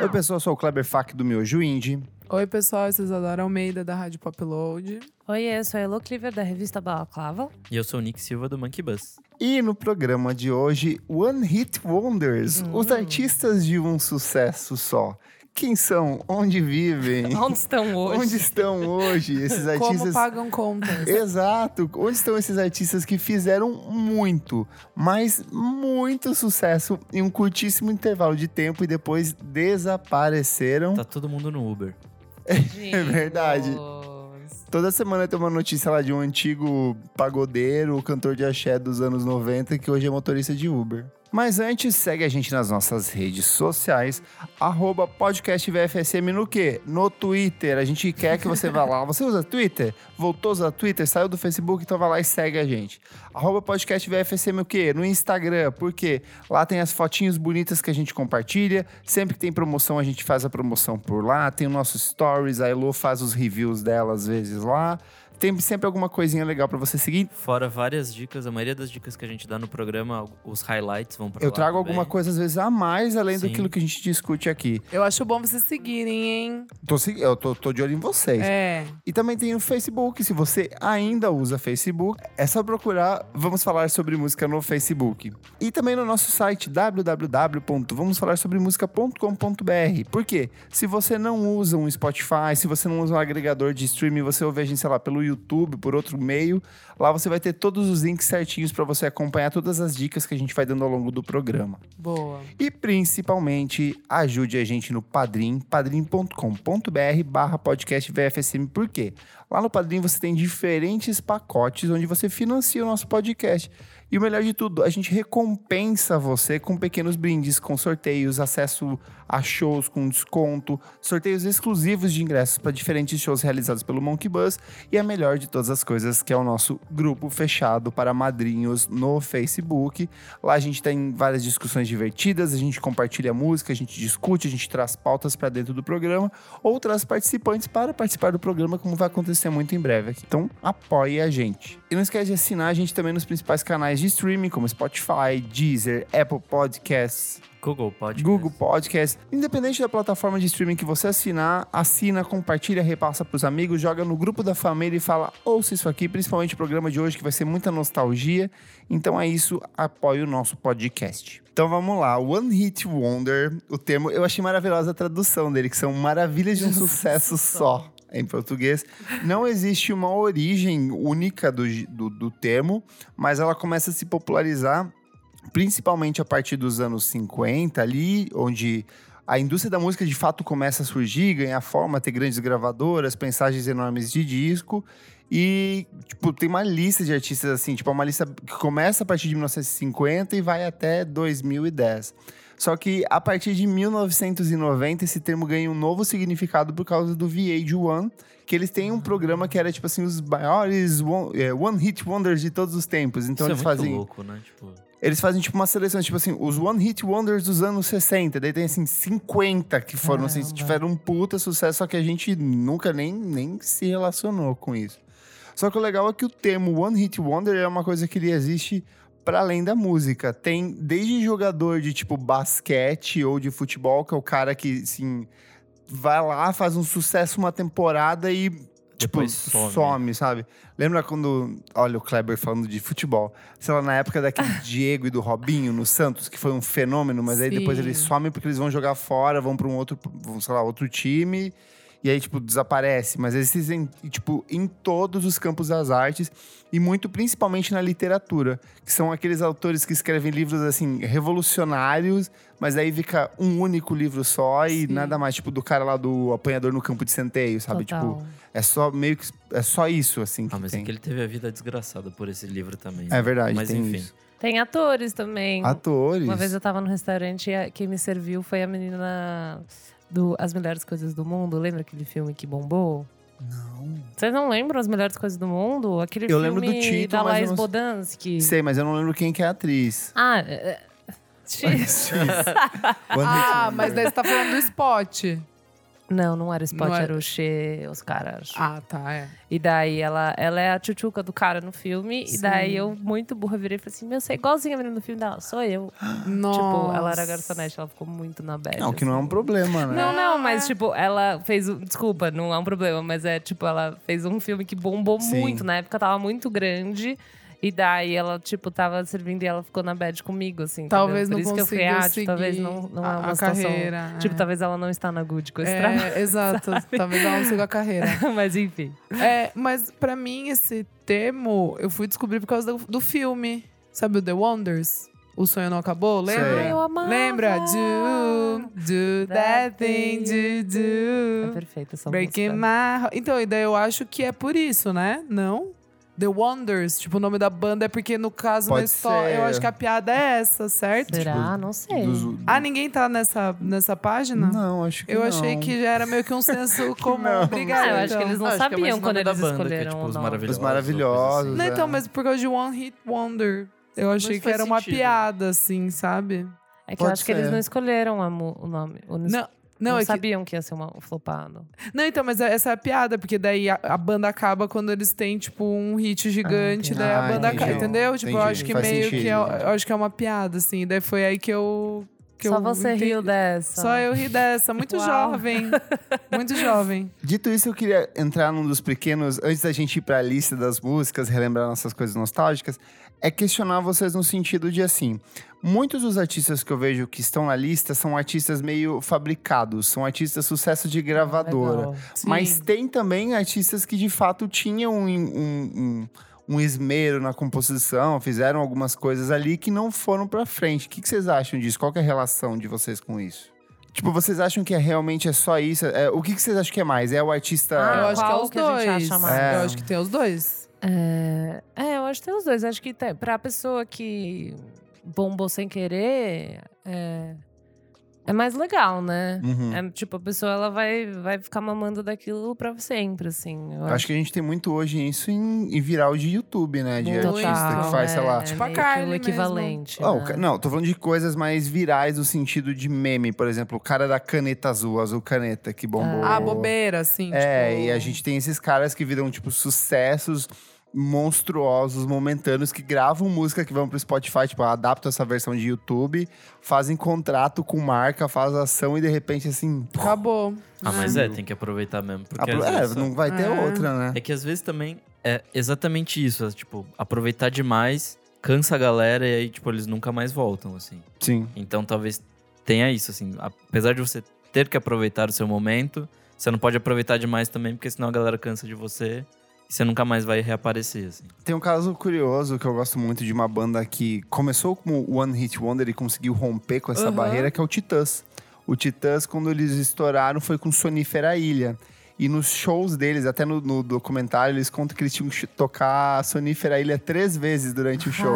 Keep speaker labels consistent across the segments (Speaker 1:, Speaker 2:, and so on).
Speaker 1: Oi, pessoal, sou o Kleber Fak do Miojo Indie.
Speaker 2: Oi, pessoal, eu sou Isadora Almeida da Rádio Popload.
Speaker 3: Oi, eu sou a Elo Cleaver da revista Balaclava.
Speaker 4: E eu sou o Nick Silva do Monkey Bus.
Speaker 1: E no programa de hoje, One Hit Wonders, os artistas de um sucesso só. Quem são? Onde vivem?
Speaker 3: Onde estão hoje?
Speaker 1: Onde estão hoje esses
Speaker 2: Como
Speaker 1: artistas?
Speaker 2: pagam contas?
Speaker 1: Exato. Onde estão esses artistas que fizeram muito, mas muito sucesso em um curtíssimo intervalo de tempo e depois desapareceram?
Speaker 4: Tá todo mundo no Uber.
Speaker 3: É
Speaker 1: verdade. Toda semana tem uma notícia lá de um antigo pagodeiro, cantor de axé dos anos 90, que hoje é motorista de Uber. Mas antes, segue a gente nas nossas redes sociais, arroba podcast VFSM no quê? No Twitter. A gente quer que você vá lá. Você usa Twitter? Voltou a usar Twitter? Saiu do Facebook? Então vai lá e segue a gente. Arroba podcast VFSM o quê? No Instagram. Por quê? Lá tem as fotinhas bonitas que a gente compartilha. Sempre que tem promoção, a gente faz a promoção por lá. Tem o nosso Stories, a Elo faz os reviews dela às vezes lá. Tem sempre alguma coisinha legal pra você seguir.
Speaker 4: Fora várias dicas, a maioria das dicas que a gente dá no programa, os highlights vão pra
Speaker 1: Eu
Speaker 4: lá
Speaker 1: trago
Speaker 4: também.
Speaker 1: alguma coisa, às vezes, a mais, além
Speaker 4: Sim.
Speaker 1: daquilo que a gente discute aqui.
Speaker 2: Eu acho bom vocês seguirem, hein?
Speaker 1: Tô segui- eu tô, tô de olho em vocês.
Speaker 2: É.
Speaker 1: E também tem o Facebook. Se você ainda usa Facebook, é só procurar Vamos Falar Sobre Música no Facebook. E também no nosso site www.vamosfalarsobremusica.com.br. Por quê? Se você não usa um Spotify, se você não usa um agregador de streaming, você ouve a gente, sei lá, pelo YouTube, por outro meio, lá você vai ter todos os links certinhos para você acompanhar todas as dicas que a gente vai dando ao longo do programa.
Speaker 2: Boa.
Speaker 1: E principalmente, ajude a gente no Padrim, padrim.com.br barra podcast VFSM. Por quê? Lá no Padrim você tem diferentes pacotes onde você financia o nosso podcast. E o melhor de tudo, a gente recompensa você com pequenos brindes, com sorteios, acesso a shows com desconto, sorteios exclusivos de ingressos para diferentes shows realizados pelo Monkey Bus e a melhor de todas as coisas, que é o nosso grupo fechado para madrinhos no Facebook. Lá a gente tem várias discussões divertidas, a gente compartilha música, a gente discute, a gente traz pautas para dentro do programa ou traz participantes para participar do programa, como vai acontecer muito em breve aqui. Então, apoie a gente. E não esquece de assinar a gente também nos principais canais de streaming, como Spotify, Deezer, Apple Podcasts,
Speaker 4: Google Podcast.
Speaker 1: Google Podcasts. Independente da plataforma de streaming que você assinar, assina, compartilha, repassa pros amigos, joga no grupo da família e fala: ouça isso aqui, principalmente o programa de hoje, que vai ser muita nostalgia. Então é isso, apoie o nosso podcast. Então vamos lá, One Hit Wonder, o termo, eu achei maravilhosa a tradução dele, que são maravilhas de um sucesso só. Em português, não existe uma origem única do, gi- do, do termo, mas ela começa a se popularizar principalmente a partir dos anos 50, ali onde a indústria da música de fato começa a surgir, ganhar forma, ter grandes gravadoras, pensagens enormes de disco. E, tipo, tem uma lista de artistas assim, tipo, uma lista que começa a partir de 1950 e vai até 2010. Só que a partir de 1990 esse termo ganha um novo significado por causa do VH1, que eles têm
Speaker 4: Ah.
Speaker 1: um programa que era tipo assim os maiores one, eh, one hit wonders de todos os tempos. Então
Speaker 4: Isso é
Speaker 1: eles
Speaker 4: muito
Speaker 1: fazem
Speaker 4: louco, né? Tipo,
Speaker 1: eles fazem, tipo, uma seleção, tipo assim, os One Hit Wonders dos anos 60. Daí tem, assim, 50 que foram, assim,
Speaker 3: Caramba.
Speaker 1: tiveram um puta sucesso, só que a gente nunca nem, nem se relacionou com isso. Só que o legal é que o termo One Hit Wonder é uma coisa que ele existe para além da música. Tem desde jogador de, tipo, basquete ou de futebol, que é o cara que, assim, vai lá, faz um sucesso uma temporada e, tipo,
Speaker 4: Depois
Speaker 1: some.
Speaker 4: some.
Speaker 1: sabe? Lembra quando, olha o Kleber falando de futebol, sei lá, na época daquele Diego e do Robinho no Santos, que foi um fenômeno, mas aí depois
Speaker 2: Sim.
Speaker 1: eles somem porque eles vão jogar fora, vão para um outro, vão, sei lá, outro time. E aí, tipo, desaparece. Mas existem, tipo, em todos os campos das artes. E muito principalmente na literatura. Que são aqueles autores que escrevem livros, assim, revolucionários. Mas aí fica um único livro só. E
Speaker 2: Sim.
Speaker 1: nada mais, tipo, do cara lá do Apanhador no Campo de Centeio, sabe? Tipo, é só meio que... É só isso, assim, que
Speaker 4: ah, mas
Speaker 1: tem.
Speaker 4: é que ele teve a vida desgraçada por esse livro também. né?
Speaker 1: É verdade,
Speaker 4: Mas
Speaker 1: tem
Speaker 4: enfim.
Speaker 1: isso.
Speaker 3: Tem atores também.
Speaker 1: Atores.
Speaker 3: Uma vez eu tava no restaurante e a- quem me serviu foi a menina do As Melhores Coisas do Mundo. Lembra aquele filme que bombou? Não. Vocês não lembram As Melhores Coisas do Mundo? Aquele
Speaker 1: Eu
Speaker 3: filme
Speaker 1: lembro do título,
Speaker 3: da
Speaker 1: mas eu
Speaker 3: Laís
Speaker 1: não-
Speaker 3: Bodansky.
Speaker 1: Sei, mas eu não lembro quem que é a atriz.
Speaker 3: Ah, é- é- X.
Speaker 1: One Hit
Speaker 2: Ah,
Speaker 1: Wonder. Ah,
Speaker 2: mas daí você tá falando do spot.
Speaker 3: Não, não era o Spot,
Speaker 2: Não
Speaker 1: é.
Speaker 3: era...
Speaker 2: era.
Speaker 3: o Che, os caras.
Speaker 2: Ah, tá, é.
Speaker 3: E daí ela, ela é a tchutchuca do cara no filme. E
Speaker 2: Sim.
Speaker 3: daí eu, muito burra, virei e falei assim: Meu, você é igualzinha a menina no filme dela, sou eu.
Speaker 2: Nossa.
Speaker 3: Tipo, ela era garçonete, ela ficou muito na bad. assim.
Speaker 1: Não, que não é um problema, né?
Speaker 3: Não,
Speaker 2: Ah.
Speaker 3: não, mas tipo, ela fez. um- Desculpa, não é um problema, mas é tipo, ela fez um filme que bombou
Speaker 1: Sim.
Speaker 3: muito. Na época tava muito grande. E daí ela, tipo, tava servindo e ela ficou na bad comigo, assim. entendeu?
Speaker 2: Talvez
Speaker 3: Por
Speaker 2: não
Speaker 3: isso que eu falei,
Speaker 2: conseguiu
Speaker 3: ah, tipo, talvez
Speaker 2: seguir
Speaker 3: não, não é
Speaker 2: a-
Speaker 3: uma
Speaker 2: a
Speaker 3: situação.
Speaker 2: carreira,
Speaker 3: Tipo,
Speaker 2: é.
Speaker 3: talvez ela não está na good com esse trabalho.
Speaker 2: É, exato, talvez ela não siga a carreira.
Speaker 3: mas enfim.
Speaker 2: É, mas pra mim esse termo eu fui descobrir por causa do, do filme. Sabe o The Wonders? O sonho não acabou, lembra?
Speaker 1: Sei.
Speaker 3: Ai, eu amava.
Speaker 2: Lembra? Do, do that thing, do,
Speaker 3: É
Speaker 2: do.
Speaker 3: perfeita essa
Speaker 2: Breaking
Speaker 3: música.
Speaker 1: é
Speaker 2: my heart. Então, e daí eu acho que é por isso, né? Não? The Wonders, tipo, o nome da banda é porque, no caso,
Speaker 1: Pode
Speaker 2: na história,
Speaker 1: ser.
Speaker 2: eu acho que a piada é essa, certo?
Speaker 4: Tipo,
Speaker 3: Será? não sei.
Speaker 1: Dos-
Speaker 2: Ah, ninguém tá nessa, nessa página?
Speaker 1: Não, acho que
Speaker 2: Eu
Speaker 1: não.
Speaker 2: achei que já era meio que um senso comum.
Speaker 1: Não.
Speaker 2: Obrigada.
Speaker 3: Ah, eu acho que eles não
Speaker 4: Acho que é mais
Speaker 3: sabiam
Speaker 4: o
Speaker 3: quando
Speaker 4: nome da
Speaker 3: eles
Speaker 4: banda, que é
Speaker 3: escolheram.
Speaker 4: tipo
Speaker 3: o
Speaker 4: Os
Speaker 3: nome.
Speaker 4: Maravilhosos.
Speaker 1: Os Maravilhosos.
Speaker 2: Não,
Speaker 1: Pois é.
Speaker 2: então, mas por causa de One Hit Wonder. Eu achei
Speaker 4: Mas
Speaker 2: que
Speaker 4: faz
Speaker 2: era uma
Speaker 4: sentido.
Speaker 2: piada, assim, sabe?
Speaker 3: É que eu
Speaker 1: Pode
Speaker 3: acho que eles
Speaker 1: ser.
Speaker 3: não escolheram a mu- o nome. O
Speaker 2: Não,
Speaker 3: Não,
Speaker 2: não, é que-
Speaker 3: sabiam que ia ser uma, um flopado.
Speaker 2: não, então, mas essa é a piada, porque daí a, a banda acaba quando eles têm, tipo, um hit gigante,
Speaker 3: entendi.
Speaker 2: daí a
Speaker 1: Ah,
Speaker 2: banda acaba,
Speaker 1: entendi.
Speaker 2: entendeu? Tipo, eu
Speaker 1: Entendi,
Speaker 2: acho que
Speaker 1: faz
Speaker 2: meio
Speaker 1: sentido.
Speaker 2: que é, eu acho que é uma piada, assim, daí foi aí que eu. Que
Speaker 3: Só
Speaker 2: eu
Speaker 3: você
Speaker 2: entendi.
Speaker 3: riu dessa.
Speaker 2: Só eu ri dessa. Muito
Speaker 3: Uau.
Speaker 2: jovem. Muito jovem.
Speaker 1: Dito isso, eu queria entrar num dos pequenos, antes da gente ir pra lista das músicas, relembrar nossas coisas nostálgicas, é questionar vocês no sentido de assim: muitos dos artistas que eu vejo que estão na lista são artistas meio fabricados, são artistas sucesso de gravadora.
Speaker 3: Legal.
Speaker 2: Sim.
Speaker 1: Mas tem também artistas que de fato tinham um, um- um- um esmero na composição, fizeram algumas coisas ali que não foram pra frente. O que, que vocês acham disso? Qual que é a relação de vocês com isso? Tipo, vocês acham que é realmente é só isso? É, o que, que vocês acham que é mais? É o artista.
Speaker 3: Ah,
Speaker 2: eu acho que é
Speaker 3: qual
Speaker 2: os
Speaker 3: que a gente
Speaker 2: dois.
Speaker 3: acha mais?
Speaker 1: É.
Speaker 2: Eu acho que tem os dois.
Speaker 3: É, é, eu acho que tem os dois. Acho que tem, pra pessoa que bombou sem querer, é, é mais legal, né?
Speaker 1: Uhum.
Speaker 3: É, tipo, a pessoa ela vai, vai ficar mamando daquilo pra sempre, assim. Eu
Speaker 1: Eu Acho que a gente tem muito hoje isso em, em viral de YouTube, né? De
Speaker 2: Total,
Speaker 1: artista que faz, sei lá.
Speaker 2: Tipo a
Speaker 3: é meio que
Speaker 2: Carly
Speaker 3: O
Speaker 2: mesmo.
Speaker 3: equivalente.
Speaker 1: Oh,
Speaker 3: né?
Speaker 1: ca- Não, tô falando de coisas mais virais no sentido de meme, por exemplo, o cara da caneta azul, azul caneta, que bombou.
Speaker 2: Ah, bobeira, assim.
Speaker 1: É,
Speaker 2: tipo-
Speaker 1: e a gente tem esses caras que viram, tipo, sucessos monstruosos, momentâneos, que gravam música que vão pro Spotify, tipo, adaptam essa versão de YouTube, fazem contrato com marca, faz ação e de repente, assim. pô,
Speaker 2: Acabou.
Speaker 4: Ah, mas é, tem que aproveitar mesmo. Porque
Speaker 1: apro-
Speaker 4: às
Speaker 1: é,
Speaker 4: vezes só-
Speaker 1: não vai ter
Speaker 2: É.
Speaker 1: outra, né?
Speaker 4: É que às vezes também é exatamente isso, é, tipo, aproveitar demais, cansa a galera e aí, tipo, eles nunca mais voltam, assim.
Speaker 1: Sim.
Speaker 4: Então talvez tenha isso, assim, apesar de você ter que aproveitar o seu momento, você não pode aproveitar demais também, porque senão a galera cansa de você e você nunca mais vai reaparecer, assim.
Speaker 1: Tem um caso curioso que eu gosto muito de uma banda que começou como One Hit Wonder e conseguiu romper com essa
Speaker 2: Uhum.
Speaker 1: barreira, que é o Titãs. O Titãs, quando eles estouraram, foi com Sonífera Ilha. E nos shows deles, até no, no documentário, eles contam que eles tinham que ch- tocar Sonífera Ilha três vezes durante o show.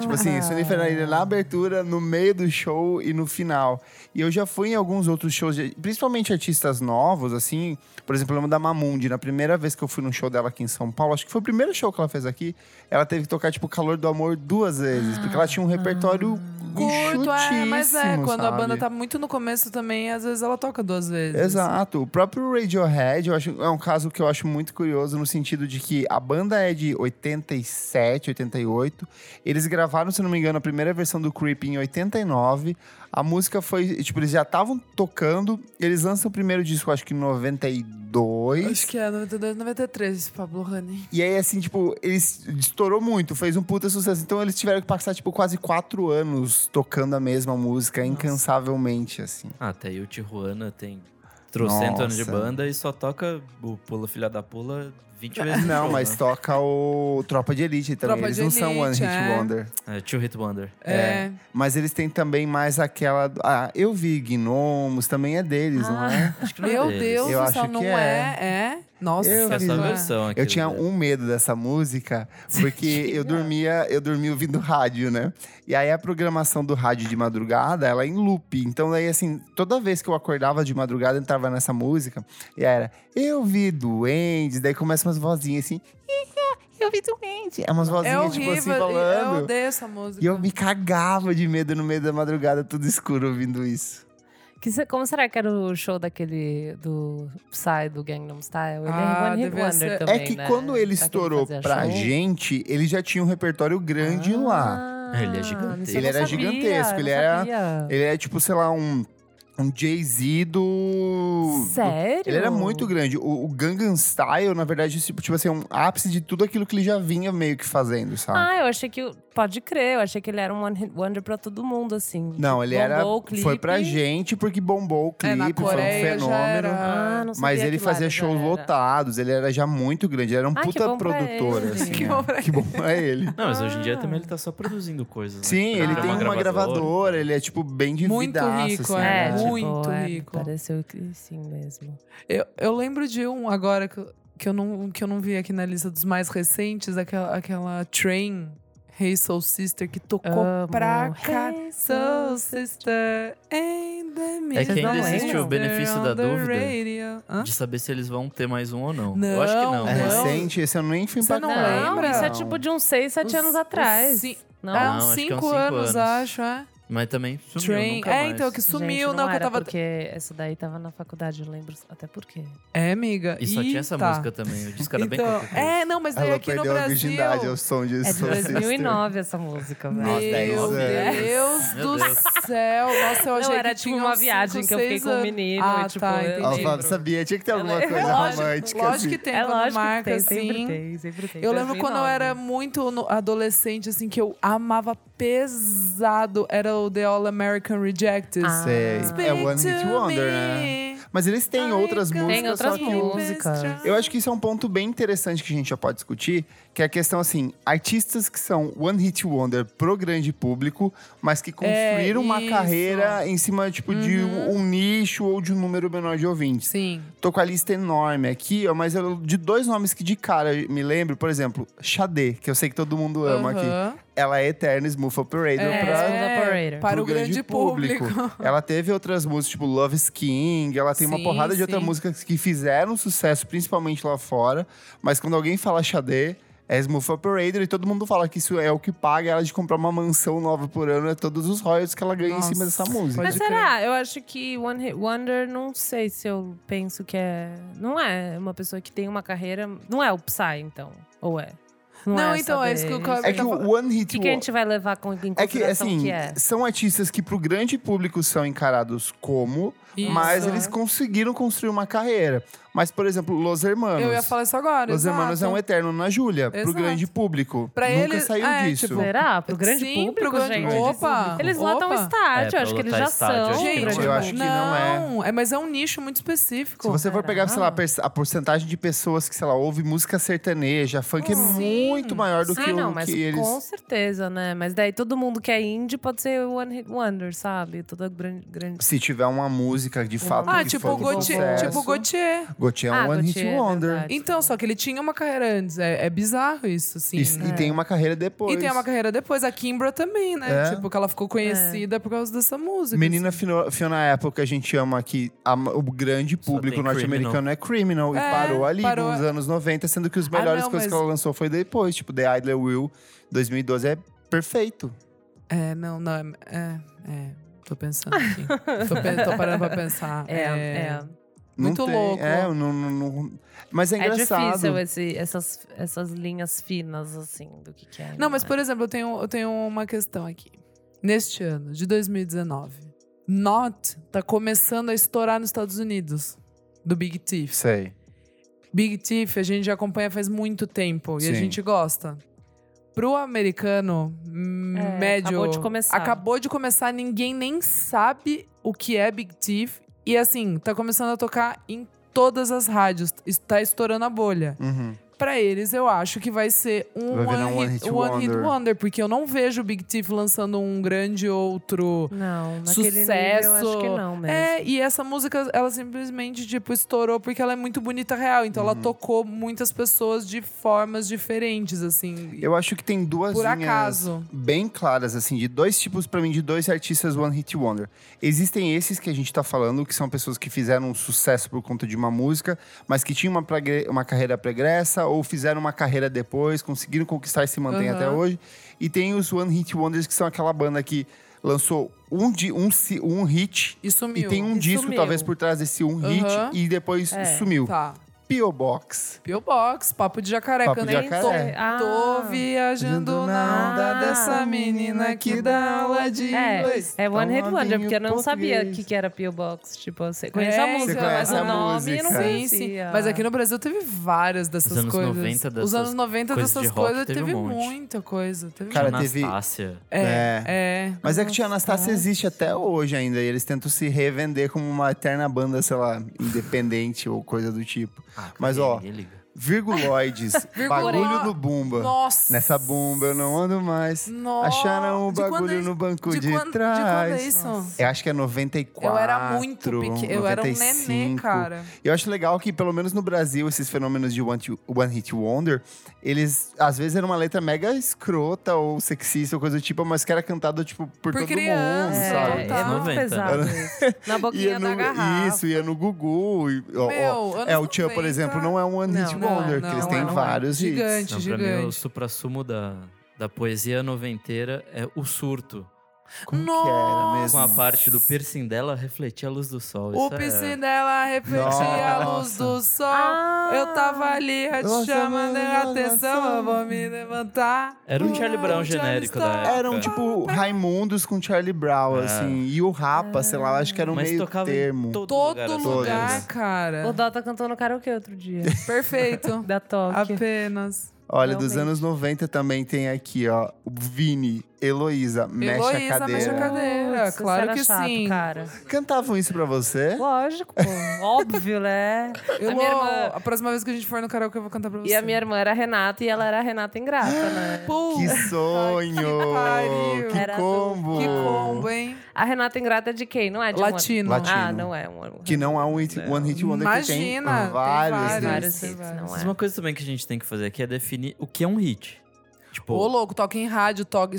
Speaker 1: Tipo assim, Sonífera Ilha na abertura, no meio do show e no final. E eu já fui em alguns outros shows, de- principalmente artistas novos, assim. Por exemplo, eu lembro da Mamundi. Na primeira vez que eu fui num show dela aqui em São Paulo, acho que foi o primeiro show que ela fez aqui, ela teve que tocar, tipo, Calor do Amor duas vezes. Porque ela tinha um repertório
Speaker 2: Ah. Curto, é, mas é,
Speaker 1: enxutíssimo,
Speaker 2: quando a
Speaker 1: sabe?
Speaker 2: banda tá muito no começo também, às vezes ela toca duas vezes.
Speaker 1: Exato. O próprio Radiohead eu acho, é um caso que eu acho muito curioso no sentido de que a banda é de 87, 88. Eles gravaram, se não me engano, a primeira versão do Creep em 89. A música foi. Tipo, eles já estavam tocando. Eles lançam o primeiro disco, acho que em 92.
Speaker 2: Acho que é 92, 93, Pablo Honey.
Speaker 1: E aí, assim, tipo, eles estourou muito, fez um puta sucesso. Então eles tiveram que passar, tipo, quase quatro anos tocando a mesma música incansavelmente, assim.
Speaker 4: Ah, até aí o Tijuana tem trocento anos de
Speaker 1: Nossa.
Speaker 4: banda e só toca o Pula Filha da Pula 20 vezes no
Speaker 1: É, Não,
Speaker 4: show,
Speaker 1: mas
Speaker 4: né?
Speaker 1: toca o Tropa de Elite também.
Speaker 2: Tropa
Speaker 1: eles
Speaker 2: de
Speaker 1: não são One
Speaker 2: Elite,
Speaker 1: Hit
Speaker 2: é.
Speaker 1: Wonder.
Speaker 4: É, Two Hit Wonder.
Speaker 2: É.
Speaker 1: Mas eles têm também mais aquela. do- Ah, eu vi Gnomos, também é deles, não
Speaker 2: Ah.
Speaker 1: é?
Speaker 4: Acho que não é
Speaker 2: Meu
Speaker 4: deles.
Speaker 2: Deus,
Speaker 1: Eu
Speaker 2: essa
Speaker 1: acho
Speaker 2: não
Speaker 1: que
Speaker 2: é. é. Nossa,
Speaker 1: Eu
Speaker 4: Acho que é
Speaker 1: vi.
Speaker 4: só a
Speaker 2: não é.
Speaker 4: versão aqui.
Speaker 1: Eu tinha um medo dessa música, porque eu dormia, eu dormia ouvindo rádio, né? E aí a programação do rádio de madrugada, ela é em loop. Então daí assim, toda vez que eu acordava de madrugada, eu entrava nessa música e era eu vi duendes, daí começa umas vozinhas assim, eu vi duende. É umas
Speaker 2: É
Speaker 1: vozinhas tipo
Speaker 2: horrível,
Speaker 1: assim
Speaker 2: eu
Speaker 1: falando.
Speaker 2: odeio essa música.
Speaker 1: E eu me cagava de medo no meio da madrugada, tudo escuro ouvindo isso.
Speaker 3: Que se- como será que era o show daquele do Psy do Gangnam Style? Ele
Speaker 2: Ah,
Speaker 3: é One Hit
Speaker 2: devia
Speaker 3: Wonder
Speaker 2: ser- É
Speaker 1: É
Speaker 3: também,
Speaker 1: que
Speaker 3: né?
Speaker 1: quando ele
Speaker 3: Será que
Speaker 1: estourou
Speaker 3: fazia
Speaker 1: pra
Speaker 3: show?
Speaker 1: gente, ele já tinha um repertório grande lá.
Speaker 3: Ah,
Speaker 4: Ele é gigantesco.
Speaker 3: isso eu
Speaker 1: Ele
Speaker 3: não
Speaker 1: era
Speaker 3: sabia,
Speaker 1: gigantesco,
Speaker 3: eu
Speaker 1: ele
Speaker 3: não
Speaker 1: era-
Speaker 3: sabia.
Speaker 1: Ele é tipo, sei lá, um, um Jay-Z do.
Speaker 3: Sério?
Speaker 1: Ele era muito grande. O, o Gangnam Style, na verdade, tipo, tipo assim, é um ápice de tudo aquilo que ele já vinha meio que fazendo, sabe?
Speaker 3: Ah, eu achei que. Pode crer, eu achei que ele era um One Hit Wonder pra todo mundo, assim.
Speaker 1: Não, ele
Speaker 3: Bombou
Speaker 1: era.
Speaker 3: o clipe.
Speaker 1: Foi pra gente porque bombou o clipe,
Speaker 2: É, na
Speaker 1: foi um
Speaker 2: Coreia já
Speaker 1: fenômeno.
Speaker 2: era-
Speaker 3: Ah, não sabia
Speaker 1: Mas ele
Speaker 3: que
Speaker 1: fazia
Speaker 3: lado
Speaker 1: shows
Speaker 3: era.
Speaker 1: lotados, ele era já muito grande, ele era um
Speaker 3: Ah, que
Speaker 1: puta
Speaker 3: bom pra
Speaker 1: produtor,
Speaker 3: ele.
Speaker 1: assim.
Speaker 2: Que
Speaker 1: é.
Speaker 2: bom pra
Speaker 1: que bom pra ele.
Speaker 4: Não, mas hoje em dia
Speaker 3: Ah.
Speaker 4: também ele tá só produzindo coisas. né?
Speaker 1: Sim,
Speaker 4: Tipo,
Speaker 1: ele
Speaker 2: Ah.
Speaker 1: tem uma gravadora, ele é tipo bem de
Speaker 2: Muito
Speaker 1: vidaço,
Speaker 2: rico,
Speaker 1: assim,
Speaker 3: É,
Speaker 2: né?
Speaker 1: né?
Speaker 3: tipo,
Speaker 2: Muito
Speaker 3: é,
Speaker 2: rico.
Speaker 3: Pareceu que sim mesmo.
Speaker 2: Eu, eu lembro de um agora que, eu- que, eu não, que eu não vi aqui na lista dos mais recentes, aquela, aquela Train, Hey Soul Sister, que tocou
Speaker 3: Amo.
Speaker 2: pra
Speaker 3: Hey,
Speaker 2: cá.
Speaker 3: Soul
Speaker 2: Soul Sister and the
Speaker 4: É que
Speaker 3: ainda
Speaker 2: Midnight
Speaker 3: existe o
Speaker 4: benefício
Speaker 2: on
Speaker 4: da
Speaker 2: the
Speaker 4: dúvida.
Speaker 2: radio. Hã?
Speaker 4: então, De saber se eles vão ter mais um ou não.
Speaker 2: Não,
Speaker 4: eu acho que não.
Speaker 1: É
Speaker 4: né?
Speaker 2: não.
Speaker 1: recente, esse eu nem fui
Speaker 2: Você
Speaker 1: pra
Speaker 2: não
Speaker 1: cá.
Speaker 3: Não,
Speaker 2: lembra?
Speaker 3: isso é tipo de uns 6, 7
Speaker 2: Os-
Speaker 3: anos
Speaker 2: os
Speaker 3: atrás.
Speaker 2: cin-
Speaker 3: Não?
Speaker 2: É
Speaker 4: Ah,
Speaker 2: uns
Speaker 4: acho que é uns
Speaker 2: 5
Speaker 4: cinco
Speaker 2: anos,
Speaker 4: anos.
Speaker 2: acho, é.
Speaker 4: Mas também sumiu,
Speaker 2: Train.
Speaker 4: nunca
Speaker 2: É,
Speaker 4: mais.
Speaker 2: então, que sumiu,
Speaker 3: Gente,
Speaker 2: não, que eu
Speaker 3: era
Speaker 2: tava.
Speaker 3: Porque essa daí tava na faculdade, eu lembro até por quê.
Speaker 2: É, amiga.
Speaker 4: E só tinha essa
Speaker 2: Eita.
Speaker 4: música também. O disco era bem
Speaker 2: Então,
Speaker 4: qualquer coisa.
Speaker 2: É, não, mas daí
Speaker 1: Ela
Speaker 2: aqui no
Speaker 1: perdeu a
Speaker 2: Brasil.
Speaker 1: virgindade ao som de
Speaker 3: É de
Speaker 1: Soul Sister.
Speaker 3: 2009 essa música, velho.
Speaker 1: Nossa, dez
Speaker 2: Meu
Speaker 1: anos.
Speaker 2: Deus
Speaker 4: Meu
Speaker 2: do
Speaker 4: Deus.
Speaker 2: céu. Nossa, eu achei
Speaker 3: Não, era
Speaker 2: que
Speaker 3: tipo
Speaker 2: tinha
Speaker 3: uma
Speaker 2: uns
Speaker 3: viagem
Speaker 2: cinco,
Speaker 3: que eu fiquei
Speaker 2: seis
Speaker 3: com o
Speaker 2: anos.
Speaker 3: menino
Speaker 2: Ah,
Speaker 3: e tipo,
Speaker 2: tá,
Speaker 3: eu
Speaker 2: entendi. É
Speaker 1: Ó,
Speaker 3: lembro.
Speaker 1: Fábio, sabia, tinha que ter alguma coisa
Speaker 2: lógico,
Speaker 1: romântica.
Speaker 2: lógico
Speaker 1: assim.
Speaker 2: que tem,
Speaker 3: É
Speaker 2: quando
Speaker 3: lógico
Speaker 2: marca
Speaker 3: que tem,
Speaker 2: assim.
Speaker 3: sempre tem, sempre tem.
Speaker 2: Eu lembro quando eu
Speaker 3: 2009.
Speaker 2: era muito no- adolescente, assim, que eu amava pesado. Era o The All American Rejected.
Speaker 3: Ah.
Speaker 1: Sei. É One Hit Wonder, né? Mas eles têm outras músicas,
Speaker 3: Tem outras
Speaker 1: só que
Speaker 3: músicas. músicas.
Speaker 1: Eu acho que isso é um ponto bem interessante que a gente já pode discutir, que é a questão assim, artistas que são one hit wonder pro grande público, mas que construíram uma
Speaker 2: É, isso. Uhum.
Speaker 1: carreira em cima tipo de um, um nicho ou de um número menor de ouvintes.
Speaker 2: Sim.
Speaker 1: Tô com a lista enorme aqui, ó, mas eu- de dois nomes que de cara eu me lembro, por exemplo, Xadê, que eu sei que todo mundo ama aqui.
Speaker 2: Aham.
Speaker 1: Ela é eterna Smooth Operator
Speaker 2: Uhum. É,
Speaker 1: pra
Speaker 3: Operator.
Speaker 2: para o grande, público.
Speaker 1: Ela teve outras músicas, tipo Love is King, ela tem uma
Speaker 2: Sim,
Speaker 1: porrada de
Speaker 2: sim.
Speaker 1: outras músicas que fizeram sucesso, principalmente lá fora. Mas quando alguém fala Xadê, é Smooth Operator e todo mundo fala que isso é o que paga ela de comprar uma mansão nova por ano, é todos os royalties que ela ganha em cima
Speaker 2: Nossa.
Speaker 1: dessa música.
Speaker 3: Mas
Speaker 2: Pode
Speaker 3: será? Eu acho que One Hit Wonder, não sei se eu penso que é. Não é uma pessoa que tem uma carreira. Não é o Psy, então. Ou é?
Speaker 2: Não,
Speaker 3: essa
Speaker 2: então, é isso que eu
Speaker 3: deles.
Speaker 2: quero-
Speaker 1: É que o One
Speaker 3: O
Speaker 1: Hit
Speaker 3: que, que a gente vai levar com, em
Speaker 1: É que,
Speaker 3: consideração
Speaker 1: assim,
Speaker 3: que é?
Speaker 1: são artistas que pro grande público são encarados como,
Speaker 2: Isso.
Speaker 1: mas eles conseguiram construir uma carreira. Mas, por exemplo, Los Hermanos.
Speaker 2: Eu ia falar isso agora.
Speaker 1: Los Hermanos é um
Speaker 2: exato.
Speaker 1: eterno na Júlia, pro
Speaker 2: Exato.
Speaker 1: grande público.
Speaker 2: Pra
Speaker 1: Nunca
Speaker 2: ele-
Speaker 1: saiu
Speaker 2: é,
Speaker 1: disso.
Speaker 2: tipo,
Speaker 3: Será? Pro grande
Speaker 2: Sim,
Speaker 3: público,
Speaker 2: pro grande-
Speaker 3: gente.
Speaker 2: Opa,
Speaker 3: Eles lotam
Speaker 2: opa.
Speaker 3: o estádio,
Speaker 4: É,
Speaker 3: eu acho
Speaker 4: pra
Speaker 3: que eles
Speaker 4: lotar
Speaker 3: já
Speaker 4: estádio,
Speaker 3: são.
Speaker 4: acho que
Speaker 3: um
Speaker 4: não
Speaker 3: grande
Speaker 1: é. Eu acho que
Speaker 3: público.
Speaker 1: não é.
Speaker 2: Não, é, mas é um nicho muito específico.
Speaker 1: Se você for pegar, sei lá, a
Speaker 3: Será?
Speaker 1: perce- a porcentagem de pessoas que, sei lá, ouve música sertaneja, funk é
Speaker 2: Sim.
Speaker 1: muito maior do que
Speaker 3: ah, não,
Speaker 1: o
Speaker 3: mas
Speaker 1: que eles.
Speaker 3: com certeza, né? Mas daí todo mundo que é indie pode ser One Hit Wonder, sabe? Toda grande. grande...
Speaker 1: Se tiver uma música de fato
Speaker 2: Ah,
Speaker 1: que
Speaker 2: tipo
Speaker 1: foi
Speaker 2: o
Speaker 1: um
Speaker 2: Gautier.
Speaker 1: sucesso.
Speaker 2: Tipo o Gautier.
Speaker 1: Gautier é um
Speaker 3: Ah,
Speaker 1: one
Speaker 3: Gautier,
Speaker 1: hit
Speaker 3: é
Speaker 1: wonder.
Speaker 3: verdade.
Speaker 2: Então, só que ele tinha uma carreira antes. É, é bizarro isso, assim.
Speaker 1: E, e
Speaker 2: né?
Speaker 1: tem uma carreira depois.
Speaker 2: E tem uma carreira depois. A Kimbra também, né?
Speaker 1: É.
Speaker 2: Tipo, que ela ficou
Speaker 3: É.
Speaker 2: conhecida por causa dessa música.
Speaker 1: Menina Fino- Fiona Apple, que a gente ama aqui, a- o grande
Speaker 4: Só
Speaker 1: público
Speaker 4: tem
Speaker 1: norte-americano é Criminal.
Speaker 2: É,
Speaker 1: e parou ali
Speaker 2: parou. Ah,
Speaker 1: nos anos 90, sendo que as melhores
Speaker 2: não,
Speaker 1: coisas
Speaker 2: mas-
Speaker 1: que ela lançou foi depois. Tipo, The Idler Will, 2012, é perfeito.
Speaker 2: assim. É, não, não. É, é, é, tô pensando aqui. tô, pe- tô parando pra pensar.
Speaker 3: É, é.
Speaker 1: Não
Speaker 2: Muito
Speaker 1: tem-
Speaker 2: louco.
Speaker 1: É, não, não- não- mas é
Speaker 3: É
Speaker 1: engraçado.
Speaker 3: difícil esse- essas, essas linhas finas, assim, do que, que é.
Speaker 2: Não, mas
Speaker 3: é.
Speaker 2: por exemplo, eu tenho, eu tenho uma questão aqui. Neste ano, de 2019, Not tá começando a estourar nos Estados Unidos. Do Big Thief.
Speaker 1: Sei.
Speaker 2: Big Thief a gente já acompanha faz muito tempo e
Speaker 1: Sim.
Speaker 2: a gente gosta. Pro americano hum,
Speaker 3: É,
Speaker 2: médio.
Speaker 3: acabou de começar.
Speaker 2: Acabou de começar, ninguém nem sabe o que é Big Thief. E assim, tá começando a tocar em todas as rádios. Está estourando a bolha.
Speaker 1: Uhum.
Speaker 2: Pra eles, eu acho que vai ser um
Speaker 1: Vai virar um
Speaker 2: one, hit, one hit
Speaker 1: wonder.
Speaker 2: wonder, porque eu não vejo o Big Thief lançando um grande outro.
Speaker 3: Não, naquele
Speaker 2: Sucesso.
Speaker 3: nível, eu acho que não mesmo.
Speaker 2: É, e essa música, ela simplesmente, tipo, estourou porque ela é muito bonita real. Então
Speaker 1: Uhum.
Speaker 2: ela tocou muitas pessoas de formas diferentes, assim.
Speaker 1: Eu acho que tem duas
Speaker 2: por
Speaker 1: linhas
Speaker 2: acaso.
Speaker 1: bem claras, assim, de dois tipos, pra mim, de dois artistas One Hit Wonder. Existem esses que a gente tá falando, que são pessoas que fizeram um sucesso por conta de uma música, mas que tinham uma, pragre- uma carreira pregressa, ou fizeram uma carreira depois, conseguiram conquistar e se mantém
Speaker 2: Aham.
Speaker 1: até hoje. E tem os One Hit Wonders, que são aquela banda que lançou um, di- um, si- um hit
Speaker 2: E sumiu.
Speaker 1: e tem um
Speaker 3: e
Speaker 1: disco,
Speaker 3: sumiu.
Speaker 1: talvez, por trás desse um hit
Speaker 2: Aham.
Speaker 1: e depois
Speaker 3: É.
Speaker 1: sumiu.
Speaker 2: Tá.
Speaker 1: P.O. Box.
Speaker 2: P.O. Box, papo de jacaré,
Speaker 1: Papo
Speaker 2: que eu
Speaker 1: de
Speaker 2: nem
Speaker 1: jacaré.
Speaker 2: tô.
Speaker 1: É.
Speaker 3: Ah.
Speaker 2: Tô viajando na onda dessa menina que dá aula de
Speaker 3: É,
Speaker 2: inglês.
Speaker 3: é One Hit
Speaker 1: Então,
Speaker 3: Wonder,
Speaker 1: novinho
Speaker 3: porque eu não sabia o
Speaker 1: português.
Speaker 3: que, que era P.O. Box. Tipo, você conhece
Speaker 2: É,
Speaker 3: a música,
Speaker 1: Você
Speaker 3: mas
Speaker 1: conhece
Speaker 3: o
Speaker 1: a
Speaker 3: nome eu não
Speaker 1: música.
Speaker 2: Sim,
Speaker 3: conhecia.
Speaker 2: sim. Mas
Speaker 1: é
Speaker 2: aqui no Brasil teve várias dessas
Speaker 4: Os anos
Speaker 2: coisas.
Speaker 4: 90
Speaker 2: Os
Speaker 4: dessas
Speaker 2: anos 90
Speaker 4: coisas de
Speaker 2: dessas
Speaker 4: rock
Speaker 2: coisas
Speaker 4: teve um
Speaker 2: teve
Speaker 4: monte.
Speaker 2: muita coisa. Teve
Speaker 1: Cara,
Speaker 4: Tinha
Speaker 1: teve-
Speaker 4: Anastácia.
Speaker 2: É, é.
Speaker 1: Mas é que Tia Anastácia existe até hoje ainda. E eles tentam se revender como uma eterna banda, sei lá, independente ou coisa do tipo.
Speaker 4: Ah,
Speaker 1: Mas,
Speaker 4: ninguém-
Speaker 1: ó,
Speaker 4: ninguém liga.
Speaker 1: Virguloides. bagulho no Bumba.
Speaker 2: Nossa.
Speaker 1: Nessa Bumba eu não ando mais.
Speaker 2: Nossa.
Speaker 1: Acharam o
Speaker 2: De quando
Speaker 1: bagulho
Speaker 2: é-
Speaker 1: no banco
Speaker 2: de
Speaker 1: de,
Speaker 2: quando- de
Speaker 1: trás.
Speaker 2: quando é isso? Nossa.
Speaker 1: Eu acho que é 94.
Speaker 2: Eu era muito pequena. Eu era um nenê,
Speaker 1: 95.
Speaker 2: cara.
Speaker 1: Eu acho legal que, pelo menos no Brasil, esses fenômenos de One, to- one Hit Wonder, eles às vezes eram uma letra mega escrota ou sexista ou coisa do tipo, mas que era cantado tipo, por,
Speaker 2: Por
Speaker 1: todo
Speaker 2: criança,
Speaker 1: mundo,
Speaker 3: É,
Speaker 1: sabe?
Speaker 3: é
Speaker 2: Total.
Speaker 3: muito
Speaker 4: 90.
Speaker 3: pesado isso. Na boquinha
Speaker 1: Ia no,
Speaker 3: da garrafa.
Speaker 1: isso, ia no Gugu. E, ó, ó,
Speaker 2: Meu, anos
Speaker 1: é, o Tchan, por
Speaker 2: 90.
Speaker 1: exemplo, não é um One Hit
Speaker 3: Não, não é,
Speaker 1: Wonder, que eles
Speaker 3: não é,
Speaker 1: têm
Speaker 3: não é.
Speaker 1: vários hits.
Speaker 2: Gigante,
Speaker 4: Não, pra mim, o
Speaker 2: gigante.
Speaker 4: supra-sumo da, da poesia noventeira é o surto.
Speaker 1: Como que
Speaker 2: Nossa.
Speaker 1: era mesmo?
Speaker 4: Com a parte do piercing dela refletir a luz do
Speaker 2: O
Speaker 4: sol. Isso é-
Speaker 2: piscin dela refletia a luz do sol.
Speaker 3: Ah!
Speaker 2: Eu tava ali te
Speaker 1: Nossa,
Speaker 2: chamando
Speaker 1: mano,
Speaker 2: a atenção.
Speaker 1: nossa.
Speaker 2: Eu vou me levantar.
Speaker 4: Era um Charlie
Speaker 2: Ah,
Speaker 4: Brown
Speaker 2: onde
Speaker 4: genérico
Speaker 2: ela
Speaker 4: da
Speaker 2: está?
Speaker 4: época.
Speaker 1: Eram tipo Raimundos com Charlie Brown,
Speaker 4: É.
Speaker 1: assim. E o Rapa, sei lá, eu acho que era um
Speaker 4: Mas
Speaker 1: meio
Speaker 4: tocava
Speaker 1: termo.
Speaker 4: em todo,
Speaker 2: Todo
Speaker 4: lugar.
Speaker 2: lugar,
Speaker 4: assim,
Speaker 1: lugar.
Speaker 4: né?
Speaker 2: cara.
Speaker 3: O Dota cantou no karaokê outro dia,
Speaker 2: Perfeito.
Speaker 3: da Tóquio.
Speaker 2: Apenas.
Speaker 1: Olha, dos
Speaker 3: Realmente.
Speaker 1: anos 90 também tem aqui, ó. o Vini, Heloísa, mexe a
Speaker 2: Heloísa,
Speaker 1: cadeira.
Speaker 2: mexe a cadeira.
Speaker 3: Putz,
Speaker 2: claro
Speaker 3: isso era
Speaker 2: que
Speaker 3: chato,
Speaker 2: sim.
Speaker 3: cara.
Speaker 1: Cantavam isso pra você?
Speaker 3: Lógico, pô. Óbvio, né?
Speaker 2: Eu
Speaker 3: a minha irmã...
Speaker 2: a próxima vez que a gente for no karaokê, eu vou cantar pra você.
Speaker 3: E a minha irmã era a Renata e ela era a Renata ingrata, né?
Speaker 2: Pô,
Speaker 1: Que sonho!
Speaker 2: pariu.
Speaker 1: que,
Speaker 3: Era
Speaker 1: combo!
Speaker 2: que combo, hein?
Speaker 3: A Renata ingrata é de quem? Não é de um-
Speaker 2: Latino.
Speaker 1: Latino.
Speaker 3: Ah, não é. Um...
Speaker 1: Que não é um hit, one hit wonder
Speaker 2: Imagina,
Speaker 1: que tem
Speaker 2: tem
Speaker 1: vários.
Speaker 2: vários.
Speaker 1: hits.
Speaker 3: Vários hits, não
Speaker 4: Mas
Speaker 3: é.
Speaker 4: uma coisa também que a gente tem que fazer aqui é definir o que é um hit. Tipo,
Speaker 2: Ô, louco, toca em rádio, toca,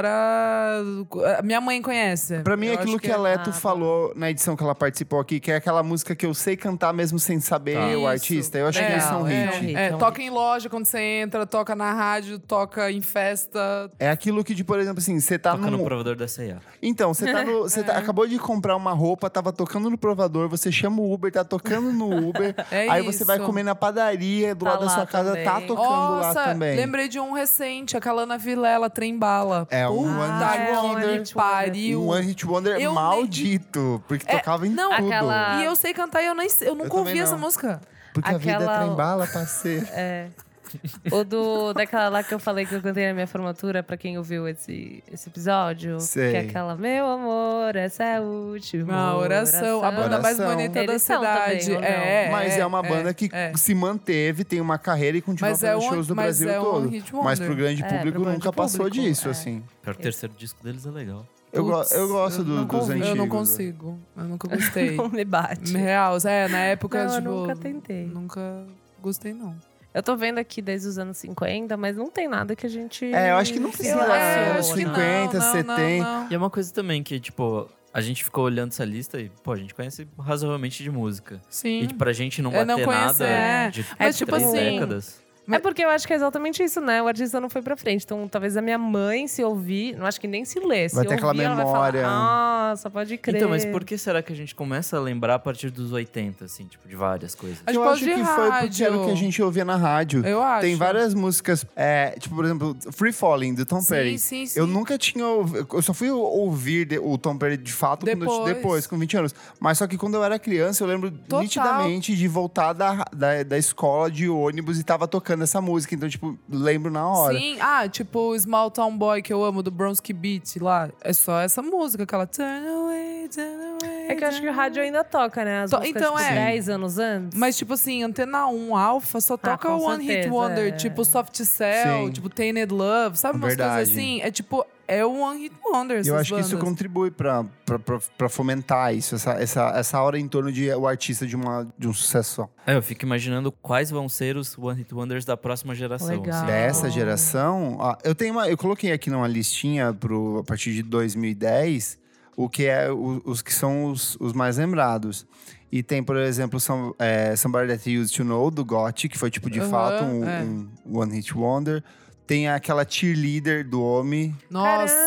Speaker 2: estoura. A Minha mãe conhece.
Speaker 1: Pra mim, é
Speaker 2: Eu
Speaker 1: aquilo
Speaker 2: acho
Speaker 1: que, a Leto
Speaker 3: errado.
Speaker 1: falou na edição que ela participou aqui, que é aquela música que eu sei cantar mesmo sem saber
Speaker 4: Tá.
Speaker 1: o
Speaker 2: Isso.
Speaker 1: artista. Eu acho que isso é um
Speaker 2: é,
Speaker 1: hit.
Speaker 2: é,
Speaker 3: é um
Speaker 2: toca em loja quando você entra, toca na rádio, toca em festa.
Speaker 1: É aquilo que, de, por exemplo, assim, você tá
Speaker 4: toca no
Speaker 1: num-
Speaker 4: provador da C&A.
Speaker 1: Então, você tá no-
Speaker 2: É.
Speaker 1: você tá- acabou de comprar uma roupa, tava tocando no provador, você chama o Uber, tá tocando no Uber.
Speaker 2: É
Speaker 1: aí
Speaker 2: isso.
Speaker 1: você vai comer na padaria do
Speaker 3: Tá
Speaker 1: lado da
Speaker 3: lá
Speaker 1: sua casa,
Speaker 3: também.
Speaker 1: tá tocando lá
Speaker 2: Nossa,
Speaker 1: também.
Speaker 2: lembrei de um recente, a Calana Vilela, Trem Bala.
Speaker 1: É, um
Speaker 2: Puta
Speaker 1: One
Speaker 3: Hit
Speaker 2: que
Speaker 3: Wonder.
Speaker 2: pariu.
Speaker 1: Um One Hit Wonder
Speaker 2: Eu
Speaker 1: maldito, porque
Speaker 2: É,
Speaker 1: tocava em
Speaker 2: não,
Speaker 1: tudo.
Speaker 3: aquela-
Speaker 2: E eu sei cantar e eu, nem, eu nunca
Speaker 1: Eu
Speaker 2: ouvi
Speaker 1: também
Speaker 2: essa
Speaker 1: não.
Speaker 2: música.
Speaker 1: Porque a vida é
Speaker 3: aquela-
Speaker 1: trem bala, parceiro.
Speaker 3: É. O do, daquela lá que eu falei que eu cantei na minha formatura, pra quem ouviu esse, esse episódio.
Speaker 1: Sei.
Speaker 3: Que é aquela, meu amor, essa é a última.
Speaker 2: Uma oração, a banda mais
Speaker 1: Oração.
Speaker 2: bonita da
Speaker 3: Eles são também,
Speaker 2: cidade.
Speaker 3: ou não?
Speaker 2: é,
Speaker 1: mas é uma banda que
Speaker 2: é.
Speaker 1: se manteve, tem uma carreira e continua
Speaker 2: Mas é
Speaker 1: fazendo
Speaker 2: um-
Speaker 1: shows do
Speaker 2: mas
Speaker 1: Brasil
Speaker 2: é um
Speaker 1: todo.
Speaker 2: hit wonder.
Speaker 1: mas pro grande
Speaker 3: É,
Speaker 1: público
Speaker 3: pro grande
Speaker 1: nunca passou
Speaker 3: público,
Speaker 1: disso,
Speaker 3: é.
Speaker 1: assim.
Speaker 4: Pior, o terceiro disco deles é legal.
Speaker 1: Eu, go- eu
Speaker 2: Putz,
Speaker 1: gosto do-
Speaker 2: não
Speaker 1: dos
Speaker 2: consigo.
Speaker 1: antigos.
Speaker 2: Eu não
Speaker 1: né?
Speaker 2: consigo. Eu nunca gostei.
Speaker 3: Não me bate.
Speaker 2: Real, é, na época,
Speaker 3: Tipo, Não, eu
Speaker 2: tipo.
Speaker 3: nunca tentei.
Speaker 2: Nunca gostei, não.
Speaker 3: Eu tô vendo aqui desde os anos 50, mas não tem nada que a gente.
Speaker 1: É, eu acho que não precisa,
Speaker 3: Eu
Speaker 1: né?
Speaker 3: acho
Speaker 1: acho
Speaker 3: que
Speaker 1: que não. 50, 70.
Speaker 4: E é uma coisa também que, tipo, a gente ficou olhando essa lista e, pô, a gente conhece razoavelmente de música.
Speaker 2: Sim.
Speaker 4: E tipo,
Speaker 1: tipo,
Speaker 4: pra gente não
Speaker 2: Eu
Speaker 4: bater
Speaker 2: não conheço,
Speaker 4: nada
Speaker 2: é.
Speaker 4: de
Speaker 2: Mas, tipo
Speaker 4: três
Speaker 2: assim,
Speaker 4: décadas.
Speaker 3: É porque eu acho que é exatamente isso, né? O artista não foi pra frente. Então, talvez a minha mãe, se ouvir, não acho que nem se lê. Se
Speaker 1: Vai ter
Speaker 3: ouvir,
Speaker 1: aquela
Speaker 3: ela vai
Speaker 1: memória.
Speaker 3: falar, Nossa, pode crer.
Speaker 4: Então, mas por que será que a gente começa a lembrar a partir dos 80, assim, tipo, de várias coisas?
Speaker 2: Acho
Speaker 1: eu
Speaker 2: que
Speaker 1: acho
Speaker 2: pode
Speaker 1: que
Speaker 2: de
Speaker 1: foi porque era o que a
Speaker 2: rádio.
Speaker 1: gente ouvia na rádio.
Speaker 2: Eu acho.
Speaker 1: Tem várias músicas, é, tipo, por exemplo, Free Falling, do Tom
Speaker 2: Sim,
Speaker 1: Petty.
Speaker 2: sim, sim.
Speaker 1: Eu nunca tinha ouvi- Eu só fui ouvir de- o Tom Petty de fato quando eu-
Speaker 2: Depois.
Speaker 1: depois, com 20 anos. Mas só que quando eu era criança, eu lembro
Speaker 2: Total.
Speaker 1: nitidamente de voltar da, da, da escola de ônibus e tava tocando essa música. Então, tipo, lembro na hora.
Speaker 2: Sim, ah, tipo o Small Town Boy que eu amo, do Bronski Beat lá. É só essa música, aquela. Turn away, turn away.
Speaker 3: É que eu acho que o
Speaker 2: turn
Speaker 3: rádio ainda toca, né? As
Speaker 2: To-
Speaker 3: músicas,
Speaker 2: então,
Speaker 3: tipo,
Speaker 2: é.
Speaker 3: 10 anos antes.
Speaker 2: Mas, tipo assim, Antena 1 Alpha só toca
Speaker 3: Ah, com
Speaker 2: o One Hit
Speaker 3: certeza,
Speaker 2: Wonder,
Speaker 3: é.
Speaker 2: tipo Soft Cell,
Speaker 1: Sim.
Speaker 2: tipo Tainted Love, sabe umas coisas
Speaker 1: Verdade.
Speaker 2: assim? É tipo, é o One Hit Wonder.
Speaker 1: E eu
Speaker 2: essas
Speaker 1: acho que isso
Speaker 2: bandas.
Speaker 1: contribui pra, pra, pra, pra fomentar isso, essa, essa, essa hora em torno de o artista de, uma, de um sucesso só.
Speaker 4: É, eu fico imaginando quais vão ser os One Hit Wonders da próxima geração.
Speaker 3: Legal.
Speaker 4: assim.
Speaker 1: dessa
Speaker 3: Ah.
Speaker 1: geração, ó, eu tenho uma, eu coloquei aqui numa listinha pro, a partir de 2010 o que é o- os que são os, os mais lembrados. E tem, por exemplo, Some, é, Somebody That You Used To Know, do Gotti, que foi, tipo, de
Speaker 2: Aham,
Speaker 1: fato um,
Speaker 2: é.
Speaker 1: um One Hit Wonder. Tem aquela Cheerleader do Homem.
Speaker 2: Nossa, Nossa!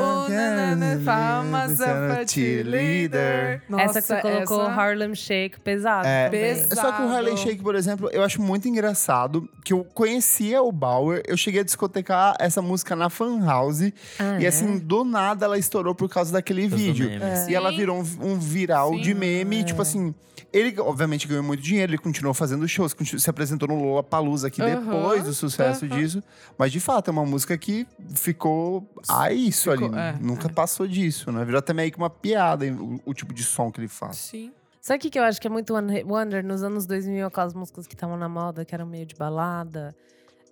Speaker 2: Oh, na, na, na, found
Speaker 1: é
Speaker 2: myself a cheerleader.
Speaker 3: essa que você colocou,
Speaker 2: essa-
Speaker 3: Harlem Shake, pesado.
Speaker 1: É.
Speaker 3: também.
Speaker 2: Pesado.
Speaker 1: Só que o Harley Shake, por exemplo, eu acho muito engraçado que eu conhecia o Bauer, eu cheguei a discotecar essa música na Fan House
Speaker 3: Ah,
Speaker 1: e
Speaker 3: é?
Speaker 1: assim, do nada ela estourou por causa daquele
Speaker 4: Todos
Speaker 1: vídeo.
Speaker 4: memes.
Speaker 1: E ela
Speaker 2: Sim.
Speaker 1: virou um, um viral
Speaker 2: Sim.
Speaker 1: de meme, tipo assim, ele obviamente ganhou muito dinheiro, ele continuou fazendo shows, continu- se apresentou no Lola Palusa aqui
Speaker 2: Aham,
Speaker 1: depois do sucesso
Speaker 2: aham.
Speaker 1: disso, mas de fato é uma música que ficou a isso
Speaker 2: Ficou-
Speaker 1: ali,
Speaker 2: é,
Speaker 1: nunca passou disso, né? Virou até meio que uma piada o, o tipo de som que ele faz.
Speaker 2: Sim.
Speaker 3: Sabe o que, que eu acho que é muito One Hit Wonder? Nos anos 2000, aquelas músicas que estavam na moda, que eram meio de balada,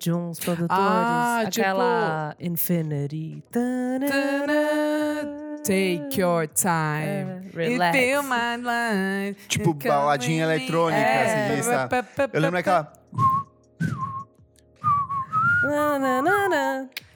Speaker 3: de uns produtores.
Speaker 2: Ah,
Speaker 3: aquela Infinity.
Speaker 2: Tana, Take your time.
Speaker 3: É,
Speaker 2: You
Speaker 3: relax.
Speaker 2: feel my life.
Speaker 1: Tipo,
Speaker 2: Come É.
Speaker 1: baladinha
Speaker 2: with me.
Speaker 1: eletrônica,
Speaker 3: assim,
Speaker 1: de, sabe? Eu lembro né, daquela.
Speaker 3: Na, na, na, na,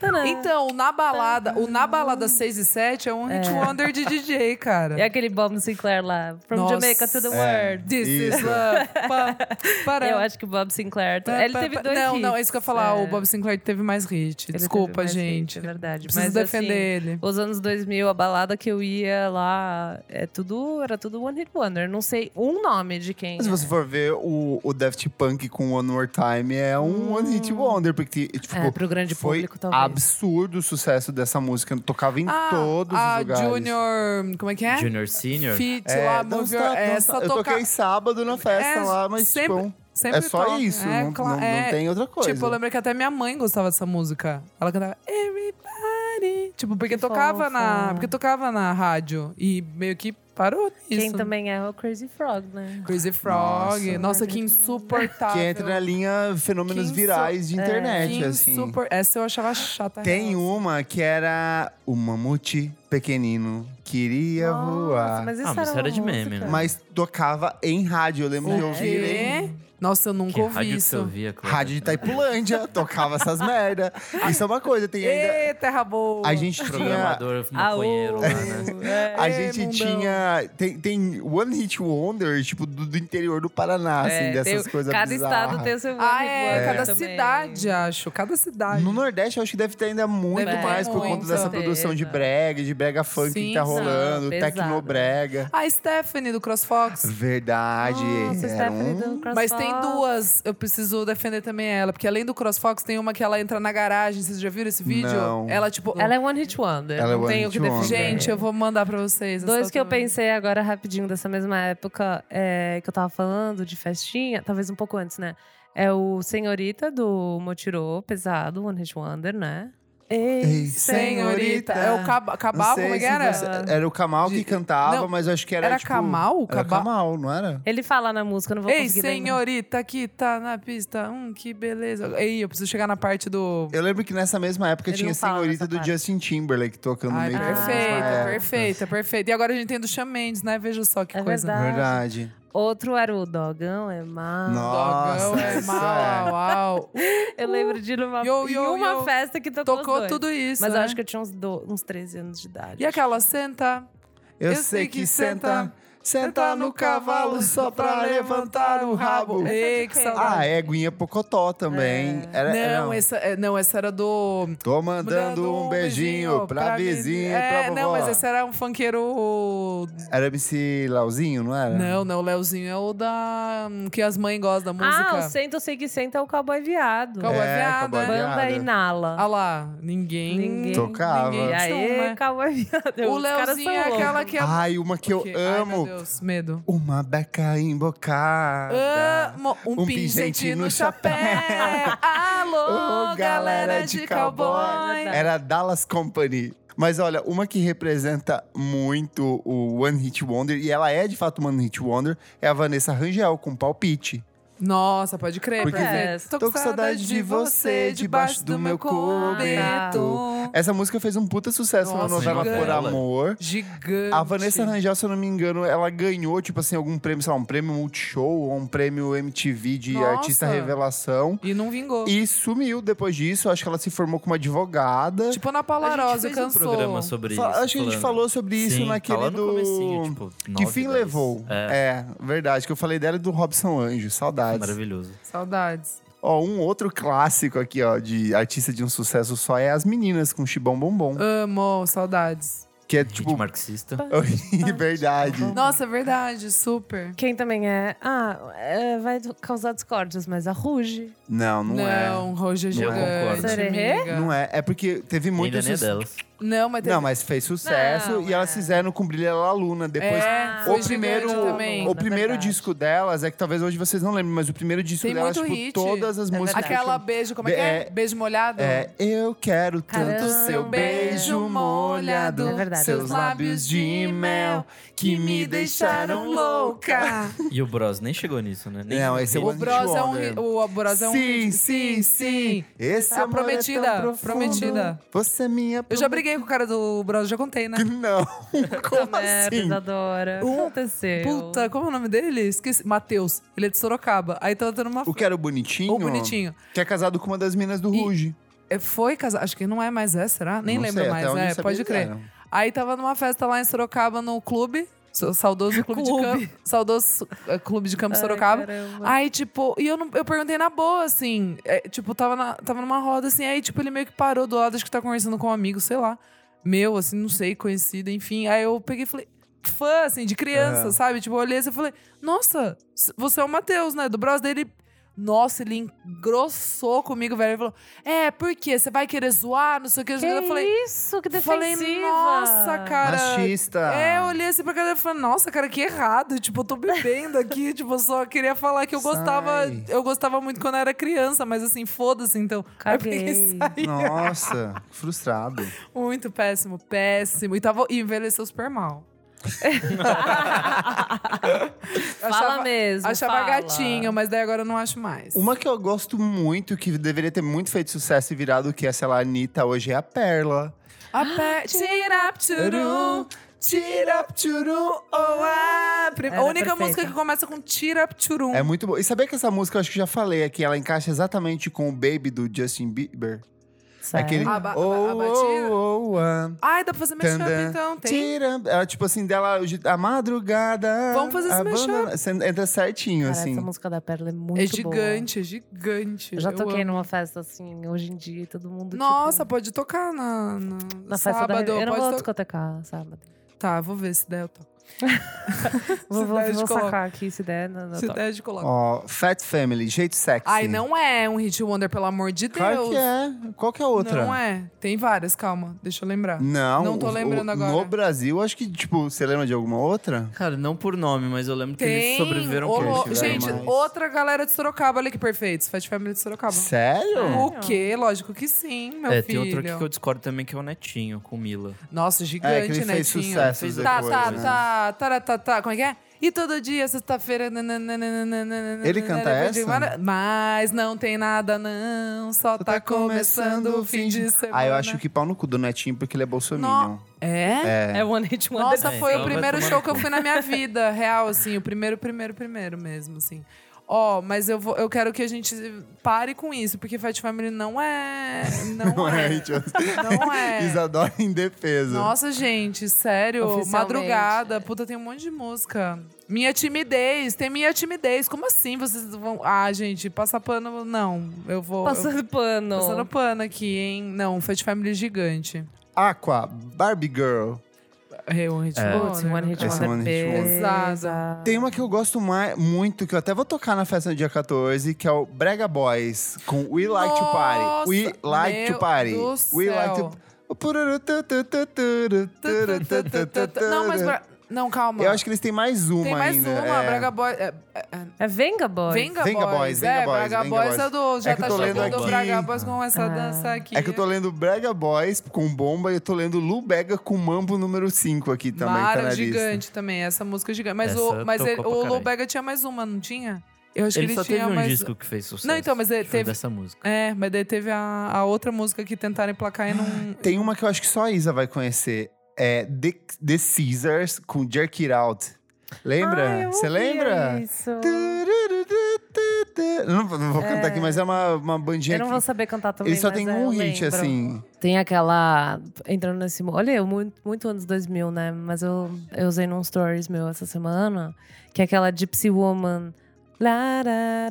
Speaker 3: na, na.
Speaker 2: Então, o na balada, o na balada 6 e 7 é um hit wonder de DJ, cara.
Speaker 3: Hum. É aquele Bob Sinclair lá. From
Speaker 2: Nossa.
Speaker 3: Jamaica to the
Speaker 1: É.
Speaker 3: World.
Speaker 2: This is
Speaker 1: Isso.
Speaker 2: love. Pa, para.
Speaker 3: Eu acho que o Bob Sinclair.
Speaker 2: Pa,
Speaker 3: Ele
Speaker 2: pa,
Speaker 3: teve
Speaker 2: pa.
Speaker 3: dois
Speaker 2: Não, não, é
Speaker 3: hits.
Speaker 2: isso que eu ia falar.
Speaker 3: É.
Speaker 2: O Bob Sinclair teve mais hit.
Speaker 3: Ele
Speaker 2: Desculpa,
Speaker 3: teve mais
Speaker 2: gente.
Speaker 3: hits, É verdade.
Speaker 2: Preciso
Speaker 3: Mas, assim,
Speaker 2: defender ele.
Speaker 3: Os anos 2000, a balada que eu ia lá, é tudo, era tudo One Hit Wonder. Não sei um nome de quem.
Speaker 1: Mas se
Speaker 3: é.
Speaker 1: você for ver o, o Daft Punk com One More Time, é
Speaker 2: Hum.
Speaker 1: um One Hit Wonder, porque tipo,
Speaker 3: É, pro grande
Speaker 1: foi
Speaker 3: público, talvez.
Speaker 1: absurdo o sucesso dessa música. Tocava em
Speaker 2: Ah,
Speaker 1: todos
Speaker 2: a
Speaker 1: os lugares.
Speaker 2: Junior. Como é que é?
Speaker 4: Junior Senior.
Speaker 2: Fit
Speaker 1: É,
Speaker 2: lá,
Speaker 1: não
Speaker 2: Move
Speaker 1: tá-
Speaker 2: Your
Speaker 1: não
Speaker 2: é,
Speaker 1: tá-
Speaker 2: só
Speaker 1: Eu
Speaker 2: tocar.
Speaker 1: toquei sábado na festa
Speaker 2: É,
Speaker 1: lá, mas
Speaker 2: sempre-
Speaker 1: tipo,
Speaker 2: Sempre
Speaker 1: é só
Speaker 2: toca.
Speaker 1: isso.
Speaker 2: É,
Speaker 1: não,
Speaker 2: cla-
Speaker 1: não- não
Speaker 2: é.
Speaker 1: tem outra coisa.
Speaker 2: Tipo, eu lembro que até minha mãe gostava dessa música. Ela cantava Everybody. Tipo, porque
Speaker 3: Que
Speaker 2: tocava na.
Speaker 3: fofa.
Speaker 2: Porque tocava na rádio. E meio que parou isso.
Speaker 3: Quem também é o Crazy Frog, né?
Speaker 2: Crazy Frog. Nossa,
Speaker 1: Nossa.
Speaker 2: que insuportável.
Speaker 1: que entra na linha fenômenos
Speaker 2: Que insu-
Speaker 1: virais de
Speaker 2: É.
Speaker 1: internet,
Speaker 2: Que
Speaker 1: assim.
Speaker 2: insupor- Essa eu achava chata.
Speaker 1: Tem
Speaker 2: real.
Speaker 1: uma que era o mamute pequenino queria
Speaker 3: Nossa,
Speaker 1: voar. Mas...
Speaker 3: Mas isso
Speaker 4: Ah, mas
Speaker 3: era,
Speaker 4: isso era
Speaker 3: uma
Speaker 4: de meme,
Speaker 3: música.
Speaker 4: né?
Speaker 1: tocava em rádio. Eu lembro de
Speaker 2: O
Speaker 1: ouvir em
Speaker 2: quê? Nossa, eu nunca
Speaker 4: Que é
Speaker 2: ouvi
Speaker 4: rádio que você
Speaker 2: isso.
Speaker 4: ouvia, Clara?
Speaker 1: Rádio de tá Itaipulândia, tocava essas merda. Isso é uma coisa, tem ainda.
Speaker 2: Ê, terra boa!
Speaker 1: A gente tinha.
Speaker 4: Programador
Speaker 3: Ah, o-
Speaker 4: maconheiro lá,
Speaker 3: É.
Speaker 4: né?
Speaker 1: A
Speaker 2: Ê,
Speaker 1: gente
Speaker 2: mundão.
Speaker 1: tinha. Tem, tem One Hit Wonder, tipo, do, do interior do Paraná, assim,
Speaker 3: É,
Speaker 1: dessas
Speaker 3: tem-
Speaker 1: coisas
Speaker 3: Cada
Speaker 1: bizarras.
Speaker 3: estado tem o seu One
Speaker 2: Ah,
Speaker 3: Hit
Speaker 2: é,
Speaker 3: Wonder
Speaker 2: cada
Speaker 3: também.
Speaker 2: cidade, acho. Cada cidade.
Speaker 1: No Nordeste, eu acho que deve ter ainda muito
Speaker 2: Deve ter
Speaker 1: mais por
Speaker 2: muito,
Speaker 1: conta dessa
Speaker 3: certeza.
Speaker 1: produção de brega, de brega funk
Speaker 2: Sim,
Speaker 1: que tá
Speaker 2: sim.
Speaker 1: rolando,
Speaker 3: Pesado.
Speaker 1: tecnobrega.
Speaker 2: A Stephanie do CrossFox.
Speaker 1: Verdade.
Speaker 3: Nossa,
Speaker 1: era
Speaker 3: Stephanie
Speaker 1: um...
Speaker 3: do Cross
Speaker 2: Mas tem
Speaker 3: Fox.
Speaker 2: duas, eu preciso defender também ela. Porque além do CrossFox, tem uma que ela entra na garagem. Vocês já viram esse vídeo?
Speaker 1: Não.
Speaker 2: Ela, tipo.
Speaker 3: Ela é One Hit Wonder.
Speaker 1: Ela é
Speaker 3: não
Speaker 1: One
Speaker 3: tenho o
Speaker 1: Hit
Speaker 3: que defender.
Speaker 1: Wonder.
Speaker 2: Gente, eu vou mandar pra vocês.
Speaker 3: Dois
Speaker 2: essa
Speaker 3: que eu
Speaker 2: também.
Speaker 3: pensei agora rapidinho dessa mesma época é, que eu tava falando de festinha, talvez um pouco antes, né? É o Senhorita do Motirô, pesado, One Hit Wonder, né?
Speaker 1: Ei,
Speaker 2: Senhorita. É o Cab
Speaker 1: Não
Speaker 2: Cabal,
Speaker 1: sei
Speaker 2: como é que
Speaker 1: se
Speaker 2: era?
Speaker 1: você- Era o Kamal
Speaker 2: De-
Speaker 1: que cantava,
Speaker 2: Não,
Speaker 1: mas eu acho que era,
Speaker 2: Era
Speaker 1: tipo...
Speaker 2: Kamal?
Speaker 1: Era
Speaker 2: Cabal?
Speaker 1: Kamal, não era?
Speaker 3: Ele fala na música, eu não vou
Speaker 2: Ei,
Speaker 3: conseguir lembrar.
Speaker 2: senhorita, aqui tá na pista. Hum, que beleza. Ei, eu preciso chegar na parte do.
Speaker 1: Eu lembro que nessa mesma época
Speaker 3: Ele
Speaker 1: tinha
Speaker 3: não
Speaker 1: a
Speaker 3: fala
Speaker 1: senhorita
Speaker 3: nessa
Speaker 1: do
Speaker 3: parte.
Speaker 1: Justin Timberlake tocando
Speaker 2: Ai,
Speaker 3: Ah,
Speaker 1: meio que na mesma
Speaker 2: perfeita,
Speaker 1: época.
Speaker 2: perfeita, perfeita. E agora a gente tem do Shawn Mendes, né? Veja só que
Speaker 3: É
Speaker 2: coisa.
Speaker 3: verdade.
Speaker 1: Verdade.
Speaker 3: Outro era o Dogão é mal.
Speaker 1: Nossa,
Speaker 2: Dogão, é
Speaker 1: isso
Speaker 2: mal,
Speaker 1: é.
Speaker 2: uau.
Speaker 3: Eu lembro de ir numa,
Speaker 2: Yo, yo,
Speaker 3: em uma
Speaker 2: yo.
Speaker 3: festa que tocou, os
Speaker 2: Tocou
Speaker 3: dois.
Speaker 2: tudo isso.
Speaker 3: Mas
Speaker 2: né?
Speaker 3: eu acho que eu tinha uns, do, uns 13 anos de idade.
Speaker 2: E aquela senta.
Speaker 1: Eu, sei que senta, senta no cavalo só pra levantar o rabo.
Speaker 2: Ei, que
Speaker 1: Ah,
Speaker 2: saudade.
Speaker 1: éguinha Pocotó também. Era, era-
Speaker 2: não, essa, é, não, essa era do.
Speaker 1: Tô mandando um beijinho pra vizinha,
Speaker 2: É,
Speaker 1: pra vovó.
Speaker 2: não, mas esse era um funkeiro.
Speaker 1: Era MC Lauzinho, é não era?
Speaker 2: Não, não, o Leozinho é o da. Que as mães gostam da música.
Speaker 3: Ah, o Senta, eu sei que Senta é o Cowboy Viado.
Speaker 2: Cowboy
Speaker 1: É,
Speaker 2: Viado,
Speaker 1: Cowboy
Speaker 2: né?
Speaker 1: Viado.
Speaker 3: Banda
Speaker 1: Viada.
Speaker 3: Inala.
Speaker 2: Ah lá, ninguém.
Speaker 3: Ninguém.
Speaker 1: Tocava.
Speaker 2: ninguém
Speaker 3: E
Speaker 2: tinha
Speaker 3: aí,
Speaker 2: uma.
Speaker 3: Cowboy Viado.
Speaker 2: O
Speaker 3: os caras
Speaker 2: Leozinho
Speaker 3: são
Speaker 2: é
Speaker 3: loucos.
Speaker 2: aquela que é.
Speaker 1: Ai, uma que Ah, eu
Speaker 2: Que- Ai, meu
Speaker 1: amo.
Speaker 2: Deus, medo.
Speaker 1: uma beca embocada.
Speaker 2: Amo um,
Speaker 1: Um
Speaker 2: pingente
Speaker 1: pingente
Speaker 2: no
Speaker 1: no
Speaker 2: chapéu. Alô,
Speaker 1: Ô,
Speaker 2: galera de cowboy.
Speaker 3: Verdade.
Speaker 1: Era Dallas Company. Mas olha, uma que representa muito o One Hit Wonder, e ela é de fato uma One Hit Wonder, é a Vanessa Rangel com palpite.
Speaker 2: Nossa, pode crer,
Speaker 1: Porque-
Speaker 2: perfeito.
Speaker 1: Tô com saudade de você, debaixo do meu
Speaker 2: cobertor.
Speaker 1: Essa música fez um puta sucesso na
Speaker 2: Nossa,
Speaker 1: novela Por
Speaker 4: novela.
Speaker 1: Amor.
Speaker 2: Gigante.
Speaker 1: É. A Vanessa Rangel, se eu não me engano, ela ganhou, tipo assim, algum prêmio, sei lá, um prêmio Multishow ou um prêmio MTV de
Speaker 2: Nossa.
Speaker 1: artista revelação.
Speaker 2: E não vingou.
Speaker 1: E sumiu depois disso. Acho que ela se formou como advogada.
Speaker 2: Tipo Ana Paula
Speaker 4: A gente
Speaker 2: Arósio,
Speaker 4: fez
Speaker 2: cansou.
Speaker 4: um programa sobre
Speaker 1: Fa-
Speaker 4: isso.
Speaker 1: acho que a gente
Speaker 4: falando.
Speaker 1: falou sobre isso
Speaker 4: Sim,
Speaker 1: naquele
Speaker 4: falou no
Speaker 1: do.
Speaker 4: comecinho, tipo,
Speaker 1: que
Speaker 4: nove,
Speaker 1: fim
Speaker 4: dez.
Speaker 1: levou? É.
Speaker 4: É,
Speaker 1: verdade. Que eu falei dela e do Robson Anjo. Saudades.
Speaker 4: maravilhoso.
Speaker 2: Saudades.
Speaker 1: Ó, um outro clássico aqui, ó, de artista de um sucesso só é As Meninas com Chibão Bombom.
Speaker 2: Amo, saudades.
Speaker 1: Que é
Speaker 4: Hit
Speaker 1: tipo.
Speaker 4: marxista.
Speaker 1: Verdade.
Speaker 2: Nossa, é verdade, super.
Speaker 3: Quem também é. Ah, é, vai do- causar discórdias, mas a Ruge.
Speaker 1: Não, não, é.
Speaker 2: Não, um Roger
Speaker 4: Não, eu
Speaker 2: Gigante,
Speaker 4: concordo.
Speaker 2: amiga.
Speaker 1: Não é. É porque teve muito
Speaker 4: Ainda nem é
Speaker 1: sucesso.
Speaker 4: delas.
Speaker 2: Não, mas teve...
Speaker 1: Não, mas fez sucesso
Speaker 3: Não,
Speaker 1: e elas
Speaker 3: é.
Speaker 1: fizeram com Brilha La Luna depois.
Speaker 2: é,
Speaker 1: o
Speaker 2: foi
Speaker 1: primeiro-
Speaker 2: gigante também.
Speaker 1: O
Speaker 3: na
Speaker 1: primeiro
Speaker 3: verdade.
Speaker 1: disco delas é que talvez hoje vocês não lembrem, mas o primeiro disco
Speaker 2: Tem
Speaker 1: delas,
Speaker 2: muito
Speaker 1: tipo,
Speaker 2: hit.
Speaker 1: todas as
Speaker 3: É
Speaker 1: músicas.
Speaker 3: verdade.
Speaker 2: Aquela beijo, como é que é?
Speaker 1: É-
Speaker 2: Beijo molhado?
Speaker 1: É, eu quero tanto
Speaker 3: Caramba.
Speaker 1: seu
Speaker 2: um
Speaker 1: beijo molhado,
Speaker 3: É verdade.
Speaker 1: seus lábios de mel que me deixaram louca.
Speaker 3: é
Speaker 4: E o Bros nem chegou nisso, né? Nem
Speaker 1: Não, esse é
Speaker 2: O Bros é um. ri- O Bros é um.
Speaker 1: Sim,
Speaker 2: hit.
Speaker 1: sim, sim. Esse amor
Speaker 2: A
Speaker 1: é tão
Speaker 2: Tá prometida,
Speaker 1: profundo.
Speaker 2: prometida.
Speaker 1: Você é minha
Speaker 2: Eu já briguei com o cara do Bros, já contei, né?
Speaker 1: Não, como
Speaker 3: Merda,
Speaker 1: assim?
Speaker 3: Isadora. O que aconteceu?
Speaker 2: Um Puta, como é o nome dele? Esqueci. Matheus. Ele é de Sorocaba. Aí tava tendo uma.
Speaker 1: O que era o bonitinho?
Speaker 2: Ou bonitinho.
Speaker 1: Que é casado com uma das minas do
Speaker 2: E-
Speaker 1: Ruge.
Speaker 2: É, Foi casado. Acho que não é mais essa, será? Nem
Speaker 1: Não
Speaker 2: lembro
Speaker 1: sei, até
Speaker 2: mais,
Speaker 1: onde eu
Speaker 2: né?
Speaker 1: sabia um
Speaker 2: Pode
Speaker 1: eles
Speaker 2: crer.
Speaker 1: eram.
Speaker 2: Aí tava numa festa lá em Sorocaba no clube. so- Saudoso clube,
Speaker 3: Clube.
Speaker 2: de campo. Saudoso eh, clube de campo
Speaker 3: Ai,
Speaker 2: Sorocaba.
Speaker 3: caramba.
Speaker 2: Aí, tipo, e eu, não, eu perguntei na boa, assim. é, tipo, tava, na- tava numa roda, assim. Aí, tipo, ele meio que parou do lado, acho que tá conversando com um amigo, sei lá. Meu, assim, não sei, conhecido, enfim. Aí eu peguei e falei, fã, assim, de criança,
Speaker 3: É.
Speaker 1: Aham.
Speaker 2: sabe? Tipo, eu olhei assim e falei, nossa, s- você é o Matheus, né? Do Bros dele. Nossa, ele engrossou comigo, velho. Ele falou, é, por quê? Você vai querer zoar, não sei o que.
Speaker 3: Que
Speaker 2: eu falei,
Speaker 3: isso, que defensiva.
Speaker 2: falei, nossa, cara.
Speaker 1: Machista.
Speaker 2: É, eu olhei assim pra cara e falei, nossa, cara, que errado. Tipo, eu tô bebendo aqui. tipo, eu só queria falar que eu
Speaker 1: Sai.
Speaker 2: gostava. Eu gostava muito quando eu era criança, mas assim, foda-se, então. Aí eu peguei e saí.
Speaker 3: Caguei.
Speaker 1: Nossa, frustrado.
Speaker 2: é Muito péssimo, péssimo. E, tava, e envelheceu super mal.
Speaker 3: Fala mesmo,
Speaker 2: Achava
Speaker 3: fala.
Speaker 2: gatinho, mas daí agora eu não acho mais.
Speaker 1: Uma que eu gosto muito, que deveria ter muito feito sucesso e virado, que é, sei lá, a Anitta, hoje é a Perla.
Speaker 2: A
Speaker 1: Ah,
Speaker 2: pé. Tira, tchurum.
Speaker 1: tira, tchurum,
Speaker 2: oh, ah. Olá! Prim-
Speaker 3: Era
Speaker 2: A única
Speaker 3: é perfeita.
Speaker 2: música que começa com tira, tchurum.
Speaker 1: É muito bom. E sabia que essa música, eu acho que eu já falei aqui, ela encaixa exatamente com o Baby do Justin Bieber?
Speaker 3: Sério?
Speaker 1: Aquele...
Speaker 2: A ba- a ba- a
Speaker 1: oh,
Speaker 2: batida?
Speaker 1: oh, oh, ah.
Speaker 2: Ai, dá pra fazer mashup
Speaker 1: Tandã.
Speaker 2: então, tem?
Speaker 1: Tira, ela, tipo assim, dela, a madrugada.
Speaker 2: Vamos fazer esse mashup.
Speaker 1: abandona- Você entra certinho,
Speaker 3: Cara,
Speaker 1: assim.
Speaker 3: essa música da Perla é muito
Speaker 2: É
Speaker 3: boa.
Speaker 2: gigante, é gigante.
Speaker 3: Eu já
Speaker 2: Eu
Speaker 3: toquei
Speaker 2: amo.
Speaker 3: numa festa assim, hoje em dia, e todo mundo.
Speaker 2: Nossa,
Speaker 3: tipo,
Speaker 2: pode tocar na, na,
Speaker 3: na festa
Speaker 2: sábado.
Speaker 3: da. Eu não
Speaker 2: pode
Speaker 3: vou
Speaker 2: to-
Speaker 3: discotecar sábado.
Speaker 2: Tá, vou ver se der, eu toco.
Speaker 3: Vou, vou,
Speaker 2: der, eu
Speaker 3: vou
Speaker 2: coloco.
Speaker 3: sacar aqui se der. Não, não
Speaker 2: Se
Speaker 3: toco.
Speaker 2: der, de coloca.
Speaker 1: Ó, Fat Family, jeito sexy.
Speaker 2: Ai, não é um hit wonder, pelo amor de Deus.
Speaker 1: Claro que é. Qual que é a outra? Hum,
Speaker 2: Não é. Tem várias, calma. Deixa eu lembrar.
Speaker 1: Não,
Speaker 2: Não tô
Speaker 1: o-
Speaker 2: lembrando
Speaker 1: o-
Speaker 2: agora.
Speaker 1: No Brasil, acho que, tipo, você lembra de alguma outra?
Speaker 4: Cara, não por nome, mas eu lembro que eles
Speaker 2: Tem.
Speaker 4: sobreviveram
Speaker 2: horror.
Speaker 4: por
Speaker 1: tiveram
Speaker 2: Gente,
Speaker 1: mais.
Speaker 2: outra galera de Sorocaba, olha que perfeitos. Fat Family de Sorocaba.
Speaker 1: Sério?
Speaker 2: O quê? Lógico que sim, meu
Speaker 4: É, tem
Speaker 2: filho.
Speaker 4: outro aqui que eu discordo também, que é o Netinho, com Mila.
Speaker 2: Nossa,
Speaker 1: É, que
Speaker 2: gigante,
Speaker 1: ele
Speaker 2: né?
Speaker 1: fez
Speaker 2: Tinha.
Speaker 1: sucesso depois,
Speaker 2: Tá, tá,
Speaker 1: né?
Speaker 2: tá, tá, tá, tá, como é que é? E todo dia, sexta-feira. nananana,
Speaker 1: Ele canta
Speaker 2: depois de
Speaker 1: essa?
Speaker 2: mara- Mas não tem nada, não. Só tá, começando o fim de semana.
Speaker 1: Ah, eu acho que pau no cu do Netinho, porque ele é bolsominion.
Speaker 2: Não. É?
Speaker 1: É.
Speaker 3: É One Hit Wonder.
Speaker 2: Nossa,
Speaker 4: É,
Speaker 2: foi
Speaker 4: então
Speaker 2: o
Speaker 4: vai
Speaker 2: primeiro
Speaker 4: tomar
Speaker 2: show
Speaker 4: no
Speaker 2: que eu fui na minha vida, real, assim. O primeiro, primeiro, primeiro mesmo, assim. Ó, mas eu, vou, eu quero que a gente pare com isso, porque Fat Family não é. Não,
Speaker 1: Não é,
Speaker 2: é.
Speaker 1: gente.
Speaker 2: Não é.
Speaker 1: Isadora em defesa.
Speaker 2: Nossa, gente, sério.
Speaker 3: Oficialmente.
Speaker 2: Madrugada. Puta, tem um monte de música. Minha timidez, tem minha timidez. Como assim vocês vão. Ah, gente, passar pano. Não, eu vou. eu-
Speaker 3: Passando pano.
Speaker 2: Passando pano aqui, hein? Não, Fat Family é gigante.
Speaker 1: Aqua, Barbie Girl.
Speaker 2: É, um hit
Speaker 4: É.
Speaker 3: Putz,
Speaker 2: wonder,
Speaker 3: One Hit
Speaker 2: cara.
Speaker 1: Esse é One
Speaker 3: Wonder.
Speaker 1: Hit Wonder.
Speaker 3: Pesada.
Speaker 1: Tem uma que eu gosto mais, muito, que eu até vou tocar na festa do dia 14, que é o Brega Boys, com We Like to Party. We
Speaker 2: Nossa,
Speaker 1: Like
Speaker 2: meu
Speaker 1: to Party.
Speaker 2: do
Speaker 1: We Like
Speaker 2: céu.
Speaker 1: to... Party.
Speaker 2: Não, mas. Bra- Não, calma.
Speaker 1: Eu acho que eles têm mais uma
Speaker 2: tem mais
Speaker 1: ainda.
Speaker 2: uma,
Speaker 1: é.
Speaker 2: Braga Boy. É, é, é,
Speaker 3: É Venga Boy.
Speaker 2: Venga,
Speaker 1: Venga
Speaker 2: Boys.
Speaker 1: Boys, Venga
Speaker 2: é,
Speaker 1: Boys,
Speaker 2: Braga
Speaker 1: Venga
Speaker 2: Boys
Speaker 1: Boys.
Speaker 2: é do. Já
Speaker 1: É que
Speaker 2: tá
Speaker 1: eu tô
Speaker 4: lendo
Speaker 2: chegando o
Speaker 4: aqui.
Speaker 2: Braga Boys com essa dança aqui.
Speaker 1: É que eu tô lendo Brega Boys com bomba e eu tô lendo Lu Bega com mambo número 5 aqui também. tá na
Speaker 2: Mara
Speaker 1: lista.
Speaker 2: gigante também, essa música é gigante. Mas,
Speaker 4: Essa
Speaker 2: o, mas
Speaker 4: tocou
Speaker 2: ele,
Speaker 4: pra
Speaker 2: o
Speaker 4: caralho.
Speaker 2: Lobega tinha mais uma, não tinha? Eu acho
Speaker 4: Ele
Speaker 2: que ele
Speaker 4: só
Speaker 2: tinha
Speaker 4: teve um
Speaker 2: mais.
Speaker 4: disco que fez sucesso.
Speaker 2: Não, então, mas ele
Speaker 4: que foi
Speaker 2: teve-
Speaker 4: dessa música.
Speaker 2: É, mas daí teve a, a outra música que tentaram emplacar e não.
Speaker 1: Tem uma que eu acho que só a Isa vai conhecer. É The, The Caesars com Jerk It Out.
Speaker 3: Ai,
Speaker 1: Lembra?
Speaker 3: eu
Speaker 1: Você
Speaker 3: ouvia
Speaker 1: lembra?
Speaker 3: Isso.
Speaker 1: Eu Não, não vou cantar aqui, mas é uma, uma bandinha
Speaker 3: Eu não
Speaker 1: que-
Speaker 3: vou saber cantar também.
Speaker 1: Ele só
Speaker 3: mas
Speaker 1: tem
Speaker 3: é,
Speaker 1: um
Speaker 3: eu
Speaker 1: hit,
Speaker 3: lembro.
Speaker 1: assim.
Speaker 3: Tem aquela. Entrando nesse. mu- Olha, eu muito, muito anos 2000, né? Mas eu, eu usei num stories meu essa semana, que é aquela Gypsy Woman.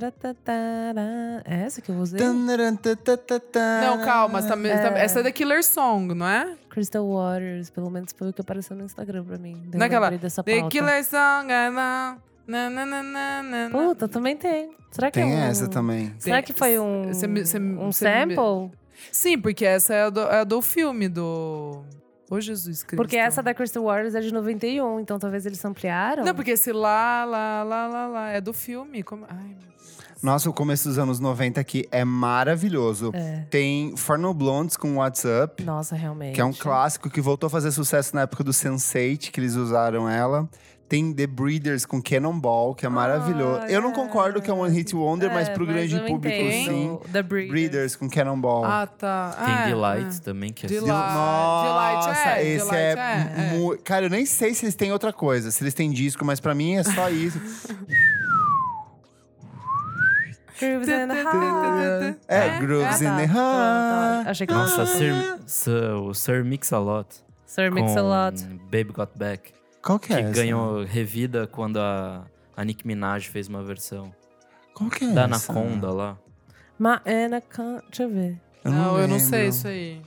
Speaker 3: Lararatatara. É essa que eu usei?
Speaker 2: Não,
Speaker 3: Ah,
Speaker 1: Não,
Speaker 2: calma, você tá me- tá- essa é da Killer Song, não é?
Speaker 3: Crystal Waters, pelo menos foi o que apareceu no Instagram pra mim. Daí eu
Speaker 2: Naquela-
Speaker 3: lembrei Dessa
Speaker 2: é The
Speaker 3: pauta.
Speaker 2: Killer Song, ah, na, na, na, na, na, na.
Speaker 3: Puta, também tem. Será que é
Speaker 1: Tem
Speaker 3: um...
Speaker 1: essa também.
Speaker 3: Será que foi um,
Speaker 2: Cê me- cê me-
Speaker 3: um
Speaker 2: cê me-
Speaker 3: sample?
Speaker 2: Sim, porque essa é a do, é a do filme do. Ô, Jesus Cristo.
Speaker 3: Porque essa da Crystal Waters é de 91, então talvez eles ampliaram.
Speaker 2: Não, porque esse lá, lá, lá, lá, lá é do filme. Como... Ai, meu Deus.
Speaker 1: Nossa, o começo dos anos 90 aqui é maravilhoso.
Speaker 3: É.
Speaker 1: Tem Forno Blondes com WhatsApp,
Speaker 3: Nossa, realmente.
Speaker 1: que é um clássico que voltou a fazer sucesso na época do Sense8, que eles usaram ela. Tem The Breeders com Cannonball, que é maravilhoso. Eu não
Speaker 3: é.
Speaker 1: concordo que é um One Hit Wonder, mas
Speaker 3: É,
Speaker 1: pro grande
Speaker 3: eu
Speaker 1: público,
Speaker 3: entendo.
Speaker 1: sim.
Speaker 3: The Breeders.
Speaker 1: Breeders com Cannonball.
Speaker 2: Ah, tá.
Speaker 4: Tem
Speaker 2: Ah, é,
Speaker 4: Delight
Speaker 2: é.
Speaker 4: também, que é
Speaker 1: Del-
Speaker 2: Delight.
Speaker 1: Nossa,
Speaker 2: Delight, é,
Speaker 1: esse
Speaker 2: Delight,
Speaker 1: é,
Speaker 2: é, é.
Speaker 1: mu- Cara, eu nem sei se eles têm outra coisa, se eles têm disco, mas pra mim é só isso.
Speaker 3: Grooves and
Speaker 2: Tã, tã, tã, tã.
Speaker 1: é, Grooves
Speaker 3: Ah,
Speaker 1: in the
Speaker 3: tá,
Speaker 1: Heart.
Speaker 3: Achei que
Speaker 2: Ah.
Speaker 4: Nossa, Sir, Sir, o Sir Mix-a-Lot.
Speaker 3: Sir Mix-a-Lot.
Speaker 4: com Baby Got Back.
Speaker 1: Qual que
Speaker 4: Que
Speaker 1: é essa?
Speaker 4: ganhou revida quando a, a Nick Minaj fez uma versão.
Speaker 1: Qual que é
Speaker 4: Da
Speaker 1: essa?
Speaker 4: Anaconda lá.
Speaker 3: Ma Anaconda. Deixa eu ver.
Speaker 2: Não, eu não sei
Speaker 1: lembro.
Speaker 2: isso aí.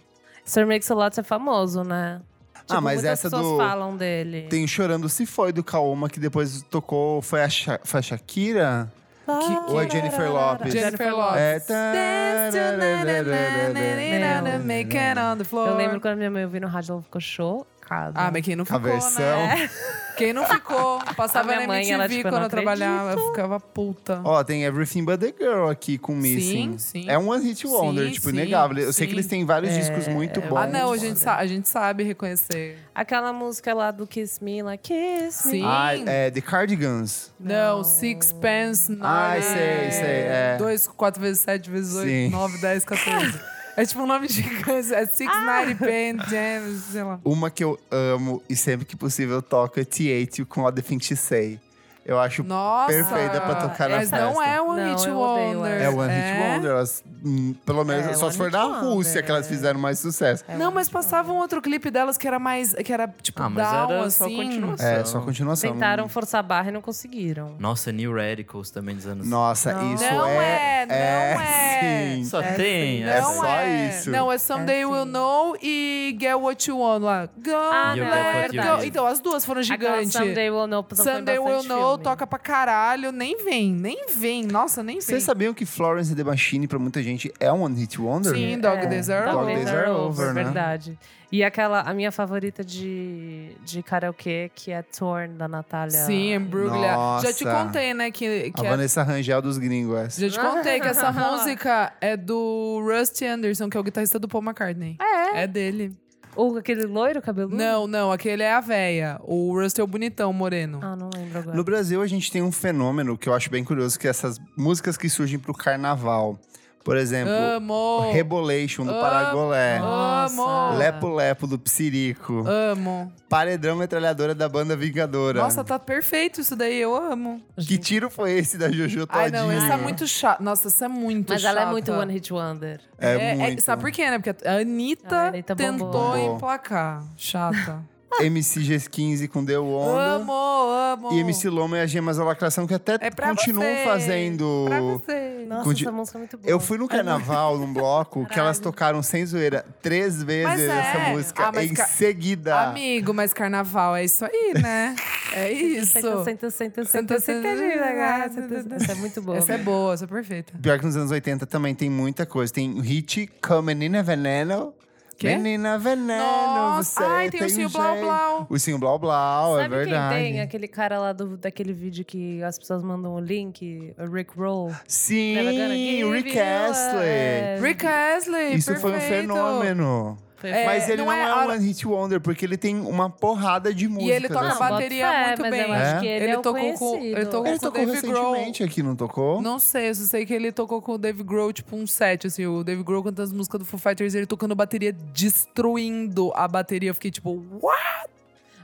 Speaker 3: Sir Mix-a-Lot é famoso, né? Tipo,
Speaker 1: Ah, mas
Speaker 3: muitas
Speaker 1: essa
Speaker 3: pessoas
Speaker 1: do-
Speaker 3: falam dele.
Speaker 1: Tem Chorando Se Foi do Kaoma, que depois tocou. Foi a, Sha- foi a Shakira?
Speaker 2: que-
Speaker 1: Ou a Jennifer Lopes?
Speaker 2: Jennifer Lopes.
Speaker 1: É, tá-
Speaker 2: Dance tonight, na, na, na, na, na,
Speaker 3: Meu.
Speaker 2: make it on the floor.
Speaker 3: Eu lembro quando minha mãe ouviu no rádio, ela ficou chocada.
Speaker 2: Ah, mas quem não
Speaker 1: Com a
Speaker 2: ficou,
Speaker 1: versão.
Speaker 2: né? Quem não ficou? Passava
Speaker 3: A
Speaker 2: na
Speaker 3: minha mãe,
Speaker 2: MTV
Speaker 3: ela, tipo, eu
Speaker 2: quando
Speaker 3: não
Speaker 2: eu trabalhava, eu ficava puta.
Speaker 1: Ó, tem Everything But The Girl aqui com Missing.
Speaker 2: sim.
Speaker 1: É um One Hit Wonder,
Speaker 2: Sim,
Speaker 1: tipo,
Speaker 2: sim,
Speaker 1: inegável. Eu sei
Speaker 2: sim.
Speaker 1: que eles têm vários discos muito bons.
Speaker 2: ah, não, a gente, sa- a gente sabe reconhecer.
Speaker 3: Aquela música lá do Kiss Me, lá, Kiss Me.
Speaker 2: Sim.
Speaker 1: Ah, é The Cardigans.
Speaker 2: Não, sixpence, nine.
Speaker 1: Ai, sei, sei, é.
Speaker 2: 2, 4 vezes 7 vezes 8,
Speaker 1: Sim.
Speaker 2: 9, 10, 14. É tipo um nome gigante. É Six
Speaker 3: Ah.
Speaker 2: Nine Pen James, sei lá.
Speaker 1: Uma que eu amo e sempre que possível toco é T8 com All The Things She Say. Eu acho
Speaker 2: Nossa!
Speaker 1: Perfeita pra tocar na
Speaker 2: Mas não
Speaker 1: festa.
Speaker 2: é One
Speaker 3: Não,
Speaker 2: Hit
Speaker 3: eu odeio
Speaker 2: Wonder.
Speaker 3: essa.
Speaker 1: É o One Hit Wonder. Elas, hum, pelo menos,
Speaker 3: É,
Speaker 1: só
Speaker 3: One
Speaker 1: se for
Speaker 3: Hit
Speaker 1: na
Speaker 3: Wonder,
Speaker 1: Rússia que elas fizeram mais sucesso.
Speaker 2: Não, mas passava um outro clipe delas que era mais. que era tipo
Speaker 4: Ah, mas
Speaker 2: down,
Speaker 4: era
Speaker 2: assim.
Speaker 4: só continuação.
Speaker 1: É, só continuação.
Speaker 3: Tentaram forçar a barra e não conseguiram.
Speaker 4: Nossa, New Radicals também dos anos...
Speaker 1: Nossa, isso
Speaker 2: Não é,
Speaker 1: é.
Speaker 2: não é.
Speaker 1: sim.
Speaker 4: Só tem
Speaker 1: É
Speaker 4: essa.
Speaker 1: só isso.
Speaker 2: Não, é Someday
Speaker 3: É
Speaker 2: We'll
Speaker 3: assim.
Speaker 2: Know e Get What You Want lá. Go,
Speaker 3: Ah,
Speaker 4: não.
Speaker 2: let
Speaker 4: E o Get What You
Speaker 2: go.
Speaker 4: Need.
Speaker 2: Então, as duas foram
Speaker 3: Aquela
Speaker 2: gigantes.
Speaker 3: Someday Will Know. também
Speaker 2: Sunday
Speaker 3: bastante
Speaker 2: Will Know
Speaker 3: filme.
Speaker 2: toca pra caralho. Nem vem, nem vem. Nossa, nem vem.
Speaker 1: Vocês sabiam que Florence and the Machine, pra muita gente, é um One Hit Wonder?
Speaker 2: Sim, Dog Days Are
Speaker 1: Dog
Speaker 2: Over. É
Speaker 1: Days Are Over, né?
Speaker 3: Verdade. E aquela, a minha favorita de, de karaokê, que é Torn, da Natália.
Speaker 2: Sim, é Embruglia. Já te
Speaker 1: Nossa.
Speaker 2: contei, né,
Speaker 1: A
Speaker 2: que, que é
Speaker 1: Vanessa Rangel dos gringos, essa.
Speaker 2: Já te contei que essa música é do Rusty Anderson, que é o guitarrista do Paul McCartney. É. É dele.
Speaker 3: Ou aquele loiro cabeludo?
Speaker 2: Não, não, aquele é a véia. O Rusty é o bonitão, moreno.
Speaker 3: Ah, não lembro agora.
Speaker 1: No Brasil, a gente tem um fenômeno que eu acho bem curioso, que é essas músicas que surgem pro carnaval. Por exemplo,
Speaker 2: Amo!
Speaker 1: Rebolation, do
Speaker 2: Amo.
Speaker 1: Paragolé.
Speaker 2: Amo!
Speaker 1: Lepo Lepo, do Psirico.
Speaker 2: Amo.
Speaker 1: Paredão Metralhadora da Banda Vingadora.
Speaker 2: Nossa, tá perfeito isso daí, eu amo.
Speaker 1: Que tiro foi esse da Jojo Todinho?
Speaker 2: Ai, não, essa é muito chata. Nossa, essa é muito
Speaker 3: Mas
Speaker 2: chata.
Speaker 3: ela é muito One Hit Wonder.
Speaker 1: É, muito.
Speaker 2: sabe por quê, né? Porque a Anitta,
Speaker 3: A Anitta é
Speaker 2: tentou
Speaker 3: bombou.
Speaker 1: Bombou.
Speaker 2: emplacar. Chata.
Speaker 1: MC G15 com The Onda.
Speaker 2: amo, amo.
Speaker 1: E MC Loma e as Gemas da Lacração, que até
Speaker 2: É pra
Speaker 1: continuam
Speaker 2: você.
Speaker 1: fazendo...
Speaker 2: Pra você.
Speaker 3: Nossa,
Speaker 1: Conti-
Speaker 3: essa música é muito boa.
Speaker 1: Eu fui num carnaval, num bloco, que elas tocaram sem zoeira três vezes
Speaker 2: é.
Speaker 1: essa música
Speaker 2: Ah, mas
Speaker 1: em
Speaker 2: ca-
Speaker 1: seguida.
Speaker 2: Amigo, mas carnaval é isso aí, né? É isso.
Speaker 3: Senta, senta, senta,
Speaker 2: Senta,
Speaker 3: senta,
Speaker 2: senta,
Speaker 3: senta,
Speaker 2: senta,
Speaker 3: senta,
Speaker 2: senta,
Speaker 3: senta. Essa é muito boa.
Speaker 2: Essa é boa, essa é perfeita.
Speaker 1: Pior que nos anos 80 também tem muita coisa. Tem o hit com Menina Veneno.
Speaker 2: Quê?
Speaker 1: Menina Veneno,
Speaker 2: Nossa,
Speaker 1: você
Speaker 2: ai, tem o Ursinho
Speaker 1: um
Speaker 2: Blau
Speaker 1: jeito.
Speaker 2: Blau.
Speaker 1: Ursinho Blau Blau,
Speaker 3: Sabe
Speaker 1: é verdade.
Speaker 3: quem tem? Aquele cara lá do, daquele vídeo que as pessoas mandam o link, o Rick Roll. Never gonna
Speaker 1: Sim,
Speaker 3: give
Speaker 1: o Rick
Speaker 3: you
Speaker 1: Astley.
Speaker 3: up.
Speaker 2: Rick Astley,
Speaker 1: Isso foi um
Speaker 2: perfeito.
Speaker 1: fenômeno.
Speaker 3: Perfeito.
Speaker 1: Mas ele
Speaker 2: não
Speaker 1: não,
Speaker 2: é
Speaker 1: é,
Speaker 2: a-
Speaker 1: um one hit wonder, porque ele tem uma porrada de músicas.
Speaker 2: E ele toca
Speaker 1: assim.
Speaker 3: Ah, bota
Speaker 2: bateria
Speaker 3: fé,
Speaker 2: muito
Speaker 3: mas
Speaker 2: bem.
Speaker 3: Eu acho
Speaker 1: É?
Speaker 3: que ele,
Speaker 2: Ele
Speaker 3: é o
Speaker 2: tocou com-
Speaker 3: conhecido.
Speaker 2: ele tocou
Speaker 1: Ele
Speaker 2: com o
Speaker 1: tocou
Speaker 2: Dave Grohl.
Speaker 1: recentemente aqui, não tocou?
Speaker 2: Não sei, eu só sei que ele tocou com o Dave Grohl, tipo um set, assim. O Dave Grohl cantando as músicas do Foo Fighters, ele tocando bateria, destruindo a bateria. Eu fiquei tipo, what?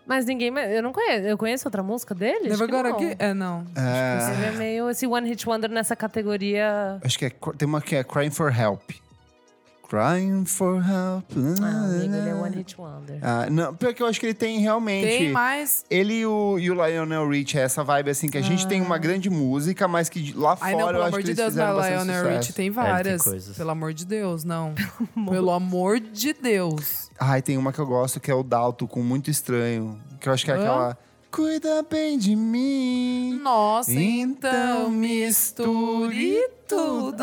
Speaker 3: Mas ninguém. mais- Eu não conheço. Eu conheço outra música dele? Acho
Speaker 2: Never
Speaker 3: que
Speaker 2: gonna
Speaker 3: não.
Speaker 2: give... É, não.
Speaker 1: É,
Speaker 3: Ele é meio esse One Hit Wonder nessa categoria.
Speaker 1: acho que é- tem uma que é Crying for Help. Crying for help.
Speaker 3: Ah, amigo, ele é One Hit Wonder.
Speaker 1: Ah, não, pior que eu acho que ele tem realmente.
Speaker 2: Tem mais.
Speaker 1: Ele e o, e o Lionel Rich é essa vibe assim que a gente tem uma grande música, mas que de- lá
Speaker 2: Ah.
Speaker 1: fora
Speaker 2: Ai, não,
Speaker 1: eu
Speaker 2: pelo
Speaker 1: acho
Speaker 2: amor
Speaker 1: que
Speaker 2: de
Speaker 1: eles
Speaker 2: Deus,
Speaker 1: fizeram
Speaker 2: mas
Speaker 1: bastante
Speaker 2: Lionel
Speaker 1: sucesso.
Speaker 2: Rich tem
Speaker 4: É, tem
Speaker 2: várias.
Speaker 4: coisas.
Speaker 2: Pelo amor de Deus, não. Pelo amor de Deus.
Speaker 1: Ai, tem uma que eu gosto que é o Dalto com muito estranho, que eu acho que é
Speaker 2: Hã?
Speaker 1: aquela Cuida bem de mim.
Speaker 2: Nossa,
Speaker 1: Hum. Então
Speaker 2: então misture tudo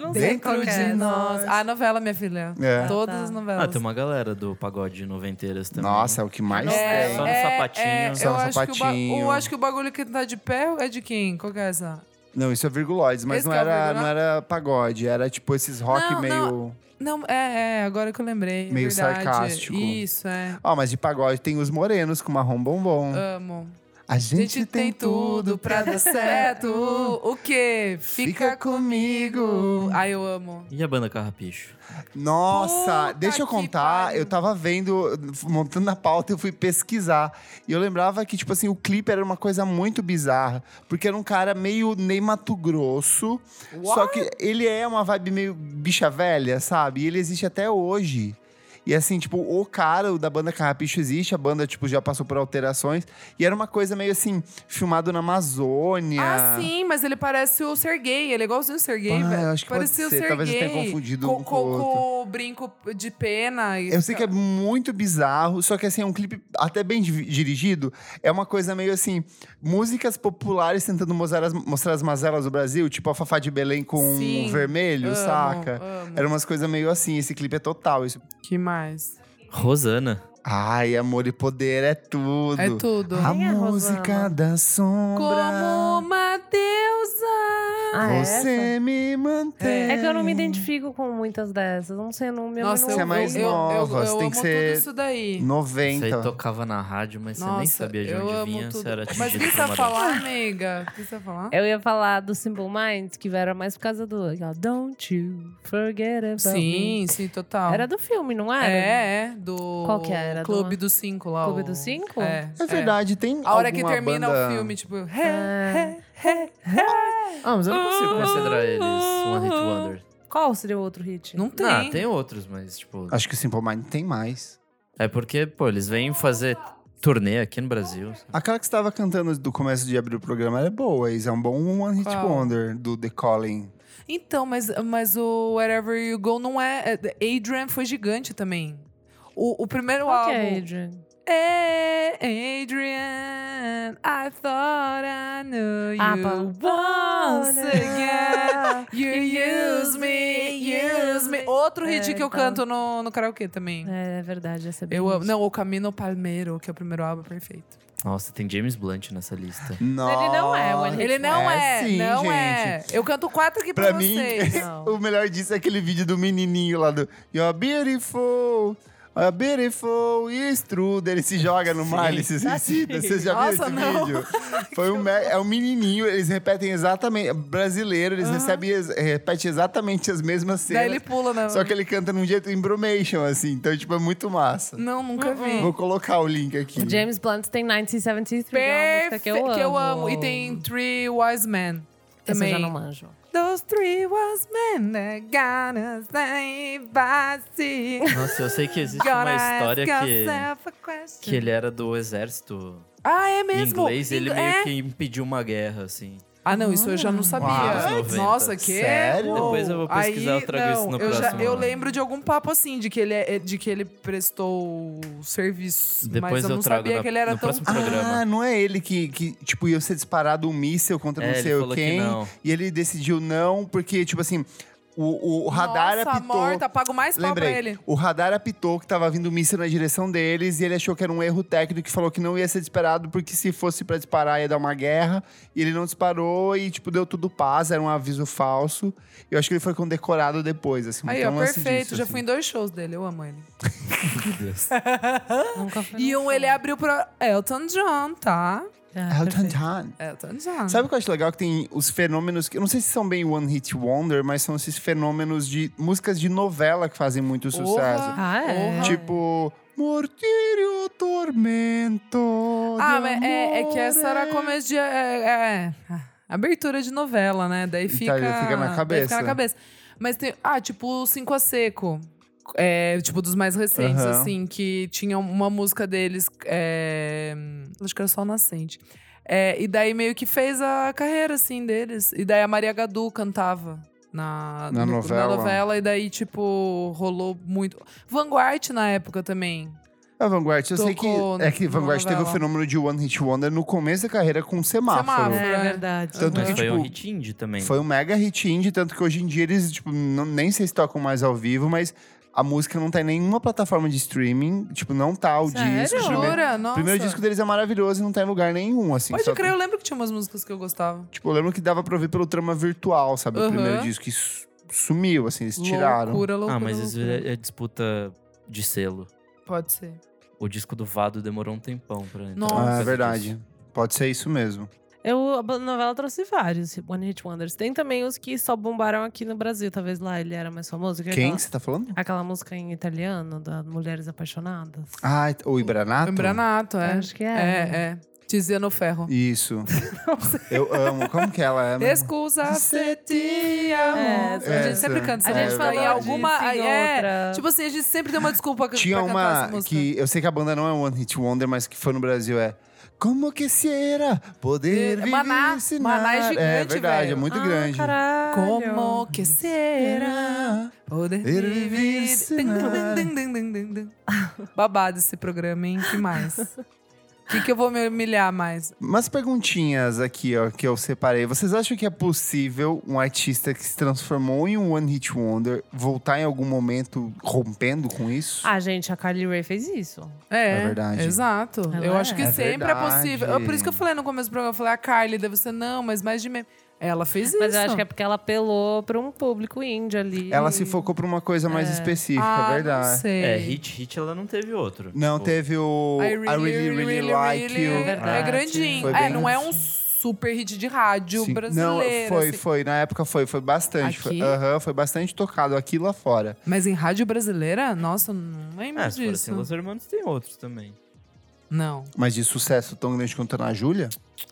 Speaker 3: Não sei qual
Speaker 2: dentro
Speaker 3: que é
Speaker 2: de
Speaker 3: essa.
Speaker 2: nós. Ah, novela, minha filha.
Speaker 1: É.
Speaker 2: Todas
Speaker 3: Ah, tá.
Speaker 2: as
Speaker 4: Ah,
Speaker 2: novelas.
Speaker 4: tem uma galera do pagode noventeiras também.
Speaker 1: Nossa, é o que mais
Speaker 3: É,
Speaker 1: tem.
Speaker 4: Só no sapatinho.
Speaker 2: é,
Speaker 1: Só
Speaker 2: eu,
Speaker 1: no
Speaker 2: acho Que o
Speaker 1: sapatinho.
Speaker 2: ba- eu acho que o bagulho que tá de pé é de quem? Qual que é essa?
Speaker 1: Não, isso é virguloides, mas
Speaker 2: Esse
Speaker 1: não
Speaker 2: que é o
Speaker 1: era,
Speaker 2: virgulo-
Speaker 1: não era pagode, era tipo esses rock
Speaker 2: Não,
Speaker 1: meio.
Speaker 2: Não, é, é, agora que eu lembrei. é
Speaker 1: Meio
Speaker 2: verdade.
Speaker 1: sarcástico.
Speaker 2: Isso, é.
Speaker 1: Ó, mas de pagode tem os morenos com marrom bombom.
Speaker 2: Amo.
Speaker 1: a gente, tem, tudo pra dar certo.
Speaker 2: O quê?
Speaker 1: Fica comigo.
Speaker 2: Ai, eu amo.
Speaker 4: né? E a banda Carrapicho?
Speaker 1: Nossa,
Speaker 2: Puta
Speaker 1: deixa eu
Speaker 2: que
Speaker 1: contar.
Speaker 2: pariu.
Speaker 1: Eu tava vendo, montando a pauta, eu fui pesquisar. E eu lembrava que, tipo assim, o clipe era uma coisa muito bizarra. Porque era um cara meio Ney Mato Grosso. Só que ele é uma vibe meio bicha velha, sabe? E ele existe até hoje. E assim, tipo, o cara o da banda Carrapicho existe, a banda, tipo, já passou por alterações. E era uma coisa meio assim, filmado na Amazônia.
Speaker 2: Ah, sim, mas ele parece o Sergei. Ele é igualzinho o Sergei,
Speaker 1: Ah,
Speaker 2: velho.
Speaker 1: eu acho que pode
Speaker 2: Parecia o
Speaker 1: ser,
Speaker 2: Sergei.
Speaker 1: talvez eu tenha confundido
Speaker 2: com,
Speaker 1: um com o outro.
Speaker 2: o brinco de pena. e-
Speaker 1: Eu sei que é muito bizarro, só que assim, é um clipe até bem di- dirigido. É uma coisa meio assim, músicas populares tentando mostrar as, mostrar as mazelas do Brasil, tipo a Fafá de Belém com o
Speaker 2: Sim,
Speaker 1: vermelho,
Speaker 2: amo,
Speaker 1: saca?
Speaker 2: amo.
Speaker 1: Era umas coisas meio assim, esse clipe é total. Isso...
Speaker 2: Que mais?
Speaker 4: Rosana.
Speaker 1: Ai, amor e poder é tudo.
Speaker 2: É tudo.
Speaker 1: A
Speaker 3: Quem é
Speaker 1: música
Speaker 3: Rosana?
Speaker 1: da sombra.
Speaker 2: Como uma deusa.
Speaker 3: Ah, é
Speaker 1: Você me mantém.
Speaker 3: essa? É que eu não me identifico com muitas dessas. Não sei, não, meu
Speaker 2: Nossa,
Speaker 3: não...
Speaker 1: Você é
Speaker 2: eu,
Speaker 1: mais
Speaker 2: eu, eu,
Speaker 1: nova,
Speaker 2: eu,
Speaker 1: você tem
Speaker 2: amo
Speaker 1: que ser
Speaker 2: tudo isso daí.
Speaker 4: Isso
Speaker 1: 90.
Speaker 4: aí tocava na rádio, mas você nem sabia de
Speaker 2: eu
Speaker 4: onde
Speaker 2: amo
Speaker 4: vinha.
Speaker 2: tudo.
Speaker 4: Você era tipo
Speaker 2: Mas o
Speaker 4: atingido
Speaker 2: que você
Speaker 4: por
Speaker 2: ia
Speaker 4: uma
Speaker 2: falar, amiga? tá O que você ia falar?
Speaker 3: Eu ia falar do Simple Minds, que era mais por causa do. aquela, Don't you forget about
Speaker 2: Sim,
Speaker 3: me.
Speaker 2: sim, total.
Speaker 3: Era do filme, não era?
Speaker 2: É, é. Do
Speaker 3: Qual que era?
Speaker 2: Clube
Speaker 3: Do-
Speaker 2: dos Cinco lá.
Speaker 3: Clube
Speaker 2: o-
Speaker 3: dos Cinco?
Speaker 2: É.
Speaker 1: É verdade, tem
Speaker 2: A hora que
Speaker 1: alguma
Speaker 2: termina
Speaker 1: banda...
Speaker 2: o filme, tipo... He,
Speaker 3: É.
Speaker 2: he, he.
Speaker 4: Ah, mas eu não consigo considerar eles One Hit Wonder.
Speaker 3: Qual seria o outro hit?
Speaker 2: Não tem.
Speaker 4: Ah, tem outros, mas tipo...
Speaker 1: Acho que o Simple Mind tem mais.
Speaker 4: É porque, pô, eles vêm fazer turnê aqui no Brasil.
Speaker 1: Aquela que você estava cantando do começo de abrir o programa ela é boa, Isa. É um bom One Hit
Speaker 2: Qual?
Speaker 1: Wonder do The Calling.
Speaker 2: Então, mas, mas o Wherever You Go não é... é- Adrian foi gigante também. O, o primeiro
Speaker 3: Qual que
Speaker 2: álbum...
Speaker 3: é, Adrian?
Speaker 2: Hey, Adrian, I thought I knew you
Speaker 3: Ah, pá.
Speaker 2: once again. You use me, use me. Outro hit
Speaker 3: É,
Speaker 2: que eu
Speaker 3: então.
Speaker 2: canto no, no karaokê também.
Speaker 3: É, é verdade, essa é bem
Speaker 2: Eu amo.
Speaker 3: hit.
Speaker 2: Não, o Camino Palmeiro, que é o primeiro álbum perfeito.
Speaker 4: Nossa, tem James Blunt nessa lista.
Speaker 1: Nossa.
Speaker 3: Ele não é One Hit
Speaker 2: Ele não é,
Speaker 1: sim,
Speaker 2: não
Speaker 1: gente.
Speaker 2: é. Eu canto quatro aqui pra,
Speaker 1: Pra mim,
Speaker 2: vocês.
Speaker 3: Não.
Speaker 1: o melhor disso é aquele vídeo do menininho lá do You're beautiful, you're beautiful, is true. Ele se joga no mar, ele se suicida. Vocês já viram
Speaker 2: Tá assim. Nossa,
Speaker 1: esse
Speaker 2: não.
Speaker 1: vídeo? Foi um, me- é um menininho, eles repetem exatamente... Brasileiro, eles recebem, ex- repetem exatamente as mesmas cenas.
Speaker 2: Daí ele pula na.
Speaker 1: Só que ele canta num jeito embromation, assim. Então, tipo, é muito massa.
Speaker 2: Não, nunca vi.
Speaker 3: Uhum.
Speaker 1: Vou colocar o link aqui.
Speaker 3: James Blunt tem 1973, que é uma música
Speaker 2: Perfeito,
Speaker 3: que eu amo.
Speaker 2: E tem Three Wise Men.
Speaker 3: Essa eu
Speaker 2: Também.
Speaker 3: já não manjo.
Speaker 2: Those three was men né? that got us anybody.
Speaker 4: Nossa, eu sei que existe uma história que, que ele era do exército
Speaker 2: Ah, é
Speaker 4: em
Speaker 2: mesmo?
Speaker 4: inglês. Ele
Speaker 2: Ingl- é?
Speaker 4: meio que impediu uma guerra, assim.
Speaker 2: Ah, não, isso eu já não sabia.
Speaker 1: Uau.
Speaker 2: Nossa, que.
Speaker 1: Sério?
Speaker 2: Uou.
Speaker 4: Depois eu vou pesquisar,
Speaker 2: Aí,
Speaker 4: eu trago isso
Speaker 2: não,
Speaker 4: no
Speaker 2: eu
Speaker 4: próximo.
Speaker 2: eu lembro de algum papo assim, de que ele, é- de que ele prestou serviço.
Speaker 4: Depois
Speaker 2: mas eu,
Speaker 4: eu
Speaker 2: não
Speaker 4: trago
Speaker 2: sabia
Speaker 4: na-
Speaker 2: que ele era
Speaker 4: no
Speaker 2: tão.
Speaker 4: próximo programa.
Speaker 1: Ah, não é ele que, que, tipo, ia ser disparado um míssil contra
Speaker 4: É,
Speaker 1: não
Speaker 4: ele
Speaker 1: sei
Speaker 4: falou que
Speaker 1: quem.
Speaker 4: não.
Speaker 1: E ele decidiu não, porque, tipo assim, o, o radar
Speaker 2: Nossa,
Speaker 1: apitou.
Speaker 2: morta, pago mais pau pra
Speaker 1: Lembrei, Então
Speaker 2: ele.
Speaker 1: o radar apitou que tava vindo um míssil na direção deles e ele achou que era um erro técnico que falou que não ia ser disparado porque se fosse pra disparar ia dar uma guerra. E ele não disparou e, tipo, deu tudo paz, era um aviso falso. Eu acho que ele foi condecorado depois, assim.
Speaker 2: Aí,
Speaker 1: tem um
Speaker 2: ó,
Speaker 1: lance
Speaker 2: perfeito.
Speaker 1: disso,
Speaker 2: já
Speaker 1: assim.
Speaker 2: fui em dois shows dele, eu amo ele.
Speaker 3: Nunca fui
Speaker 2: E
Speaker 3: no
Speaker 2: um ele abriu pra Elton John, tá?
Speaker 3: Ah,
Speaker 1: Elton
Speaker 3: perfeito.
Speaker 1: John.
Speaker 2: Elton John.
Speaker 1: Sabe o que eu acho legal? Que tem os fenômenos. que Eu não sei se são bem One Hit Wonder, mas são esses fenômenos de músicas de novela que fazem muito sucesso.
Speaker 3: Ah, é?
Speaker 2: Porra.
Speaker 1: Tipo. Mortírio tormento.
Speaker 2: Ah,
Speaker 1: de
Speaker 2: mas é, é que essa era a
Speaker 1: amore".
Speaker 2: começo de. É, é, abertura de novela, né? Daí
Speaker 1: Então,
Speaker 2: fica.
Speaker 1: ele fica na
Speaker 2: daí
Speaker 1: cabeça.
Speaker 2: fica na cabeça. Mas tem. Ah, tipo o Cinco a Seco. É, tipo, dos mais recentes,
Speaker 1: Aham.
Speaker 2: assim, que tinha uma música deles. é, acho que era só o Nascente. É, e daí meio que fez a carreira, assim, deles. E daí a Maria Gadu cantava. Na,
Speaker 1: Na
Speaker 2: no-
Speaker 1: novela.
Speaker 2: novela, e daí, tipo, rolou muito. Vanguard na época também.
Speaker 1: A Vanguard, eu sei que.
Speaker 2: Tocou
Speaker 1: É que
Speaker 2: numa
Speaker 1: Vanguard teve o
Speaker 2: novela.
Speaker 1: fenômeno de One Hit Wonder no começo da carreira com semáforo.
Speaker 2: Semáforo.
Speaker 3: É,
Speaker 2: É.
Speaker 3: verdade.
Speaker 1: Tipo, né? Tanto
Speaker 4: Mas
Speaker 1: que,
Speaker 4: foi
Speaker 1: tipo,
Speaker 4: um hit indie também.
Speaker 1: Foi um mega hit indie, tanto que hoje em dia eles, tipo, não- nem sei se tocam mais ao vivo, mas a música não tá em nenhuma plataforma de streaming. Tipo, não tá o
Speaker 3: Sério?
Speaker 1: disco. O primeiro,
Speaker 2: Jura? Nossa.
Speaker 1: o primeiro disco deles é maravilhoso e não tá em lugar nenhum, assim.
Speaker 2: Pode
Speaker 1: só-
Speaker 2: crer, eu lembro que tinha umas músicas que eu gostava.
Speaker 1: Tipo, eu lembro que dava pra ouvir pelo trama virtual, sabe? O
Speaker 2: Aham.
Speaker 1: primeiro disco que su- sumiu, assim, eles tiraram.
Speaker 2: Loucura, loucura.
Speaker 4: Ah, mas isso
Speaker 2: loucura.
Speaker 4: é, é disputa de selo.
Speaker 2: Pode ser.
Speaker 4: O disco do Vado demorou um tempão pra entrar.
Speaker 2: Nossa.
Speaker 4: por
Speaker 1: Ah,
Speaker 4: causa
Speaker 1: é verdade.
Speaker 4: disso.
Speaker 1: Pode ser isso mesmo.
Speaker 3: Eu, a novela trouxe vários tipo, One Hit Wonders. Tem também os que só bombaram aqui no Brasil. Talvez lá ele era mais famoso. que é
Speaker 1: Quem
Speaker 3: Aquela,
Speaker 1: você tá falando?
Speaker 3: aquela música em italiano, da Mulheres Apaixonadas.
Speaker 1: Ah, o Ibranato?
Speaker 2: Embranato, é.
Speaker 3: Acho que é.
Speaker 2: É, é. Dizia no ferro.
Speaker 1: Isso. eu amo. Como que ela é? mesmo?
Speaker 2: Excusa se ti amo.
Speaker 3: É, essa.
Speaker 2: a gente sempre canta essa
Speaker 3: A
Speaker 1: É,
Speaker 3: gente
Speaker 2: música.
Speaker 3: falou
Speaker 2: Em alguma.
Speaker 3: disso em
Speaker 2: é,
Speaker 3: outra.
Speaker 2: Tipo assim, a gente sempre tem uma desculpa pra
Speaker 1: Tinha
Speaker 2: pra cantar
Speaker 1: uma
Speaker 2: essa música.
Speaker 1: que eu sei que a banda não é One Hit Wonder, mas que foi no Brasil é Como que se era poder
Speaker 2: É,
Speaker 1: viver
Speaker 2: Maná.
Speaker 1: sem
Speaker 2: Maná é
Speaker 1: nada?" É
Speaker 2: gigante,
Speaker 1: verdade,
Speaker 2: velho.
Speaker 1: é muito
Speaker 3: Ah,
Speaker 1: grande.
Speaker 3: Caralho.
Speaker 2: Como que será poder
Speaker 1: Ele vive
Speaker 2: viver?
Speaker 1: sem
Speaker 2: Ding,
Speaker 1: nada.
Speaker 2: ding, ding, ding, ding, ding. Babado esse programa, hein? Que mais? O que, que eu vou me humilhar mais?
Speaker 1: Umas perguntinas aqui, ó, que eu separei. Vocês acham que é possível um artista que se transformou em um One Hit Wonder voltar em algum momento rompendo com isso?
Speaker 3: Ah, gente, a Carly Rae fez isso.
Speaker 2: É,
Speaker 1: É verdade.
Speaker 2: Exato.
Speaker 3: Ela
Speaker 2: eu acho
Speaker 3: é.
Speaker 2: que
Speaker 1: É
Speaker 2: sempre
Speaker 1: verdade.
Speaker 2: é possível. Eu- por isso que eu falei no começo do programa, eu falei, "Ah, a Carly, deve ser, não, mas mais de meme. Ela fez isso.
Speaker 3: Mas eu acho que é porque ela apelou pra um público índio ali.
Speaker 1: Ela se focou pra uma coisa mais específica,
Speaker 2: ah,
Speaker 1: é
Speaker 2: Não
Speaker 1: verdade.
Speaker 2: sei.
Speaker 4: É, hit, hit ela não teve outro.
Speaker 1: Não,
Speaker 4: Tipo,
Speaker 1: teve o I really, really, like you. Ah,
Speaker 3: É verdade.
Speaker 2: É grandinho.
Speaker 1: Foi
Speaker 2: É,
Speaker 1: bem
Speaker 2: não é
Speaker 1: assim.
Speaker 2: um super hit de rádio
Speaker 1: Sim.
Speaker 2: brasileiro.
Speaker 1: Não, foi,
Speaker 2: assim.
Speaker 1: foi. Na época foi, foi bastante. Foi,
Speaker 2: Aqui?
Speaker 1: aham, foi bastante tocado aqui e lá fora.
Speaker 2: Mas em rádio brasileira, nossa, eu não lembro
Speaker 4: É, se for
Speaker 2: disso.
Speaker 4: assim, Los Hermanos tem outros também.
Speaker 2: Não,
Speaker 1: Mas de sucesso tão grande quanto a Ana Júlia?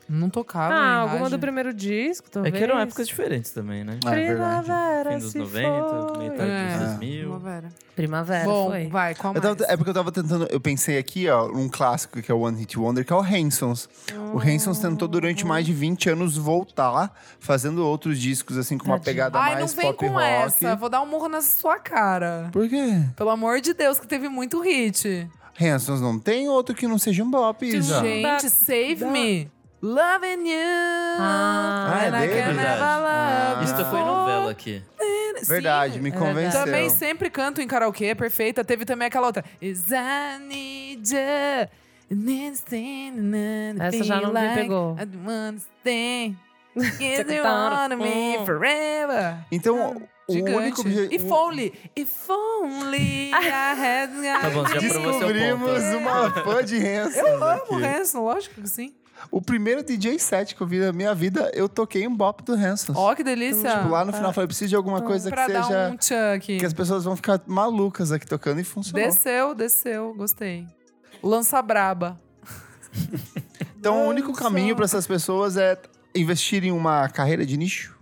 Speaker 2: não tocava. em
Speaker 3: Ah, alguma
Speaker 2: rádio.
Speaker 3: do primeiro disco, talvez.
Speaker 4: É que eram épocas diferentes também, né?
Speaker 1: Ah, é verdade.
Speaker 3: Primavera
Speaker 4: Fim dos
Speaker 3: se
Speaker 4: 90,
Speaker 3: foi.
Speaker 4: metade
Speaker 2: É.
Speaker 4: dos
Speaker 2: Uma
Speaker 4: 2000.
Speaker 2: vera.
Speaker 3: Primavera
Speaker 2: Bom,
Speaker 3: foi.
Speaker 2: vai, qual
Speaker 1: Eu
Speaker 2: mais?
Speaker 1: tava- é porque eu tava tentando. Eu pensei aqui, ó, um clássico que é o One Hit Wonder, que é o Hansons.
Speaker 2: Hum.
Speaker 1: O Hansons tentou durante mais de 20 anos voltar, fazendo outros discos, assim, com uma
Speaker 3: Tadinho.
Speaker 1: pegada
Speaker 2: Ai, não
Speaker 1: mais
Speaker 2: vem
Speaker 1: pop
Speaker 2: com
Speaker 1: rock.
Speaker 2: essa. Vou dar um murro na sua cara.
Speaker 1: Por quê?
Speaker 2: Pelo amor de Deus, que teve muito hit.
Speaker 1: Hansons não tem outro que não seja um bop, Isa.
Speaker 2: Gente,
Speaker 3: Da-
Speaker 2: save
Speaker 3: da-
Speaker 2: me. Loving you.
Speaker 3: Ah,
Speaker 1: Ah, é
Speaker 2: and I
Speaker 1: dele?
Speaker 2: can never
Speaker 1: Verdade.
Speaker 2: love
Speaker 1: Ah.
Speaker 4: Isso tocou em
Speaker 2: before.
Speaker 4: novela aqui.
Speaker 2: Sim.
Speaker 1: Verdade, me
Speaker 3: É
Speaker 1: convenceu.
Speaker 3: verdade.
Speaker 2: Também sempre canto em karaokê, perfeita. Teve também aquela outra. Is I need you.
Speaker 3: Essa já não me pegou.
Speaker 2: I wanna stay.
Speaker 3: Você
Speaker 2: Is you
Speaker 3: cantando.
Speaker 2: on me
Speaker 3: Hum.
Speaker 2: forever.
Speaker 1: Então, o único obje-
Speaker 2: Gigante. If only, if only I had...
Speaker 4: Tá bom, já provou seu
Speaker 1: Descobrimos
Speaker 4: ponto.
Speaker 1: uma fã de Hansons.
Speaker 2: Eu amo
Speaker 1: aqui.
Speaker 2: o Hanson, lógico que sim.
Speaker 1: O primeiro DJ set que eu vi na minha vida, eu toquei um bop do Hansons.
Speaker 2: Ó, Oh, que delícia.
Speaker 1: Tipo, lá no final eu falei, preciso de alguma coisa
Speaker 2: Ah. pra
Speaker 1: que
Speaker 2: dar
Speaker 1: seja.
Speaker 2: um tchan aqui.
Speaker 1: Que as pessoas vão ficar malucas aqui tocando e funcionou.
Speaker 2: Desceu, desceu, gostei. Lança braba.
Speaker 1: Então o único caminho para essas pessoas é investir em uma carreira de nicho.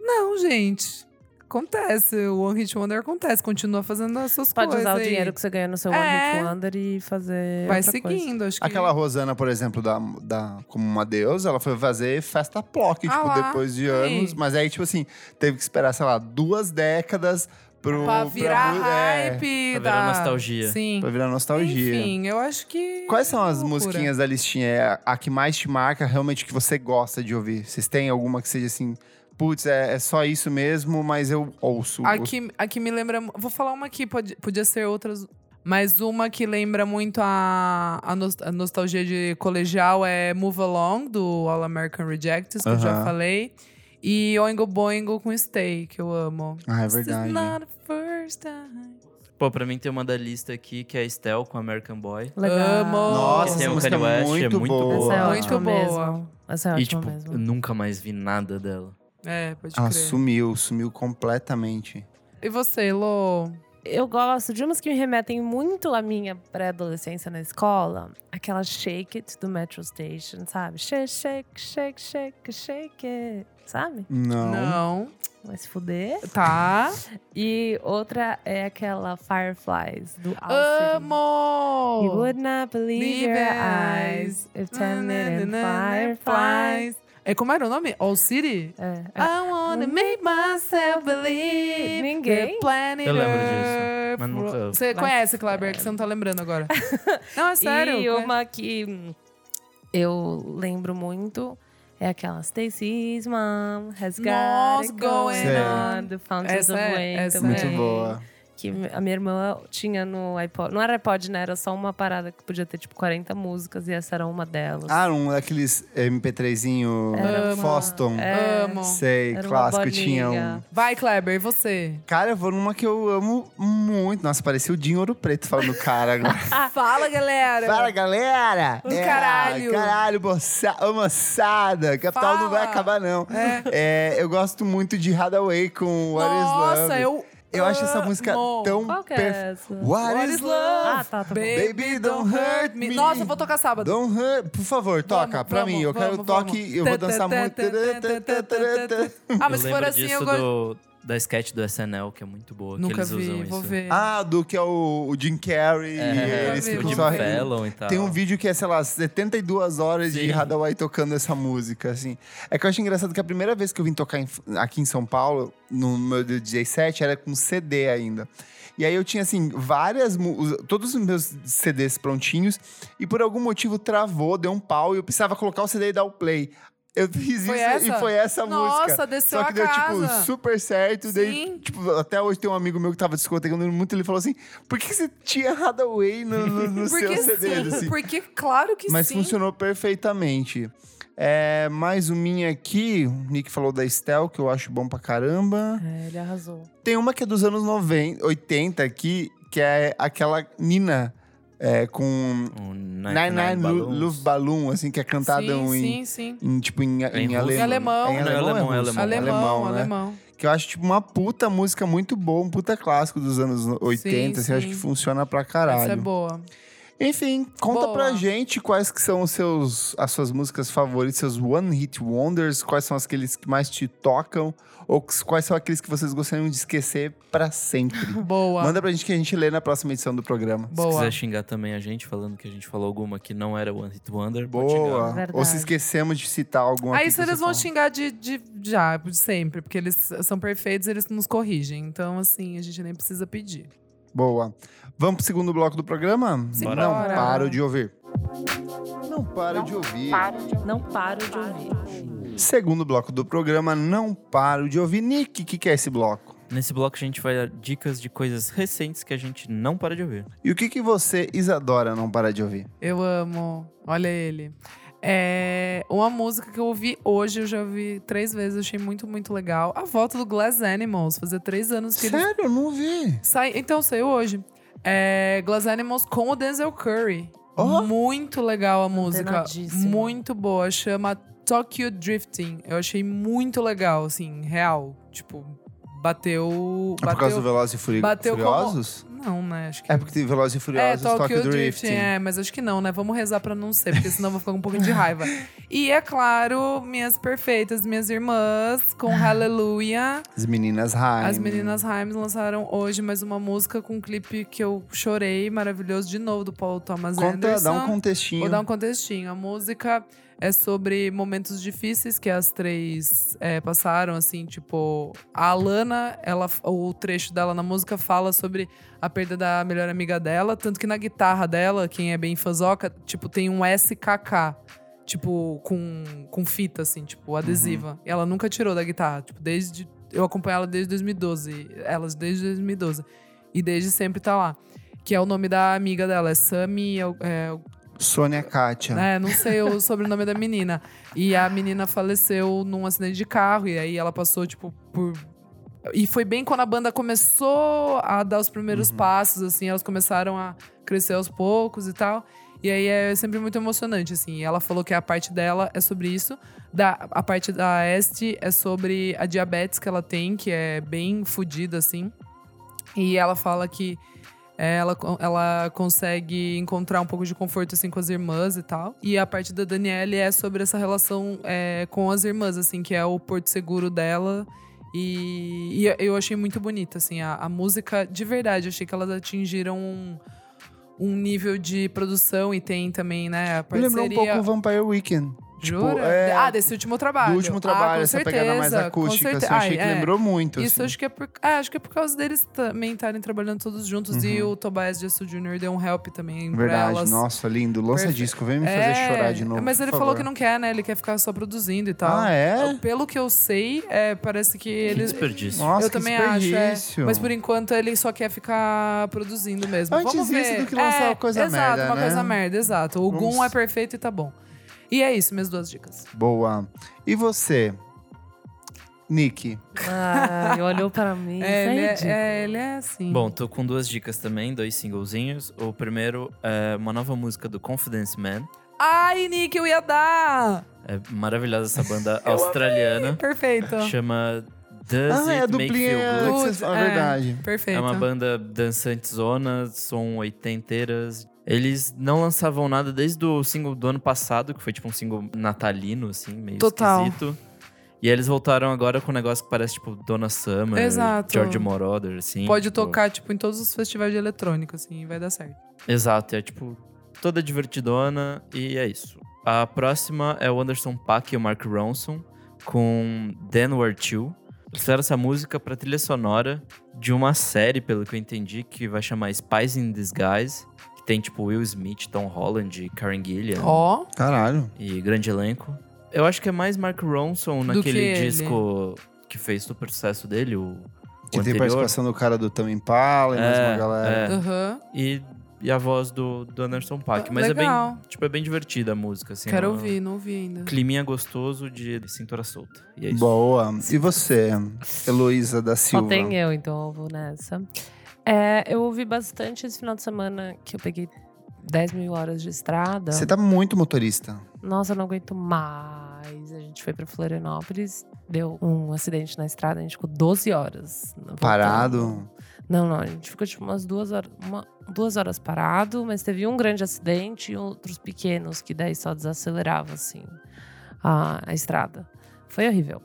Speaker 2: Não, gente. Acontece. O One Hit Wonder acontece. Continua fazendo as suas
Speaker 3: Pode
Speaker 2: coisas.
Speaker 3: usar o
Speaker 2: aí.
Speaker 3: dinheiro que você ganha no seu
Speaker 2: É.
Speaker 3: One Hit Wonder e fazer.
Speaker 2: Vai
Speaker 3: outra coisa.
Speaker 2: seguindo, acho que.
Speaker 1: Aquela Rosana, por exemplo, da, da como uma deusa, ela foi fazer festa plock,
Speaker 2: Ah
Speaker 1: tipo,
Speaker 2: lá,
Speaker 1: depois de
Speaker 2: sim.
Speaker 1: anos. Mas aí, tipo assim, teve que esperar, sei lá, duas décadas pro,
Speaker 2: Pra virar
Speaker 1: mu- é,
Speaker 2: hype.
Speaker 4: pra
Speaker 2: da...
Speaker 4: virar nostalgia.
Speaker 2: Sim.
Speaker 1: pra virar nostalgia.
Speaker 2: Enfim, eu acho que. é
Speaker 1: Quais são as
Speaker 2: Loucura.
Speaker 1: musiquinhas da listinha? É a que mais te marca, realmente, que você gosta de ouvir? Vocês têm alguma que seja assim, putz, é, é só isso mesmo, mas eu ouço.
Speaker 2: A que, a que me lembra. Vou falar uma aqui, pode, podia ser outras. Mas uma que lembra muito a, a, nos- a nostalgia de colegial é Move Along, do All American Rejects, que eu já
Speaker 1: Aham.
Speaker 2: falei. E Oingo Boingo com Stay, que eu amo.
Speaker 1: Ah, é
Speaker 2: This is
Speaker 1: verdade.
Speaker 2: not the first time.
Speaker 4: Pô, pra mim tem uma da lista aqui que é a Estel com American Boy.
Speaker 3: Legal.
Speaker 2: Amo.
Speaker 1: Nossa,
Speaker 4: Tem
Speaker 1: essa
Speaker 4: o
Speaker 1: música é
Speaker 4: Kanye West, é
Speaker 1: muito,
Speaker 4: muito
Speaker 1: boa.
Speaker 3: Essa é
Speaker 2: Boa.
Speaker 3: ótima
Speaker 2: Muito boa.
Speaker 3: mesmo. Essa é
Speaker 4: E,
Speaker 3: ótima
Speaker 4: tipo, eu
Speaker 3: mesmo.
Speaker 4: nunca mais vi nada dela.
Speaker 2: É, pode
Speaker 1: Ela
Speaker 2: crer.
Speaker 1: sumiu, sumiu completamente.
Speaker 2: E você, Lô?
Speaker 3: eu gosto de umas que me remetem muito à minha pré-adolescência na escola. Aquela Shake It do Metro Station, sabe? Shake, shake, shake, shake, shake it. Sabe?
Speaker 1: Não.
Speaker 2: Não.
Speaker 3: Vai se fuder.
Speaker 2: Tá.
Speaker 3: E outra é aquela Fireflies do Alfred. You
Speaker 2: Amo!
Speaker 3: would not believe
Speaker 2: Leave
Speaker 3: your
Speaker 2: it.
Speaker 3: eyes if turned into fireflies.
Speaker 2: Fireflies. É, como era o nome? All City?
Speaker 3: É, é.
Speaker 2: I wanna make myself believe
Speaker 3: Ninguém?
Speaker 2: the planet
Speaker 4: Eu lembro disso,
Speaker 2: Earth.
Speaker 4: mas nunca-
Speaker 2: Você conhece, Kleber, que você não tá lembrando agora. não, é sério.
Speaker 3: é. E
Speaker 2: eu conheço.
Speaker 3: uma que hum, eu lembro muito é aquela Stacy's Mom has got
Speaker 2: Nossa,
Speaker 3: it
Speaker 2: going
Speaker 1: on.
Speaker 3: on the Fountains
Speaker 2: Essa
Speaker 3: of
Speaker 2: é-
Speaker 3: Wayne
Speaker 2: essa é
Speaker 3: também.
Speaker 1: Muito boa.
Speaker 3: Que a minha irmã tinha no iPod. Não era iPod, né? Era só uma parada que podia ter tipo 40 músicas e essa era uma delas.
Speaker 1: Ah, um daqueles MP3zinho
Speaker 3: Era É.
Speaker 2: uma-
Speaker 1: É Foston.
Speaker 2: Amo.
Speaker 1: Sei,
Speaker 3: Era uma
Speaker 1: clássico.
Speaker 3: bolinha.
Speaker 1: Tinha um.
Speaker 2: Vai, Kleber, e você?
Speaker 1: Cara, eu vou numa que eu amo muito. Nossa, parecia o Dinho Ouro Preto falando cara agora.
Speaker 3: Ah.
Speaker 2: Fala, galera!
Speaker 1: Fala, galera! É,
Speaker 2: Os caralho.
Speaker 1: Caralho, moça, ô, moçada! Capital
Speaker 2: Fala.
Speaker 1: não vai acabar, não. É, eu gosto muito de Hadaway com What Is Love.
Speaker 2: Nossa, eu
Speaker 1: Eu acho essa música
Speaker 2: amo.
Speaker 1: tão
Speaker 3: Qual que é
Speaker 1: perfe-
Speaker 3: essa?
Speaker 1: What,
Speaker 2: Ah, What
Speaker 1: is
Speaker 2: is
Speaker 1: love?
Speaker 2: love?
Speaker 3: Ah, tá, tá bom.
Speaker 1: Baby, don't hurt me.
Speaker 2: Nossa, eu vou tocar sábado.
Speaker 1: Ah, tá. Don't hurt. Por favor,
Speaker 2: Vamos,
Speaker 1: toca pra
Speaker 2: vamos,
Speaker 1: mim. Eu quero
Speaker 2: vamos,
Speaker 1: toque,
Speaker 2: vamos.
Speaker 1: eu vou dançar muito.
Speaker 2: Ah, mas se for
Speaker 4: lembro
Speaker 2: assim,
Speaker 4: disso
Speaker 2: eu gosto.
Speaker 4: do, da sketch do SNL, que é muito boa. que
Speaker 2: Nunca
Speaker 4: eles usam
Speaker 2: vi,
Speaker 4: isso. É,
Speaker 2: vou ver.
Speaker 1: Ah, do que é o, o Jim Carrey.
Speaker 3: É.
Speaker 1: e eles
Speaker 2: vi,
Speaker 1: ficam
Speaker 4: o Jim
Speaker 1: só-
Speaker 4: Fallon e tal.
Speaker 1: Tem um vídeo que é, sei lá, 72 horas de
Speaker 4: Sim.
Speaker 1: Hadaway tocando essa música, assim. É que eu acho engraçado que a primeira vez que eu vim tocar em- aqui em São Paulo, no meu DJ set, era com CD ainda. E aí eu tinha, assim, várias... mu- os- Todos os meus CDs prontinhos. E por algum motivo travou, deu um pau. E eu precisava colocar o CD e dar o play. Eu fiz isso
Speaker 2: Foi essa?
Speaker 1: e foi essa
Speaker 2: Nossa,
Speaker 1: música.
Speaker 2: desceu
Speaker 1: Só que
Speaker 2: a
Speaker 1: deu,
Speaker 2: casa.
Speaker 1: tipo, super certo.
Speaker 2: Sim.
Speaker 1: Daí, tipo, até hoje tem um amigo meu que tava discotecando muito. Ele falou assim, por que que você tinha Hadaway no, no, no seu
Speaker 2: Porque
Speaker 1: CD?
Speaker 2: sim,
Speaker 1: Assim,
Speaker 2: porque claro que
Speaker 1: mas
Speaker 2: sim.
Speaker 1: funcionou perfeitamente. É, mais um minha aqui, o Nick falou da Estel, que eu acho bom pra caramba.
Speaker 3: É, ele arrasou.
Speaker 1: Tem uma que é dos anos 90, 80 aqui, que é aquela Nina é, com
Speaker 4: Um
Speaker 1: Nine Nine, Lu-
Speaker 4: Balloons.
Speaker 1: Luftballon, assim, que é cantada
Speaker 2: sim,
Speaker 1: em,
Speaker 2: sim, sim.
Speaker 1: em, tipo, em,
Speaker 4: É em
Speaker 1: em
Speaker 4: russo.
Speaker 1: ale-
Speaker 4: Em
Speaker 2: alemão.
Speaker 1: É em
Speaker 4: Não, é
Speaker 1: alemão, ou
Speaker 4: alemão, é
Speaker 1: russo?
Speaker 4: alemão.
Speaker 2: Alemão, alemão. é
Speaker 1: né? Que eu acho, tipo, uma puta música muito boa, um puta clássico dos anos 80, assim, eu acho
Speaker 2: sim.
Speaker 1: que funciona pra caralho.
Speaker 2: Essa é boa.
Speaker 1: Enfim, conta
Speaker 2: Boa.
Speaker 1: pra gente quais que são os seus, as suas músicas favoritas, seus One Hit Wonders, quais são aqueles que mais te tocam, ou que- quais são aqueles que vocês gostariam de esquecer pra sempre.
Speaker 2: Boa.
Speaker 1: Manda pra gente que a gente lê na próxima edição do programa.
Speaker 4: Se
Speaker 2: Boa.
Speaker 4: quiser xingar também a gente, falando que a gente falou alguma que não era One Hit Wonder, pode xingar.
Speaker 1: Boa.
Speaker 3: Verdade.
Speaker 1: Ou se esquecemos de citar alguma
Speaker 2: Aí
Speaker 1: aqui
Speaker 2: se
Speaker 1: que
Speaker 2: eles
Speaker 1: você
Speaker 2: vão
Speaker 4: um.
Speaker 1: falou.
Speaker 2: xingar de, de, já, de sempre, porque eles são perfeitos eles nos corrigem. Então, assim, a gente nem precisa pedir.
Speaker 1: Boa. Vamos pro segundo bloco do programa?
Speaker 2: Simbora.
Speaker 1: Não paro de ouvir. Não paro de ouvir.
Speaker 3: Não paro de ouvir.
Speaker 1: Segundo bloco do programa, não paro de ouvir. Nick, o que, que é esse bloco?
Speaker 4: Nesse bloco a gente vai dar dicas de coisas recentes que a gente não para de ouvir.
Speaker 1: E o que, que você, Isadora, não para de ouvir?
Speaker 2: Eu amo. Olha ele. É uma música que eu ouvi hoje, eu já ouvi três vezes, eu achei muito, muito legal. A volta do Glass Animals, fazia três anos que eles
Speaker 1: Sério, eu não vi.
Speaker 2: saem. Então saiu hoje. É, Glass Animals com o Denzel Curry.
Speaker 1: Ó.
Speaker 2: Muito legal a música.
Speaker 3: Antenadíssima.
Speaker 2: Muito boa. Chama Tokyo Drifting. Eu achei muito legal, assim, real. Tipo, bateu.
Speaker 1: É por causa do
Speaker 2: bateu...
Speaker 1: Velozes e Furi-
Speaker 2: bateu como-
Speaker 1: Furiosos?
Speaker 2: Não, né? Acho que
Speaker 1: É porque tem Velozes e
Speaker 2: é,
Speaker 1: Furiosos,
Speaker 2: Tokyo
Speaker 1: Tokyo
Speaker 2: Drifting.
Speaker 1: Drifting.
Speaker 2: É, mas acho que não, né? Vamos rezar pra não ser, porque senão eu vou ficar com um pouquinho de raiva. E é claro, minhas perfeitas, minhas irmãs, com Hallelujah.
Speaker 1: As meninas Rhyme.
Speaker 2: As meninas Himes lançaram hoje mais uma música com um clipe que eu chorei, maravilhoso, de novo, do Paul Thomas
Speaker 1: Conta,
Speaker 2: Anderson.
Speaker 1: dá um contextinho.
Speaker 2: Vou dar um contextinho. A música é sobre momentos difíceis que as três é, passaram, assim, tipo, a Alana, ela, o trecho dela na música fala sobre a perda da melhor amiga dela, tanto que na guitarra dela, quem é bem fãzoca, tipo, tem um SKK. Tipo, com, com fita, assim, tipo, adesiva. E ela nunca tirou da guitarra. Tipo, desde. Eu acompanho ela desde 2012. Elas desde 2012. E desde sempre tá lá. Que é o nome da amiga dela. É Sammy. é o- é o-
Speaker 1: Sônia Kátia.
Speaker 2: é, não sei o sobrenome da menina. E a menina faleceu num acidente de carro. E aí ela passou, tipo, por. E foi bem quando a banda começou a dar os primeiros passos, assim, elas começaram a crescer aos poucos e tal. E aí é sempre muito emocionante, assim. E ela falou que a parte dela é sobre isso. Da, a parte da Este é sobre a diabetes que ela tem, que é bem fodida, assim. E ela fala que é, ela, co- ela consegue encontrar um pouco de conforto, assim, com as irmãs e tal. E a parte da Daniele é sobre essa relação é, com as irmãs, assim, que é o porto seguro dela. E, e eu achei muito bonita, assim, a, a música, de verdade, eu achei que elas atingiram um, um nível de produção e tem também, né, a
Speaker 1: Me
Speaker 2: parceria...
Speaker 1: lembrou um pouco o Vampire Weekend.
Speaker 2: Jura?
Speaker 1: é,
Speaker 2: ah, desse último trabalho.
Speaker 1: do último
Speaker 2: ah,
Speaker 1: trabalho,
Speaker 2: com
Speaker 1: essa
Speaker 2: certeza,
Speaker 1: pegada mais
Speaker 2: com
Speaker 1: acústica. assim,
Speaker 2: certeza.
Speaker 1: eu achei
Speaker 2: Ai,
Speaker 1: que
Speaker 2: é.
Speaker 1: lembrou muito.
Speaker 2: Isso
Speaker 1: assim.
Speaker 2: acho que é por. é, acho que é por causa deles também estarem trabalhando todos juntos. E o Tobias Jesso Jr. deu um help também pra
Speaker 1: Uhum. Verdade,
Speaker 2: elas.
Speaker 1: nossa, lindo. Lança
Speaker 2: Perfe-
Speaker 1: disco, vem me fazer
Speaker 2: É,
Speaker 1: chorar de novo.
Speaker 2: Mas ele
Speaker 1: por
Speaker 2: falou
Speaker 1: favor.
Speaker 2: que não quer, né? Ele quer ficar só produzindo e tal.
Speaker 1: Ah, é?
Speaker 2: Pelo que eu sei, é, parece que
Speaker 4: Que
Speaker 2: ele.
Speaker 4: desperdício.
Speaker 1: Nossa,
Speaker 2: eu
Speaker 1: que
Speaker 2: também acho, é.
Speaker 1: desperdício.
Speaker 2: Mas por enquanto ele só quer ficar produzindo mesmo.
Speaker 1: Antes
Speaker 2: Vamos
Speaker 1: isso
Speaker 2: ver. É,
Speaker 1: do que lançar uma coisa
Speaker 2: exato,
Speaker 1: merda,
Speaker 2: uma
Speaker 1: né?
Speaker 2: coisa merda, exato. O
Speaker 1: Vamos-
Speaker 2: Gum é perfeito e tá bom. E é isso, minhas duas dicas.
Speaker 1: Boa. E você? Nick.
Speaker 3: Ai, olhou pra mim.
Speaker 2: É, ele é,
Speaker 3: isso é
Speaker 2: é, ele é assim.
Speaker 4: Bom, tô com duas dicas também, dois singlezinhos. O primeiro é uma nova música do Confidence Man.
Speaker 2: Ai, Nick, eu ia dar!
Speaker 4: É maravilhosa essa banda australiana.
Speaker 2: Perfeito.
Speaker 4: Chama Does
Speaker 1: ah, é a
Speaker 4: It Make
Speaker 1: duplinha.
Speaker 4: Feel Good?
Speaker 1: que vocês- ah,
Speaker 2: É.
Speaker 1: verdade.
Speaker 2: Perfeito.
Speaker 4: É uma banda dançante zona, som oitenteiras. Eles não lançavam nada desde o single do ano passado, que foi tipo um single natalino, assim, meio
Speaker 2: Total.
Speaker 4: esquisito. E aí eles voltaram agora com um negócio que parece, tipo, Donna Summer,
Speaker 2: Exato.
Speaker 4: George Moroder, assim.
Speaker 2: Pode
Speaker 4: tipo-
Speaker 2: tocar, tipo, em todos os festivais de eletrônico, assim, e vai dar certo.
Speaker 4: Exato, é tipo, toda divertidona e é isso. A próxima é o Anderson Paak e o Mark Ronson com Dan Warchill. Eles fizeram essa música pra trilha sonora de uma série, pelo que eu entendi, que vai chamar Spies in Disguise. Que tem, tipo, Will Smith, Tom Holland, Karen Gillian
Speaker 2: Ó,
Speaker 1: Caralho.
Speaker 4: e grande elenco. Eu acho que é mais Mark Ronson
Speaker 2: Do
Speaker 4: naquele
Speaker 2: que ele.
Speaker 4: disco que fez super sucesso dele, o,
Speaker 1: Que tem
Speaker 4: o anterior.
Speaker 1: participação do cara do Tame Impala e mais
Speaker 4: É,
Speaker 1: uma galera.
Speaker 4: é.
Speaker 2: aham.
Speaker 4: E, e a voz do, do Anderson Paak.
Speaker 2: Ah,
Speaker 4: Mas é bem,
Speaker 2: legal.
Speaker 4: tipo, é bem divertida a música, assim.
Speaker 2: Quero
Speaker 4: ela-
Speaker 2: ouvir, não ouvi ainda.
Speaker 4: Climinha gostoso de cintura solta. E é isso.
Speaker 1: Boa. E você, Heloísa da Silva?
Speaker 3: Só tem eu, então eu vou nessa. É, eu ouvi bastante esse final de semana que eu peguei 10 mil horas de estrada.
Speaker 1: Você tá muito motorista.
Speaker 3: Nossa, eu não aguento mais. A gente foi pra Florianópolis, deu um acidente na estrada, a gente ficou 12 horas. voltando.
Speaker 1: Parado.
Speaker 3: Não, não, a gente ficou tipo umas duas horas, uma- duas horas parado, mas teve um grande acidente e outros pequenos que daí só desacelerava assim a, a estrada. Foi horrível.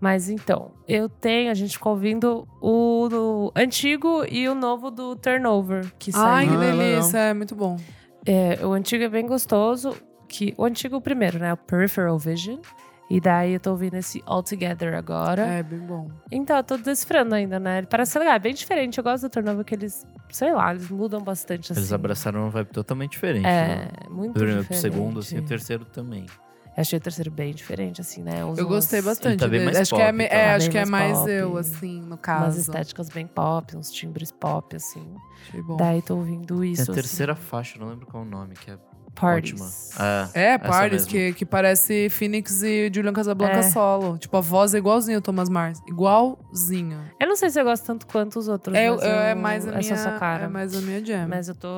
Speaker 3: Mas então, eu tenho, a gente ficou ouvindo o, do antigo e o novo do Turnover, que
Speaker 2: Ai,
Speaker 3: saiu.
Speaker 2: que
Speaker 1: Ah, legal.
Speaker 2: delícia, é muito bom.
Speaker 3: É, o antigo é bem gostoso. Que, o antigo primeiro, né? O Peripheral Vision. E daí eu tô ouvindo esse All Together agora.
Speaker 2: É, bem bom.
Speaker 3: Então, eu tô desfrando ainda, né? Ele parece ser legal, é bem diferente. Eu gosto do Turnover que eles, sei lá, eles mudam bastante assim.
Speaker 4: Eles abraçaram uma vibe totalmente diferente. né?
Speaker 3: É, muito
Speaker 4: Do primeiro pro
Speaker 3: diferente.
Speaker 4: segundo, assim, o terceiro também.
Speaker 3: Eu achei o terceiro bem diferente, assim, né? Usa
Speaker 2: Eu gostei
Speaker 3: umas-
Speaker 2: bastante
Speaker 4: tá bem
Speaker 2: dele.
Speaker 4: mais
Speaker 2: acho que é,
Speaker 4: pop,
Speaker 2: me-
Speaker 4: tá?
Speaker 2: é,
Speaker 3: Tá
Speaker 2: acho
Speaker 3: bem
Speaker 2: que é
Speaker 3: mais
Speaker 2: mais
Speaker 3: pop.
Speaker 2: eu, assim, no
Speaker 3: Umas
Speaker 2: caso.
Speaker 3: estéticas bem pop, uns timbres pop, assim.
Speaker 2: Achei bom.
Speaker 3: Daí tô ouvindo
Speaker 4: Tem
Speaker 3: isso.
Speaker 4: a
Speaker 3: assim,
Speaker 4: terceira faixa, não lembro qual é o nome, que é ótima.
Speaker 3: Parties.
Speaker 4: É,
Speaker 2: É,
Speaker 4: essa
Speaker 2: Paris,
Speaker 4: mesmo.
Speaker 2: que, que parece Phoenix e Julian Casablanca
Speaker 3: É.
Speaker 2: solo. Tipo, a voz é igualzinho ao Thomas Mars. Igualzinho.
Speaker 3: Eu não sei se eu gosto tanto quanto os outros.
Speaker 2: É,
Speaker 3: mas
Speaker 2: eu- é
Speaker 3: eu-
Speaker 2: mais a
Speaker 3: essa
Speaker 2: minha.
Speaker 3: sua cara.
Speaker 2: É mais a minha jam.
Speaker 3: Mas eu tô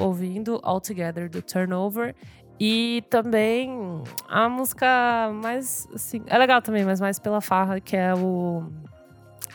Speaker 3: ouvindo All Together do Turnover. E também a música mais, assim, é legal também, mas mais pela farra, que é o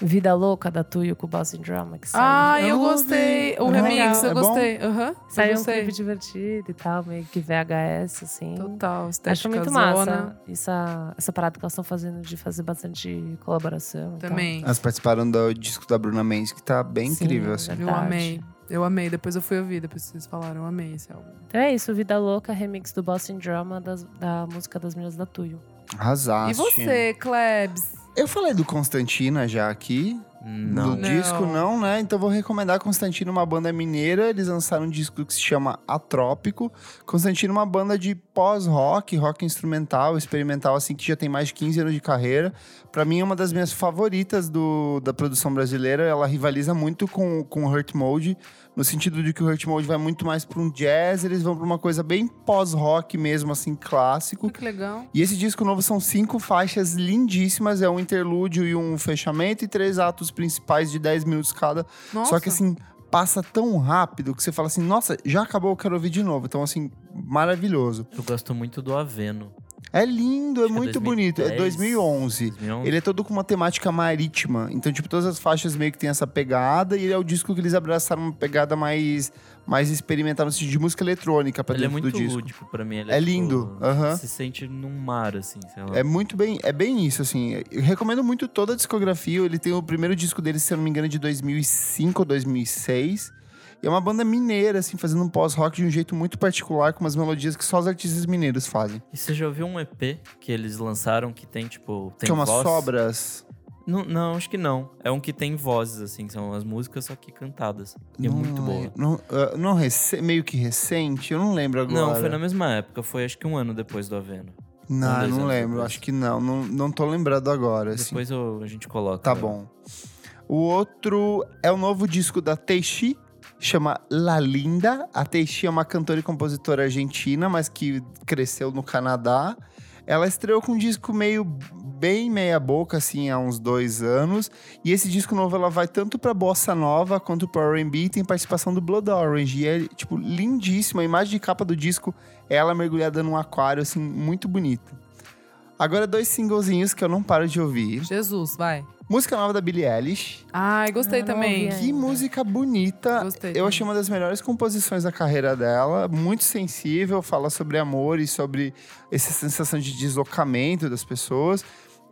Speaker 3: Vida Louca da Tuyo com o Boss in Drama, que saiu.
Speaker 2: Ah,
Speaker 1: Eu
Speaker 2: eu
Speaker 1: ouvi.
Speaker 2: gostei. O
Speaker 1: É
Speaker 2: remix,
Speaker 1: legal.
Speaker 2: eu
Speaker 1: É bom?
Speaker 2: gostei. Aham. eu
Speaker 3: saiu um
Speaker 2: gostei.
Speaker 3: clipe divertido e tal, meio que VHS, assim.
Speaker 2: Total, estética
Speaker 3: Acho muito
Speaker 2: zona.
Speaker 3: massa essa, essa parada que elas estão fazendo de fazer bastante colaboração. e tal.
Speaker 2: Também.
Speaker 1: Elas participaram do disco da Bruna Mendes, que tá bem
Speaker 3: Sim,
Speaker 1: incrível, assim.
Speaker 3: verdade.
Speaker 2: Eu amei. Eu amei. Depois eu fui ouvir, depois vocês falaram. Eu amei esse álbum.
Speaker 3: Então é isso, Vida Louca, remix do Boston Drama das- da música das meninas da Tuyo.
Speaker 1: Arrasaste.
Speaker 2: e você, Klebs?
Speaker 1: Eu falei do Constantina já aqui.
Speaker 4: Não.
Speaker 1: Do
Speaker 2: Não.
Speaker 1: disco não, né? Então vou recomendar Constantino, uma banda mineira. Eles lançaram um disco que se chama Atrópico. Constantino é uma banda de pós-rock, rock instrumental, experimental, assim, que já tem mais de 15 anos de carreira. Pra mim, é uma das minhas favoritas do- da produção brasileira. Ela rivaliza muito com, com o Hurt Mode, no sentido de que o Hurt Mode vai muito mais pra um jazz, eles vão pra uma coisa bem pós-rock mesmo, assim, clássico.
Speaker 2: Que legal.
Speaker 1: E esse disco novo são cinco faixas lindíssimas, é um interlúdio e um fechamento e três atos principais de 10 minutos cada.
Speaker 2: Nossa.
Speaker 1: Só que assim, passa tão rápido que você fala assim: "Nossa, já acabou, eu quero ouvir de novo". Então assim, maravilhoso.
Speaker 4: Eu gosto muito do Aveno.
Speaker 1: É lindo, é
Speaker 4: Acho que é
Speaker 1: muito bonito. É 2011.
Speaker 4: 2011.
Speaker 1: Ele é todo com uma temática marítima. Então, tipo, todas as faixas meio que tem essa pegada. E ele é o disco que eles abraçaram uma pegada mais, mais experimental, no sentido de música eletrônica pra
Speaker 4: Ele é
Speaker 1: dentro
Speaker 4: muito
Speaker 1: do disco.
Speaker 4: lúdico pra mim. Ele
Speaker 1: É lindo,
Speaker 4: tipo,
Speaker 1: aham.
Speaker 4: Se sente num mar, assim, sei lá.
Speaker 1: É muito bem, é bem isso, assim. Eu recomendo muito toda a discografia. Ele tem o primeiro disco dele, se eu não me engano, é de 2005 ou 2006. E é uma banda mineira, assim, fazendo um pós-rock de um jeito muito particular, com umas melodias que só os artistas mineiros fazem.
Speaker 4: E você já ouviu um EP que eles lançaram que tem, tipo, tem
Speaker 1: que é umas
Speaker 4: voz?
Speaker 1: sobras.
Speaker 4: Não, não, acho que não. É um que tem vozes, assim, que são as músicas, só que cantadas. E é
Speaker 1: Não-
Speaker 4: muito boa.
Speaker 1: Não, ah, não rece- meio que recente, eu não lembro agora.
Speaker 4: Não, foi na mesma época. Foi acho que um ano depois do Avena. um,
Speaker 1: Não,
Speaker 4: dois
Speaker 1: não
Speaker 4: anos
Speaker 1: lembro.
Speaker 4: depois.
Speaker 1: Acho que não, não. Não tô lembrado agora, assim.
Speaker 4: Depois eu- a gente coloca. né?
Speaker 1: Tá bom. O outro é o novo disco da Teixi, chama La Linda. A Teixi é uma cantora e compositora argentina, mas que cresceu no Canadá. Ela estreou com um disco meio bem meia boca, assim, há uns dois anos. E esse disco novo, ela vai tanto pra bossa nova quanto pro R&B. e Tem participação do Blood Orange. E é, tipo, lindíssima. A imagem de capa do disco é ela mergulhada num aquário, assim, muito bonita. Agora, dois singlezinhos que eu não paro de ouvir.
Speaker 2: Jesus, vai.
Speaker 1: Música nova da Billie Eilish.
Speaker 2: Ai, gostei
Speaker 3: Ah, não
Speaker 2: também.
Speaker 3: ouvi
Speaker 1: Que música bonita.
Speaker 2: É. Gostei
Speaker 1: Eu
Speaker 2: também.
Speaker 1: achei uma das melhores composições da carreira dela. Muito sensível, fala sobre amor e sobre essa sensação de deslocamento das pessoas.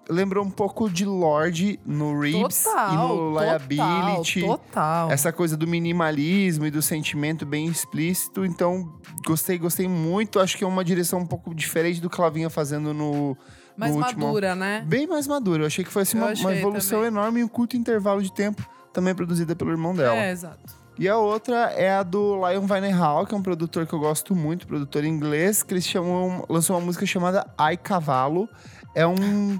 Speaker 1: Lembrou um pouco de Lorde no Ribs e no Liability.
Speaker 2: Total, total.
Speaker 1: Essa coisa do minimalismo e do sentimento bem explícito. Então, gostei, gostei muito. Acho que é uma direção um pouco diferente do que ela vinha fazendo no.
Speaker 2: Mais
Speaker 1: no último-
Speaker 2: madura, né?
Speaker 1: Bem mais madura. Eu achei que foi assim,
Speaker 2: Eu
Speaker 1: uma, uma
Speaker 2: achei
Speaker 1: evolução
Speaker 2: também.
Speaker 1: enorme e um curto intervalo de tempo, também produzida pelo irmão dela.
Speaker 2: É, exato.
Speaker 1: E a outra é a do Lion Vinehall, que é um produtor que eu gosto muito, produtor inglês, que eles chamam, lançou uma música chamada Ai Cavalo. É um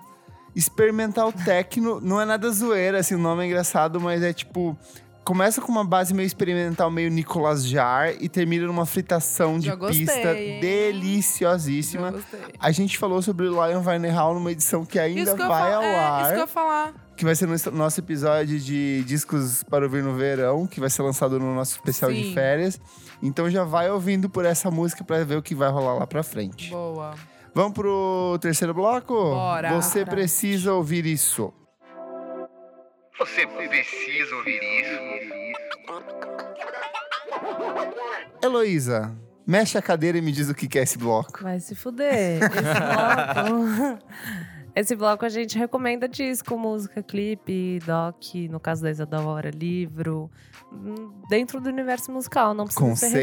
Speaker 1: experimental techno, não é nada zoeira, assim, o nome é engraçado, mas é tipo. Começa com uma base meio experimental, meio Nicolas Jar, e termina numa fritação de
Speaker 2: Já gostei,
Speaker 1: pista
Speaker 2: hein?
Speaker 1: deliciosíssima.
Speaker 2: Eu gostei.
Speaker 1: A gente falou sobre o Lion Vinehall numa edição que ainda
Speaker 2: Isso que eu
Speaker 1: vai
Speaker 2: ia
Speaker 1: ao
Speaker 2: fa- é,
Speaker 1: ar,
Speaker 2: Isso que eu ia falar.
Speaker 1: que vai ser no nosso episódio de discos para ouvir no verão, que vai ser lançado no nosso especial de
Speaker 2: Sim.
Speaker 1: férias. Então já vai ouvindo por essa música pra ver o que vai rolar lá pra frente.
Speaker 2: Boa.
Speaker 1: Vamos pro terceiro bloco?
Speaker 2: Bora.
Speaker 1: Você
Speaker 3: Bora.
Speaker 1: precisa ouvir isso.
Speaker 5: Você precisa ouvir isso.
Speaker 1: Heloísa, mexe a cadeira e me diz o que que é esse bloco.
Speaker 3: Vai se fuder. Esse bloco. Esse bloco a gente recomenda disco, música, clipe, doc, no caso da Isadora, livro. Hum, Dentro do universo musical, não precisa
Speaker 1: Conceitos,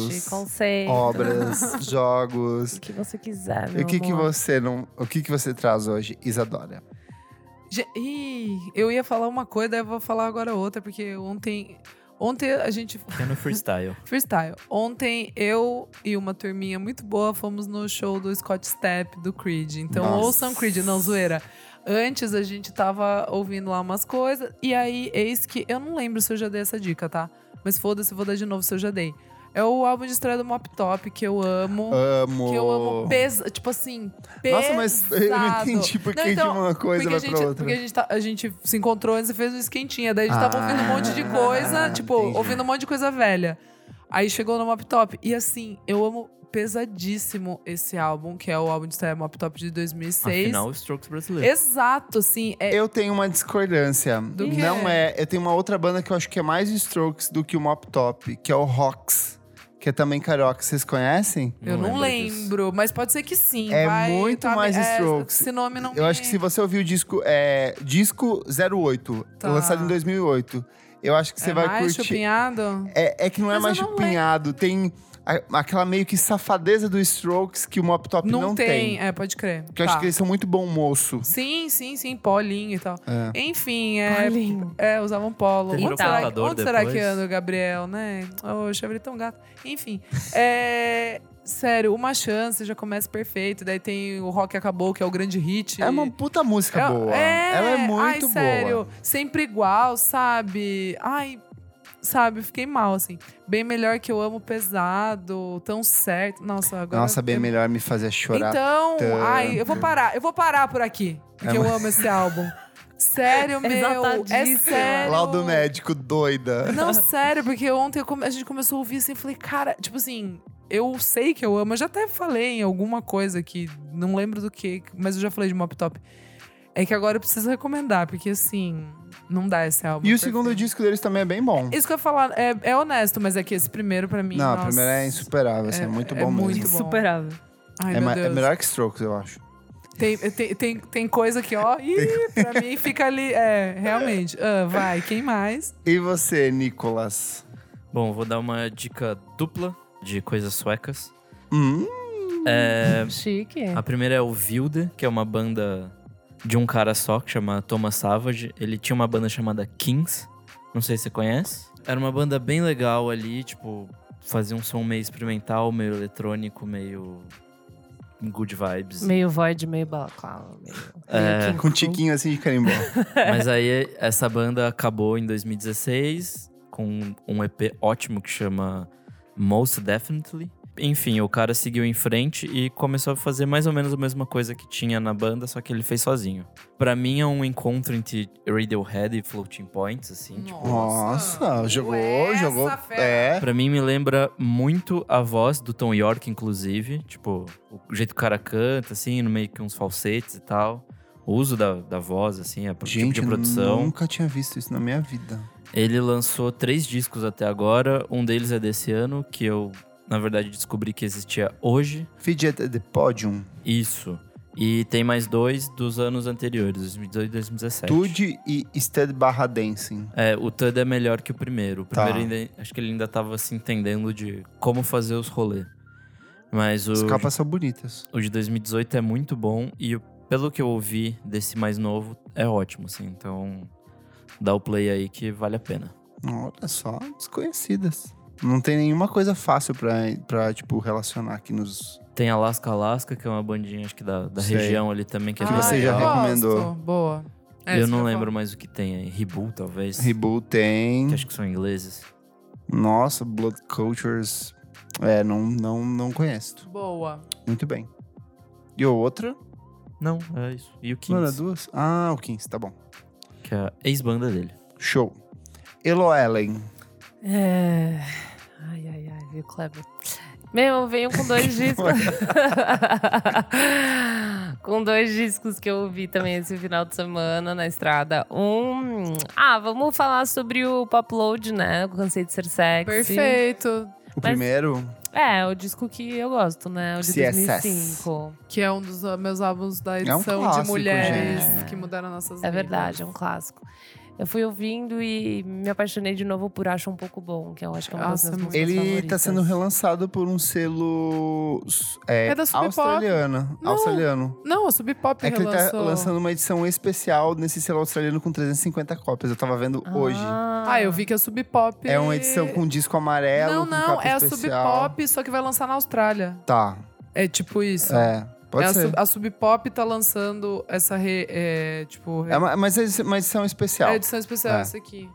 Speaker 3: ser recente. Conceitos.
Speaker 1: Obras, jogos.
Speaker 3: O que você quiser.
Speaker 1: E
Speaker 3: meu
Speaker 1: o que que
Speaker 3: amor.
Speaker 1: você não, o que que você traz hoje, Isadora?
Speaker 2: Ge- Ih, eu ia falar uma coisa, daí eu vou falar agora outra, porque ontem. Ontem a gente.
Speaker 4: Que é no freestyle.
Speaker 2: Freestyle. Ontem eu e uma turminha muito boa fomos no show do Scott Stepp do Creed. Então
Speaker 1: Nossa.
Speaker 2: ouçam Creed, não zoeira. Antes a gente tava ouvindo lá umas coisas, e aí eis que. Eu não lembro se eu já dei essa dica, tá? Mas foda-se, eu vou dar de novo se eu já dei. É o álbum de estreia do Mop Top que eu amo.
Speaker 1: Amo.
Speaker 2: Que eu amo pesa, tipo assim, pesado.
Speaker 1: Nossa, mas eu não entendi por
Speaker 2: Não,
Speaker 1: que
Speaker 2: então,
Speaker 1: de uma coisa
Speaker 2: porque a
Speaker 1: vai pra
Speaker 2: gente,
Speaker 1: outra.
Speaker 2: Porque a gente, tá- a gente se encontrou antes e fez um esquentinha. Daí a gente tava
Speaker 1: Ah,
Speaker 2: ouvindo um monte de coisa, tipo,
Speaker 1: entendi.
Speaker 2: ouvindo um monte de coisa velha. Aí chegou no Mop Top. E assim, eu amo pesadíssimo esse álbum, que é o álbum de estreia Mop Top de 2006.
Speaker 4: Afinal, Strokes brasileiro.
Speaker 2: Exato, assim. É,
Speaker 1: Eu tenho uma discordância.
Speaker 2: Do quê?
Speaker 1: não é. Eu tenho uma outra banda que eu acho que é mais Strokes do que o Mop Top, que é o Rox, que é também carioca. Vocês conhecem?
Speaker 2: eu não
Speaker 4: disso.
Speaker 2: lembro, mas pode ser que sim.
Speaker 1: É
Speaker 2: vai,
Speaker 1: muito
Speaker 2: tá,
Speaker 1: mais
Speaker 2: é,
Speaker 1: Strokes.
Speaker 2: Esse nome não
Speaker 1: Eu acho que
Speaker 2: me-
Speaker 1: se você ouvir o disco é Disco 08,
Speaker 2: Tá.
Speaker 1: lançado em 2008, eu acho que você
Speaker 2: é
Speaker 1: vai
Speaker 2: mais
Speaker 1: curtir.
Speaker 2: chupinhado?
Speaker 1: É, é que não é
Speaker 2: Mas
Speaker 1: mais
Speaker 2: eu não
Speaker 1: chupinhado, tem a- aquela meio que safadeza do Strokes que o Mop Top não,
Speaker 2: Não, tem. É, pode crer.
Speaker 1: Porque eu
Speaker 2: Tá.
Speaker 1: acho que eles são muito bom moço.
Speaker 2: Sim, sim, sim, polinho e tal.
Speaker 1: É.
Speaker 2: Enfim, é,
Speaker 3: Paulinho.
Speaker 2: é, usavam polo.
Speaker 4: Você
Speaker 2: Onde,
Speaker 4: virou
Speaker 2: será, que-
Speaker 4: computador
Speaker 2: onde será
Speaker 4: depois?
Speaker 2: que anda o Gabriel, né? Oxe, ele é tão gato. Enfim, é, sério, Uma Chance já começa perfeito. Daí tem o Rock Acabou, que é o grande hit.
Speaker 1: É uma puta música
Speaker 2: Eu-
Speaker 1: boa. Ela é muito
Speaker 2: ai,
Speaker 1: boa.
Speaker 2: sério, sempre igual, sabe? Ai, sabe, fiquei mal, assim. Bem melhor que eu amo pesado, tão certo. Nossa, agora...
Speaker 1: Nossa, bem
Speaker 2: eu-
Speaker 1: melhor me fazer chorar
Speaker 2: então,
Speaker 1: tanto.
Speaker 2: ai, eu vou parar, eu vou parar por aqui, porque
Speaker 1: É,
Speaker 2: eu amo esse álbum. Sério, meu, é
Speaker 3: Exaltadíssima.
Speaker 2: sério.
Speaker 1: Laudo médico, doida.
Speaker 2: Não, sério, porque ontem eu come- a gente começou a ouvir assim, eu falei, cara, tipo assim, eu sei que eu amo. Eu já até falei em alguma coisa que não lembro do que, mas eu já falei de Mop Top. É que agora eu preciso recomendar, porque assim, não dá esse álbum.
Speaker 1: E o
Speaker 2: perfeito.
Speaker 1: segundo disco deles também é bem bom.
Speaker 2: Isso que eu ia falar, é, é honesto, mas é que esse primeiro pra mim.
Speaker 1: Não, o
Speaker 2: nossa.
Speaker 1: primeiro é insuperável, assim, é, muito
Speaker 2: é
Speaker 1: bom
Speaker 2: muito
Speaker 1: mesmo.
Speaker 2: bom.
Speaker 3: Superável.
Speaker 2: Ai,
Speaker 1: É,
Speaker 2: meu
Speaker 1: ma- é
Speaker 2: Deus.
Speaker 1: melhor que Strokes, eu acho.
Speaker 2: Tem, tem, tem, tem coisa que, ó, ih, pra mim fica ali. É, realmente. Ah, vai, quem mais?
Speaker 1: E você, Nicolas?
Speaker 4: Bom, vou dar uma dica dupla de coisas suecas.
Speaker 1: Hum,
Speaker 3: Chique.
Speaker 4: A primeira é o Vilde, que é uma banda de um cara só, que chama Thomas Savage. Ele tinha uma banda chamada Kings, não sei se você conhece. Era uma banda bem legal ali, tipo, fazia um som meio experimental, meio eletrônico, meio good vibes.
Speaker 3: Meio void, meio balaclava. Meio,
Speaker 2: É.
Speaker 3: meio King
Speaker 1: com um
Speaker 3: Kong.
Speaker 1: tiquinho assim de carimbó.
Speaker 4: Mas aí essa banda acabou em 2016 com um EP ótimo que chama Most Definitely. Enfim, o cara seguiu em frente e começou a fazer mais ou menos a mesma coisa que tinha na banda, só que ele fez sozinho. Pra mim é um encontro entre Radiohead e Floating Points, assim, tipo,
Speaker 1: Nossa, jogou,
Speaker 2: Ué,
Speaker 1: jogou.
Speaker 2: essa fera. Tipo
Speaker 1: É.
Speaker 4: Pra mim me lembra muito a voz do Tom York, inclusive. Tipo, o jeito que o cara canta, assim, no meio que uns falsetes e tal. O uso da, da voz, assim, a pro- tipo
Speaker 1: Gente,
Speaker 4: de
Speaker 1: eu
Speaker 4: produção.
Speaker 1: nunca tinha visto isso na minha vida.
Speaker 4: Ele lançou três discos até agora. Um deles é desse ano, que eu, na verdade, descobri que existia hoje.
Speaker 1: Fidget at the Podium.
Speaker 4: Isso. E tem mais dois dos anos anteriores, 2018 e 2017.
Speaker 1: Tude e Stead barra Dancing.
Speaker 4: É, o Tud é melhor que o primeiro. O
Speaker 1: Tá.
Speaker 4: primeiro ainda, acho que ele ainda tava se entendendo de como fazer os rolê. Mas o,
Speaker 1: As capas são bonitas.
Speaker 4: o de 2018 é muito bom e o- pelo que eu ouvi desse mais novo, é ótimo, assim. Então, dá o play aí que vale a pena.
Speaker 1: Olha só, desconhecidas. Não tem nenhuma coisa fácil pra, pra tipo, relacionar aqui nos...
Speaker 4: Tem Alaska Alaska, que é uma bandinha acho que da, da
Speaker 1: Sei.
Speaker 4: região ali também. Que, é
Speaker 1: Que
Speaker 4: bem
Speaker 1: você já
Speaker 4: legal.
Speaker 2: eu gosto.
Speaker 1: recomendou.
Speaker 2: Boa. Ah, É,
Speaker 4: Eu
Speaker 2: isso que
Speaker 4: não
Speaker 2: ia
Speaker 4: lembro mais o que tem aí. Ribu, talvez.
Speaker 1: Ribu tem...
Speaker 4: Que acho que são ingleses.
Speaker 1: Nossa, Blood Cultures... É, não, não, não conheço.
Speaker 2: falar. Boa.
Speaker 1: Muito bem. E a outra?
Speaker 4: Não, é isso. E o
Speaker 1: Não era
Speaker 4: Kings,
Speaker 1: duas? Ah, o 15, tá bom.
Speaker 4: que é a ex-banda dele.
Speaker 1: Show. Elo Ellen.
Speaker 3: É... Ai, ai, ai, viu, Kleber? Meu, venho com dois discos. com dois discos que eu ouvi também esse final de semana na estrada. Um. Ah, vamos falar sobre o Popload, né? Eu cansei de ser sexy.
Speaker 2: Perfeito.
Speaker 1: O
Speaker 3: Mas-
Speaker 1: primeiro...
Speaker 3: É, o disco que eu gosto, né? O de
Speaker 1: CSS.
Speaker 3: 2005.
Speaker 2: Que é um dos ah, meus álbuns da edição
Speaker 1: É um clássico,
Speaker 2: de mulheres
Speaker 1: gente.
Speaker 2: que mudaram nossas
Speaker 3: É
Speaker 2: vidas.
Speaker 3: verdade, é um clássico. Eu fui ouvindo e me apaixonei de novo por Acho Um Pouco Bom, que eu acho que é uma
Speaker 2: Nossa,
Speaker 3: das minhas músicas
Speaker 1: Ele tá
Speaker 3: favoritas.
Speaker 1: sendo relançado por um selo... É,
Speaker 2: É da Sub Pop.
Speaker 1: australiano.
Speaker 2: Não.
Speaker 1: Australiano.
Speaker 2: Não, o Sub Pop
Speaker 1: É que ele tá
Speaker 2: relançou.
Speaker 1: lançando uma edição especial nesse selo australiano com 350 cópias. Eu tava vendo hoje.
Speaker 2: Ah, eu vi que é o Sub Pop.
Speaker 1: É uma edição com disco amarelo,
Speaker 2: Não, não,
Speaker 1: com capa
Speaker 2: é a Sub
Speaker 1: especial.
Speaker 2: Pop, só que vai lançar na Austrália.
Speaker 1: Tá,
Speaker 2: É tipo isso.
Speaker 1: é. Pode
Speaker 2: É a,
Speaker 1: ser.
Speaker 2: Sub, a Sub Pop tá lançando essa re, é, tipo, re-
Speaker 1: É uma, mas é uma edição especial.
Speaker 2: é edição especial,
Speaker 1: É.
Speaker 2: essa aqui.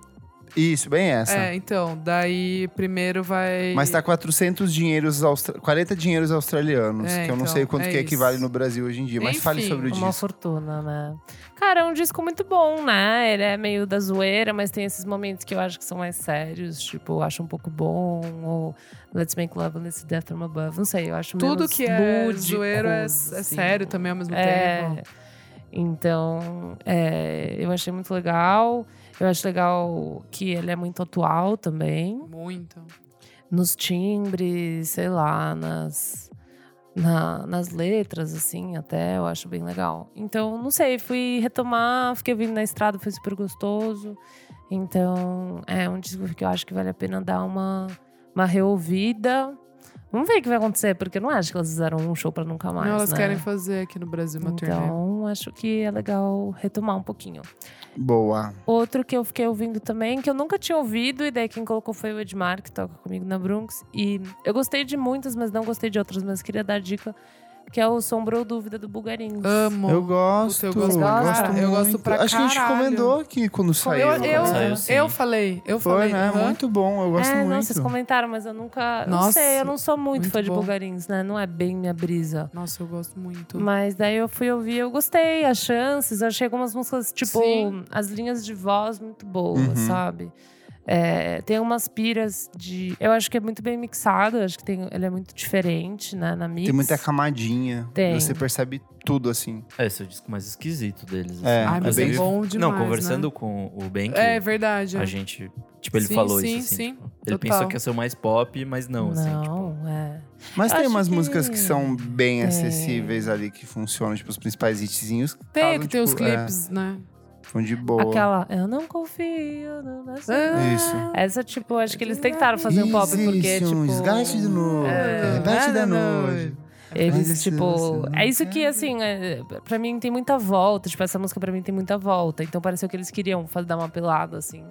Speaker 1: Isso, bem essa.
Speaker 2: É, então, daí primeiro vai.
Speaker 1: Mas tá 400 dinheiros, austra... 40 dinheiros australianos.
Speaker 2: É,
Speaker 1: que eu não
Speaker 2: então,
Speaker 1: sei quanto
Speaker 2: é
Speaker 1: que equivale
Speaker 2: isso.
Speaker 1: no Brasil hoje em dia. Mas fale
Speaker 2: Enfim,
Speaker 1: sobre o
Speaker 3: É Uma
Speaker 1: disco.
Speaker 3: fortuna, né? Cara, é um disco muito bom, né? Ele é meio da zoeira, mas tem esses momentos que eu acho que são mais sérios, tipo, eu acho um pouco bom, ou Let's Make Love Let's Death from Above, não sei, eu acho
Speaker 2: Tudo
Speaker 3: menos
Speaker 2: que é
Speaker 3: lúdico,
Speaker 2: zoeiro é, é
Speaker 3: assim.
Speaker 2: sério também ao mesmo tempo.
Speaker 3: É. Então, é, eu achei muito legal. Eu acho legal que ele é muito atual também
Speaker 2: Muito.
Speaker 3: nos timbres, sei lá, nas, na- nas letras, assim, até eu acho bem legal. Então, não sei, fui retomar, fiquei vindo na estrada, foi super gostoso. Então, é um disco que eu acho que vale a pena dar uma, uma reouvida. Vamos ver o que vai acontecer, porque eu não acho que elas fizeram um show pra nunca mais.
Speaker 2: não, elas
Speaker 3: né?
Speaker 2: querem fazer aqui no Brasil uma turnê.
Speaker 3: Então, acho que é legal retomar um pouquinho.
Speaker 1: Boa.
Speaker 3: Outro que eu fiquei ouvindo também, que eu nunca tinha ouvido, e daí quem colocou foi o Edmar, que toca comigo na Bronx. E eu gostei de muitas, mas não gostei de outras, mas queria dar dica, que é o Sombrou Dúvida do Bugarinhos.
Speaker 2: Amo.
Speaker 1: Eu gosto.
Speaker 2: eu gosto
Speaker 3: pra
Speaker 1: gosto
Speaker 3: caralho.
Speaker 2: Eu gosto
Speaker 1: muito.
Speaker 2: pra
Speaker 1: Acho que a gente
Speaker 2: caralho.
Speaker 1: recomendou aqui quando saiu.
Speaker 2: eu, eu,
Speaker 4: Saiu
Speaker 2: eu
Speaker 4: sim.
Speaker 2: falei, eu
Speaker 1: assim. Foi,
Speaker 2: falei.
Speaker 1: né?
Speaker 2: aham.
Speaker 1: Muito bom. Eu gosto
Speaker 3: é,
Speaker 1: muito.
Speaker 3: não, vocês comentaram, mas eu nunca. eu não
Speaker 2: Nossa,
Speaker 3: sei, eu não sou muito,
Speaker 2: muito
Speaker 3: fã de
Speaker 2: bom.
Speaker 3: Bugarins, né? Não é bem minha brisa.
Speaker 2: Nossa, eu gosto muito.
Speaker 3: Mas daí eu fui ouvir, eu gostei, as chances, eu achei algumas músicas, tipo,
Speaker 2: Sim.
Speaker 3: as linhas de voz muito boas,
Speaker 1: Uhum.
Speaker 3: sabe? É, tem umas pilhas de. Eu acho que é muito bem mixado, eu acho que tem, ele é muito diferente né, na mix.
Speaker 1: Tem muita camadinha.
Speaker 3: Tem.
Speaker 1: Você percebe tudo, assim.
Speaker 4: É, esse é o disco mais esquisito deles.
Speaker 1: É.
Speaker 4: assim.
Speaker 2: Ai, mas
Speaker 1: é
Speaker 2: é
Speaker 1: bem-
Speaker 2: bom demais,
Speaker 4: Não, conversando
Speaker 2: né?
Speaker 4: com o Ben, que
Speaker 2: É verdade.
Speaker 4: a gente. Tipo, ele
Speaker 2: Sim,
Speaker 4: falou
Speaker 2: sim,
Speaker 4: isso. Assim,
Speaker 2: sim,
Speaker 4: tipo, ele
Speaker 2: total.
Speaker 4: pensou que ia ser o mais pop, mas não, assim. Tipo,
Speaker 3: Não, é.
Speaker 1: Mas
Speaker 3: Eu
Speaker 1: tem
Speaker 3: acho
Speaker 1: umas
Speaker 3: que- é.
Speaker 1: músicas que são bem
Speaker 3: Tem.
Speaker 1: acessíveis ali, que funcionam, tipo, os principais hitzinhos.
Speaker 2: Tem
Speaker 1: causam,
Speaker 2: que ter os
Speaker 1: tipo, é,
Speaker 2: clipes, né?
Speaker 1: São de boa. Ah.
Speaker 3: Aquela. Eu não confio no meu
Speaker 1: Isso.
Speaker 3: Essa, tipo, acho que eles tentaram fazer um pop, porque,
Speaker 1: Existe
Speaker 3: tipo.
Speaker 1: um desgaste de novo.
Speaker 3: É.
Speaker 1: É, bate da
Speaker 2: Ah, não,
Speaker 1: noite. Mas
Speaker 3: Eles,
Speaker 1: isso
Speaker 3: tipo.
Speaker 1: você não
Speaker 3: É isso que,
Speaker 1: quer.
Speaker 3: assim, é, pra mim tem muita volta. Tipo, essa música pra mim tem muita volta. Então pareceu que eles queriam fa- dar uma pelada, assim.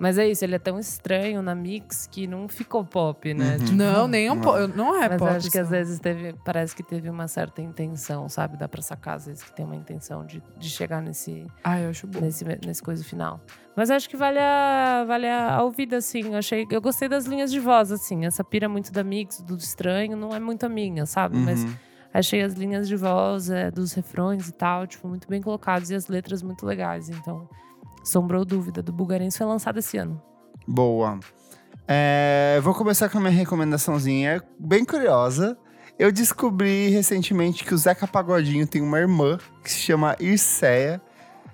Speaker 3: Mas é isso, ele é tão estranho na mix que não ficou pop, né?
Speaker 1: Uhum.
Speaker 3: Tipo,
Speaker 2: Não, nem um
Speaker 1: Não.
Speaker 2: po- eu- Não é
Speaker 3: mas
Speaker 2: pop.
Speaker 3: acho que às
Speaker 2: isso.
Speaker 3: vezes teve, parece que teve uma certa intenção, sabe? Dá pra sacar, às vezes, que tem uma intenção de, de chegar nesse,
Speaker 2: Ai, eu acho bom.
Speaker 3: nesse, nesse coisa final. Mas eu acho que vale a, vale a, a ouvida, assim. Eu, achei, eu gostei das linhas de voz, assim. Essa pira muito da mix, do estranho, não é muito a minha, sabe? Mas
Speaker 1: Uhum.
Speaker 3: achei as linhas de voz é, dos refrões e tal, tipo, muito bem colocados e as letras muito legais. Então, Sombrou Dúvida, do Bulgarins, foi lançado esse ano.
Speaker 1: Boa. É, vou começar com a minha recomendaçãozinha, bem curiosa. Eu descobri recentemente que o Zeca Pagodinho tem uma irmã que se chama Irceia.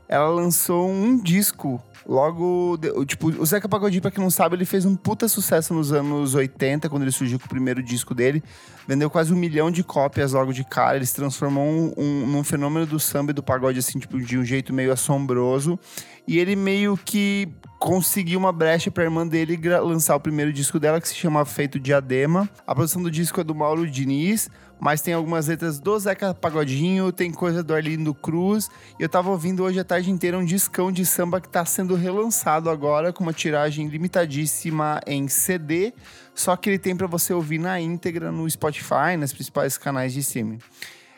Speaker 1: Ela lançou um disco logo. de- o- tipo, o Zeca Pagodinho, pra quem não sabe, ele fez um puta sucesso nos anos 80, quando ele surgiu com o primeiro disco dele. Vendeu quase um milhão de cópias logo de cara. Ele se transformou um, um- num fenômeno do samba e do pagode, assim, tipo, de um jeito meio assombroso. E ele meio que conseguiu uma brecha pra irmã dele gra- lançar o primeiro disco dela, que se chama Feito Diadema. A produção do disco é do Mauro Diniz, mas tem algumas letras do Zeca Pagodinho, tem coisa do Arlindo Cruz. E eu tava ouvindo hoje a tarde inteira um discão de samba que tá sendo relançado agora, com uma tiragem limitadíssima em CD, só que ele tem pra você ouvir na íntegra no Spotify, nos principais canais de streaming.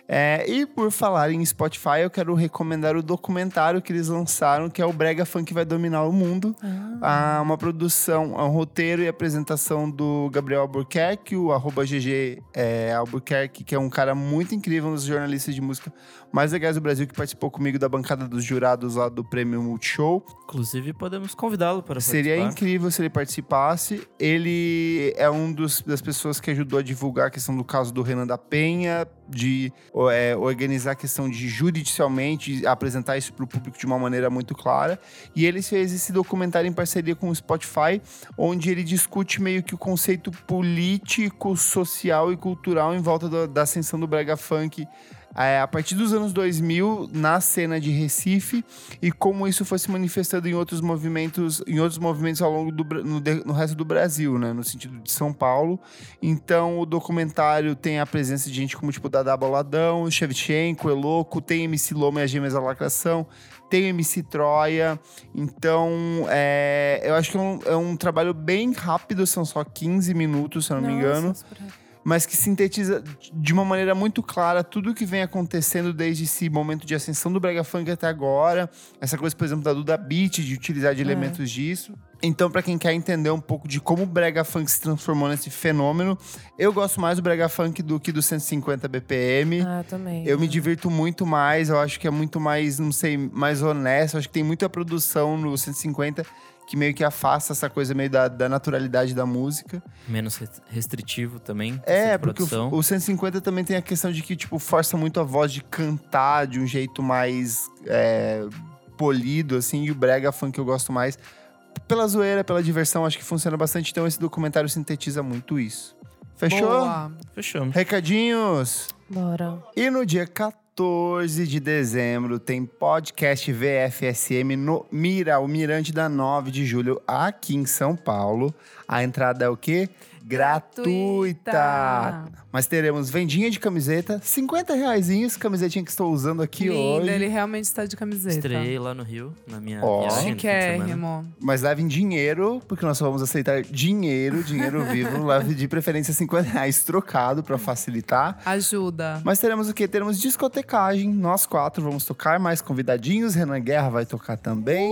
Speaker 1: É, e por falar em Spotify, eu quero recomendar o documentário que eles lançaram, que é o Brega Funk Vai Dominar o Mundo. Ah, uma produção, um roteiro e apresentação do Gabriel Albuquerque, o arroba GG é, Albuquerque, que é um cara muito incrível, um dos jornalistas de música mais legais do Brasil, que participou comigo da bancada dos jurados lá do Prêmio Multishow.
Speaker 4: Inclusive, podemos convidá-lo para
Speaker 1: Seria
Speaker 4: participar.
Speaker 1: incrível se ele participasse. Ele é um dos, das pessoas que ajudou a divulgar a questão do caso do Renan da Penha, de ó, é, organizar a questão de judicialmente, de apresentar isso para o público de uma maneira muito clara. E ele fez esse documentário em parceria com o Spotify, onde ele discute meio que o conceito político, social e cultural em volta da, da ascensão do brega funk. é, a partir dos anos 2000, na cena de Recife, e como isso foi se manifestando em outros movimentos, em outros movimentos ao longo do Bra- no, de- no resto do Brasil, né, no sentido de São Paulo. Então o documentário tem a presença de gente como tipo Dada Boladão, Shevchenko, Eloco, tem MC Loma e as Gêmeas da Lacração, tem MC Troia. Então é, eu acho que é um, é um trabalho bem rápido, são só 15 minutos, se eu não me engano mas que sintetiza de uma maneira muito clara tudo o que vem acontecendo desde esse momento de ascensão do Brega Funk até agora. Essa coisa, por exemplo, da Duda Beat, de utilizar de elementos disso. Então, pra quem quer entender um pouco de como o Brega Funk se transformou nesse fenômeno, eu gosto mais do Brega Funk do que do 150 BPM.
Speaker 3: Ah, eu também.
Speaker 1: Eu me divirto muito mais, eu acho que é muito mais, não sei, mais honesto. Eu Acho que tem muita produção no 150 que meio que afasta essa coisa meio da- da naturalidade da música.
Speaker 4: Menos re- restritivo também.
Speaker 1: É,
Speaker 4: essa
Speaker 1: porque
Speaker 4: produção.
Speaker 1: o, o 150 também tem a questão de que, tipo, força muito a voz de cantar de um jeito mais é, polido, assim, e o brega funk eu gosto mais. Pela zoeira, pela diversão, acho que funciona bastante. Então, esse documentário sintetiza muito isso. Fechou?
Speaker 2: Boa.
Speaker 4: Fechamos.
Speaker 1: Recadinhos!
Speaker 3: Bora.
Speaker 1: E no dia 14 de dezembro tem podcast VFSM no Mira, o Mirante da 9 de julho, aqui em São Paulo. A entrada é o quê? Gratuita!
Speaker 2: tá.
Speaker 1: Mas teremos vendinha de camiseta, 50 reaisinhos, camisetinha que estou usando aqui
Speaker 2: Que lindo,
Speaker 1: hoje.
Speaker 2: ele realmente está de camiseta.
Speaker 4: Estreiei lá no Rio, na minha
Speaker 1: Ó.
Speaker 4: viagem no fim de semana.
Speaker 2: Chiquérrimo.
Speaker 1: Mas leve em dinheiro, porque nós só vamos aceitar dinheiro, dinheiro vivo. leve de preferência 50 reais trocado para facilitar.
Speaker 2: Ajuda.
Speaker 1: Mas teremos o quê? Teremos discotecagem. Nós quatro vamos tocar, mais convidadinhos. Renan Guerra vai tocar também.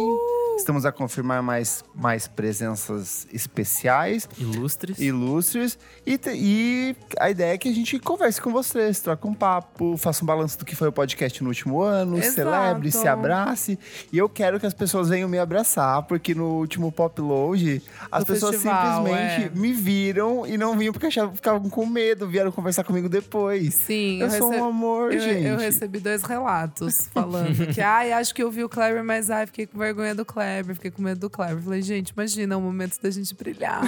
Speaker 1: Estamos a confirmar mais, mais presenças especiais,
Speaker 4: Ilustres.
Speaker 1: ilustres. E, te- e a ideia é que a gente converse com vocês, troque um papo, faça um balanço do que foi o podcast no último ano,
Speaker 2: Exato.
Speaker 1: celebre, se abrace. E eu quero que as pessoas venham me abraçar, porque no último Pop Load, as
Speaker 2: Do
Speaker 1: pessoas
Speaker 2: festival,
Speaker 1: simplesmente
Speaker 2: é.
Speaker 1: me viram e não vinham porque achavam, ficavam com medo, vieram conversar comigo depois.
Speaker 2: Sim,
Speaker 1: eu, sou
Speaker 2: rece-
Speaker 1: um amor,
Speaker 2: eu-
Speaker 1: gente.
Speaker 2: eu recebi dois relatos falando que, ai, acho que eu vi o Kleber, mas ai, fiquei com vergonha do Kleber, fiquei com medo do Kleber. Falei, gente, imagina, é o momento da gente brilhar.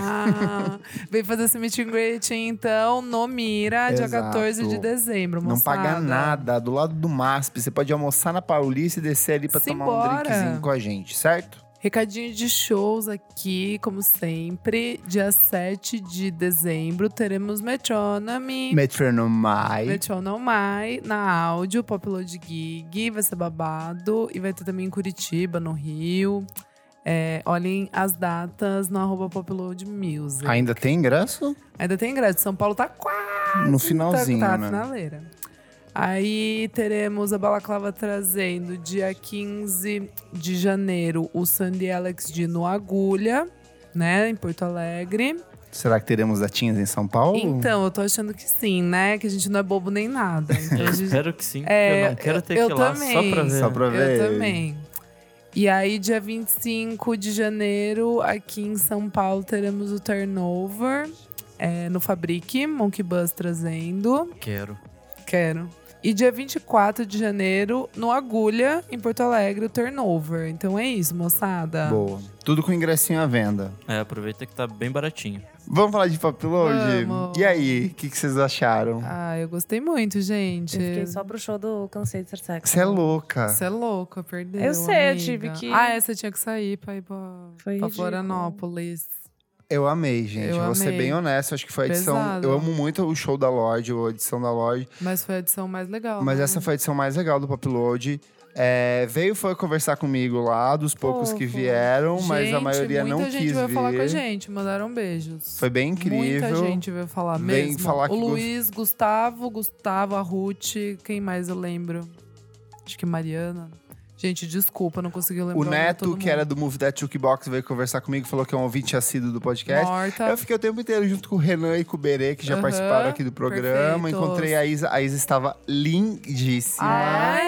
Speaker 2: Vem fazer esse meet and greet, então, no Mira, dia
Speaker 1: Exato.
Speaker 2: 14 de dezembro.
Speaker 1: Não
Speaker 2: moçada.
Speaker 1: paga nada, do lado do MASP. Você pode almoçar na Paulista e descer ali pra tomar um
Speaker 2: Simbora.
Speaker 1: drinkzinho com a gente, certo?
Speaker 2: Recadinho de shows aqui, como sempre. Dia 7 de dezembro teremos Metronomy.
Speaker 1: Metronomai.
Speaker 2: Metronom Mai na áudio, Popload Gig, vai ser babado. E vai ter também em Curitiba, no Rio. É, olhem as datas no arroba Popload Music.
Speaker 1: Ainda tem ingresso?
Speaker 2: Ainda tem ingresso, São Paulo tá quase.
Speaker 1: No finalzinho,
Speaker 2: tá, tá
Speaker 1: né?
Speaker 2: na finaleira. Aí teremos a Balaclava trazendo dia 15 de janeiro o Sandy Alex de No Agulha, né, em Porto Alegre.
Speaker 1: Será que teremos datinhas em São Paulo?
Speaker 2: Então, eu tô achando que sim, né, que a gente não é bobo nem nada. Então,
Speaker 4: Eu
Speaker 2: a gente
Speaker 4: espero que sim, porque
Speaker 2: É,
Speaker 4: eu não quero ter
Speaker 2: eu
Speaker 4: que ir lá só
Speaker 2: também.
Speaker 4: pra ver.
Speaker 1: Só pra ver.
Speaker 2: Eu também. E aí, dia 25 de janeiro, aqui em São Paulo, teremos o Turnover é, no Fabric, Monkey Bus trazendo.
Speaker 4: Quero.
Speaker 2: Quero. E dia 24 de janeiro, no Agulha, em Porto Alegre, o Turnover. Então é isso, moçada.
Speaker 1: Boa. Tudo com ingressinho à venda.
Speaker 4: É, aproveita que tá bem baratinho.
Speaker 1: Vamos falar de Papilode?
Speaker 2: Vamos.
Speaker 1: E aí, o que, que vocês acharam?
Speaker 2: Ah, eu gostei muito, gente.
Speaker 3: Eu fiquei só pro show do Cansei de Ser Sexy.
Speaker 1: Você é louca.
Speaker 2: Você é louca, perdeu.
Speaker 3: Eu sei, eu
Speaker 2: amiga.
Speaker 3: tive que-
Speaker 2: Ah, é, você tinha que sair pra ir pra,
Speaker 3: Foi
Speaker 2: pra
Speaker 3: ridículo.
Speaker 2: Florianópolis.
Speaker 1: Eu amei, gente.
Speaker 2: é Eu
Speaker 1: Vou ser
Speaker 2: amei.
Speaker 1: bem honesto. Acho que foi a edição.
Speaker 2: Pesado.
Speaker 1: Eu amo muito o show da Lorde, a edição da Lorde.
Speaker 2: Mas foi a edição mais legal.
Speaker 1: Mas
Speaker 2: né?
Speaker 1: essa foi a edição mais legal do Popload. É, veio foi conversar comigo lá, dos poucos que
Speaker 3: Fofo.
Speaker 1: vieram, mas a
Speaker 2: Gente,
Speaker 1: maioria não
Speaker 2: muita
Speaker 1: quis
Speaker 2: gente veio
Speaker 1: vir.
Speaker 2: falar com a gente, mandaram beijos.
Speaker 1: Foi bem incrível.
Speaker 2: Muita gente veio falar
Speaker 1: Vem
Speaker 2: mesmo.
Speaker 1: falar que
Speaker 2: o
Speaker 1: gost-
Speaker 2: Luiz, Gustavo, Gustavo, a Ruth, quem mais eu lembro? Acho que Mariana. Gente, desculpa, não consegui lembrar.
Speaker 1: O
Speaker 2: nome de
Speaker 1: Neto,
Speaker 2: todo
Speaker 1: que
Speaker 2: mundo.
Speaker 1: era do Move That Jukebox, veio conversar comigo, falou que é um ouvinte assíduo do podcast.
Speaker 2: Morta.
Speaker 1: Eu fiquei o tempo inteiro junto com o Renan e com o Berê, que já
Speaker 2: Aham,
Speaker 1: participaram aqui do programa.
Speaker 2: perfeitos.
Speaker 1: Encontrei a Isa. A Isa estava lindíssima.
Speaker 2: Ai,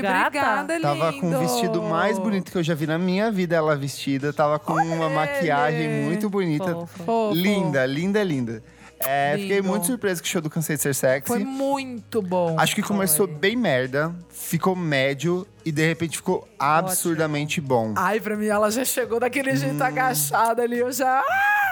Speaker 3: Ai, gata.
Speaker 2: obrigada,
Speaker 1: assim, "Ah, Tava
Speaker 2: Ah, lindo.
Speaker 1: com o vestido mais bonito que eu já vi na minha vida, ela vestida. Tava com uma maquiagem muito bonita.
Speaker 3: Fofa.
Speaker 2: Fofo.
Speaker 1: Linda, linda, linda. É,
Speaker 2: Lindo.
Speaker 1: fiquei muito surpreso com o show do Cansei de Ser Sexy.
Speaker 2: Foi muito bom.
Speaker 1: Acho que começou bem merda, ficou médio e de repente ficou absurdamente bom.
Speaker 2: Ai, pra mim ela já chegou daquele
Speaker 1: Hum.
Speaker 2: jeito agachada ali, eu já.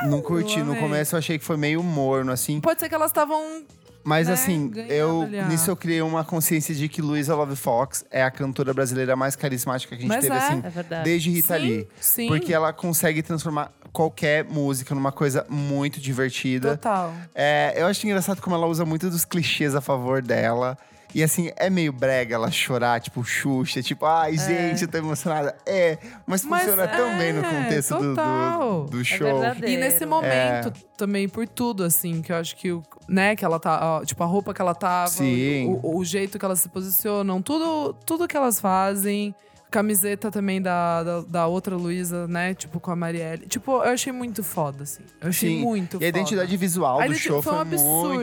Speaker 1: não curti.
Speaker 2: eu
Speaker 1: No
Speaker 2: amei.
Speaker 1: começo eu achei que foi meio morno, assim.
Speaker 2: Pode ser que elas estavam
Speaker 1: Mas
Speaker 2: né,
Speaker 1: assim,
Speaker 2: ganhando
Speaker 1: eu
Speaker 2: ali a-
Speaker 1: nisso eu criei uma consciência de que Luísa Love Fox é a cantora brasileira mais carismática que a gente
Speaker 2: Mas
Speaker 1: teve,
Speaker 2: é.
Speaker 1: assim,
Speaker 3: É verdade.
Speaker 1: desde Rita
Speaker 2: sim,
Speaker 1: Lee.
Speaker 2: Sim.
Speaker 1: Porque ela consegue transformar qualquer música numa coisa muito divertida.
Speaker 2: Total.
Speaker 1: É, eu acho engraçado como ela usa muito dos clichês a favor dela. E assim, é meio brega ela chorar, tipo, Xuxa, tipo, ai, gente, eu tô emocionada. É, mas,
Speaker 2: É. Mas
Speaker 1: funciona tão
Speaker 2: é,
Speaker 1: bem no contexto do, do,
Speaker 2: total. É
Speaker 1: do show.
Speaker 3: verdadeiro.
Speaker 2: E nesse
Speaker 1: É.
Speaker 2: momento também, por tudo, assim, que eu acho que, o- né, que ela tá, ó, tipo, a roupa que ela tava,
Speaker 1: Sim.
Speaker 2: O, o jeito que elas se posicionam, tudo, tudo que elas fazem. Camiseta também da, da, da outra Luísa, né? Tipo, com a Marielle. Tipo, eu achei muito foda, assim. Eu achei
Speaker 1: Sim,
Speaker 2: muito
Speaker 1: e
Speaker 2: foda.
Speaker 1: a identidade visual
Speaker 2: A
Speaker 1: do
Speaker 2: identi-
Speaker 1: show foi,
Speaker 2: um
Speaker 1: muito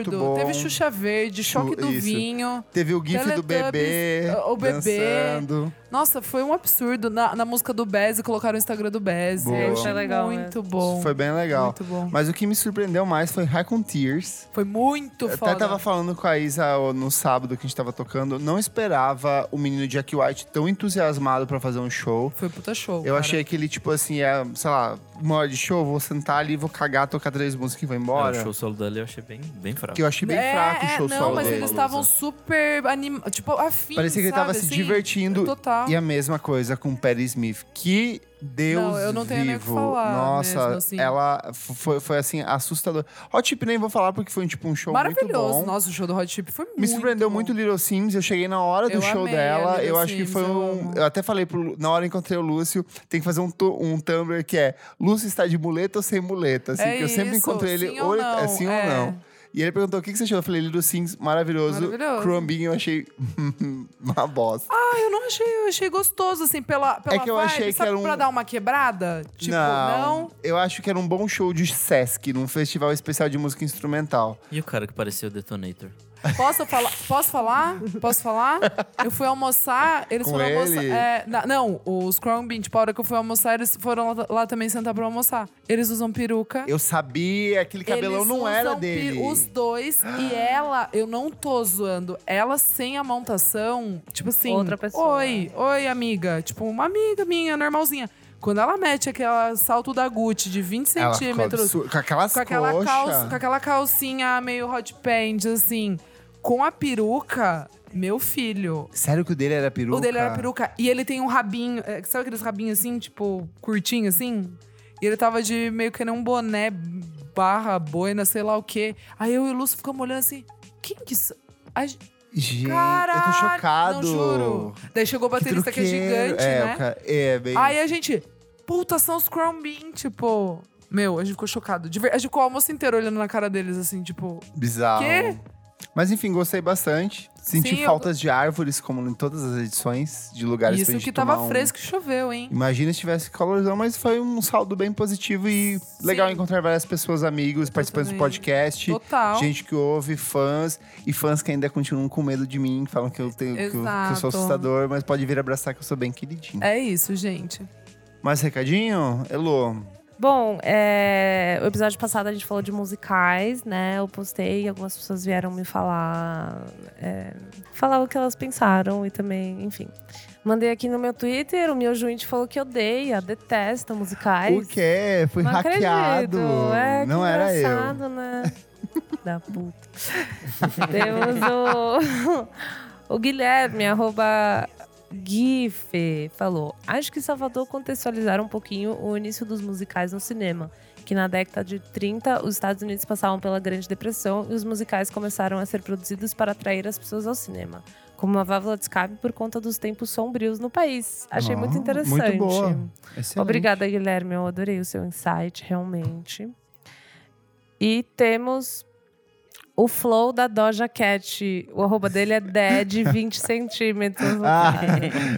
Speaker 2: absurdo.
Speaker 1: bom.
Speaker 2: Teve Xuxa Verde, Choque do
Speaker 1: isso.
Speaker 2: Vinho.
Speaker 1: Teve o gif do
Speaker 2: Teletubbies,
Speaker 1: bebê,
Speaker 2: o bebê.
Speaker 1: dançando.
Speaker 2: Nossa, foi um absurdo. Na, na música do Bez, colocaram o Instagram do Bez.
Speaker 1: Boa.
Speaker 2: Eu
Speaker 1: Isso
Speaker 2: achei
Speaker 3: é legal
Speaker 2: muito
Speaker 1: Isso
Speaker 2: bom.
Speaker 1: Foi bem legal.
Speaker 2: Muito bom.
Speaker 1: Mas o que me surpreendeu mais foi High on Tears.
Speaker 2: Foi muito
Speaker 1: Eu
Speaker 2: foda.
Speaker 1: Até tava falando com a Isa ó, no sábado que a gente tava tocando. Não esperava o menino Jack White tão entusiasmado pra fazer um show.
Speaker 2: Foi puta show.
Speaker 1: Eu
Speaker 2: cara.
Speaker 1: achei que ele, tipo assim, é, sei lá, uma hora de show, vou sentar ali, vou cagar, tocar três músicas e vou embora.
Speaker 4: É, o show solo dali eu achei bem, bem fraco.
Speaker 1: Que eu achei bem
Speaker 2: É,
Speaker 1: fraco o show
Speaker 2: é, não,
Speaker 1: solo
Speaker 2: mas
Speaker 1: dele.
Speaker 2: eles estavam super animados. Tipo, afim.
Speaker 1: Parecia que ele tava
Speaker 2: sabe,
Speaker 1: se
Speaker 2: assim?
Speaker 1: divertindo.
Speaker 2: Total.
Speaker 1: E a mesma coisa com Perry Smith. Que Deus
Speaker 2: Não, eu não tenho nem o que
Speaker 1: vivo.
Speaker 2: falar
Speaker 1: Nossa,
Speaker 2: mesmo, assim.
Speaker 1: ela f- foi, foi assim, assustador. Hot Chip nem vou falar porque foi tipo, um show muito
Speaker 2: Maravilhoso.
Speaker 1: bom.
Speaker 2: Nossa, o show do Hot Chip foi muito.
Speaker 1: Me surpreendeu
Speaker 2: bom.
Speaker 1: muito Little Sims. Eu cheguei na hora do
Speaker 2: Eu
Speaker 1: show
Speaker 2: amei a
Speaker 1: dela.
Speaker 2: Little
Speaker 1: Eu acho que
Speaker 2: Sims,
Speaker 1: foi
Speaker 2: eu
Speaker 1: um.
Speaker 2: amo.
Speaker 1: Eu até falei pro. Lu- Na hora eu encontrei o Lúcio. Tem que fazer um, tu- um Tumblr que é Lúcio está de muleta ou sem muleta? Assim,
Speaker 2: É
Speaker 1: que eu sempre
Speaker 2: isso,
Speaker 1: encontrei ele.
Speaker 2: sim ou
Speaker 1: é
Speaker 2: não,
Speaker 1: sim ou
Speaker 2: é.
Speaker 1: não. E ele perguntou o que que você achou. Eu falei, Little Things, maravilhoso.
Speaker 2: Maravilhoso.
Speaker 1: Crumbing, eu achei uma bosta.
Speaker 2: Ah, eu não achei, eu achei gostoso, assim, pela, pela
Speaker 1: É que eu
Speaker 2: vibe.
Speaker 1: achei que
Speaker 2: Sabe
Speaker 1: era um-
Speaker 2: pra dar uma quebrada? Tipo, não.
Speaker 1: Eu acho que era um bom show de Sesc, num festival especial de música instrumental.
Speaker 4: E o cara que parecia o Detonator?
Speaker 2: Posso falar? Posso falar? Posso falar? Eu fui almoçar, eles
Speaker 1: Com
Speaker 2: foram almoçar.
Speaker 1: ele?
Speaker 2: é, na- não, os Crown Bean, tipo, a hora que eu fui almoçar, eles foram lá, lá também sentar pra almoçar. Eles usam peruca.
Speaker 1: Eu sabia, aquele cabelão
Speaker 2: Ah. Eles
Speaker 1: não
Speaker 2: usam
Speaker 1: era
Speaker 2: pi-
Speaker 1: dele.
Speaker 2: Os dois. e ela, eu não tô zoando. Ela sem a montação, tipo assim.
Speaker 3: Outra pessoa. é."
Speaker 2: Oi, oi, amiga. Tipo, uma amiga minha, normalzinha. Quando ela mete aquele salto da Gucci de 20
Speaker 1: Ela ficou
Speaker 2: centímetros
Speaker 1: absurda, Com aquelas
Speaker 2: com aquela,
Speaker 1: coxas.
Speaker 2: calça, com aquela calcinha meio hot pants, assim, com a peruca, meu filho.
Speaker 1: Sério que o dele era peruca?
Speaker 2: O dele era peruca. E ele tem um rabinho, é, sabe aqueles rabinhos assim, tipo, curtinho assim? E ele tava de meio que nem um boné barra boina, sei lá o quê. Aí eu e o Lúcio ficamos olhando assim, quem que isso? Ai,
Speaker 1: Gente,
Speaker 2: caralho!
Speaker 1: eu tô chocado.
Speaker 2: Não, juro. Daí chegou o baterista que, é
Speaker 1: truqueiro.
Speaker 2: gigante,
Speaker 1: é,
Speaker 2: né?
Speaker 1: o ca- É, bem...
Speaker 2: Aí a gente, puta, são os Crown Bean, tipo. Meu, a gente ficou chocado. De ver- A gente ficou o almoço inteiro olhando na cara deles, assim, tipo.
Speaker 1: Bizarro.
Speaker 2: Quê?
Speaker 1: Mas enfim, gostei bastante. Senti
Speaker 2: Sim, eu-
Speaker 1: faltas de árvores, como em todas as edições, de lugares pra
Speaker 2: Isso
Speaker 1: gente
Speaker 2: que tava
Speaker 1: tomar um-
Speaker 2: fresco e choveu, hein?
Speaker 1: Imagina se tivesse colorzão, mas foi um saldo bem positivo e legal encontrar várias pessoas, amigos, participantes do
Speaker 2: Exatamente.
Speaker 1: podcast.
Speaker 2: Total.
Speaker 1: Gente que ouve, fãs, e fãs que ainda continuam com medo de mim, que falam que eu tenho que eu, que eu
Speaker 2: Exato.
Speaker 1: sou assustador, mas pode vir abraçar que eu sou bem queridinho.
Speaker 2: É isso, gente.
Speaker 1: Mais recadinho? Elô,
Speaker 3: Bom, é, o episódio passado a gente falou de musicais, né? Eu postei, algumas pessoas vieram me falar, é, falar o que elas pensaram e também, enfim. Mandei aqui no meu Twitter, o meu juíte falou que odeia, detesta musicais.
Speaker 1: o quê? Fui
Speaker 3: É Não acredito.
Speaker 1: hackeado.
Speaker 3: É,
Speaker 1: Não
Speaker 3: que
Speaker 1: era eu.
Speaker 3: engraçado, né? da puta. Temos o, o Guilherme, arroba Gife, falou. Acho que Salvador contextualizaram um pouquinho o início dos musicais no cinema. Que na década de 30, os Estados Unidos passavam pela Grande Depressão e os musicais começaram a ser produzidos para atrair as pessoas ao cinema. Como uma válvula de escape por conta dos tempos sombrios no país. Achei
Speaker 1: Ah,
Speaker 3: muito
Speaker 1: muito
Speaker 3: interessante.
Speaker 1: boa. Excelente.
Speaker 3: Obrigada, Guilherme. Eu adorei o seu insight, realmente. E temos o flow da Doja Cat. O arroba dele é dead 20 centímetros.
Speaker 1: Ah,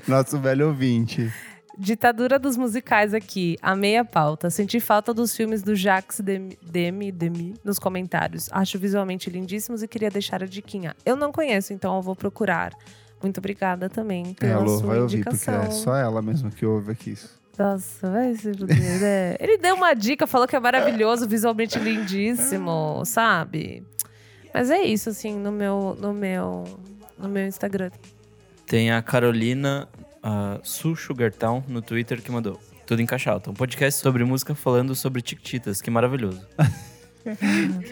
Speaker 1: nosso velho ouvinte.
Speaker 3: Ditadura dos musicais aqui. Amei a pauta. Senti falta dos filmes do Jax Demi, Demi, Demi nos comentários. Acho visualmente lindíssimos e queria deixar a diquinha. Eu não conheço, então eu vou procurar. Muito obrigada também pela
Speaker 1: Elô,
Speaker 3: sua
Speaker 1: vai ouvir, porque
Speaker 3: indicação.
Speaker 1: é só ela mesmo que ouve aqui isso.
Speaker 3: Nossa, vai se fuder, né? Ele deu uma dica, falou que é maravilhoso, visualmente lindíssimo, sabe? Mas é isso, assim, no meu, no meu, no meu Instagram.
Speaker 4: Tem a Carolina a Su Sugartown no Twitter que mandou. Tudo em caixa alta. Um podcast sobre música falando sobre Tiquititas. Que maravilhoso.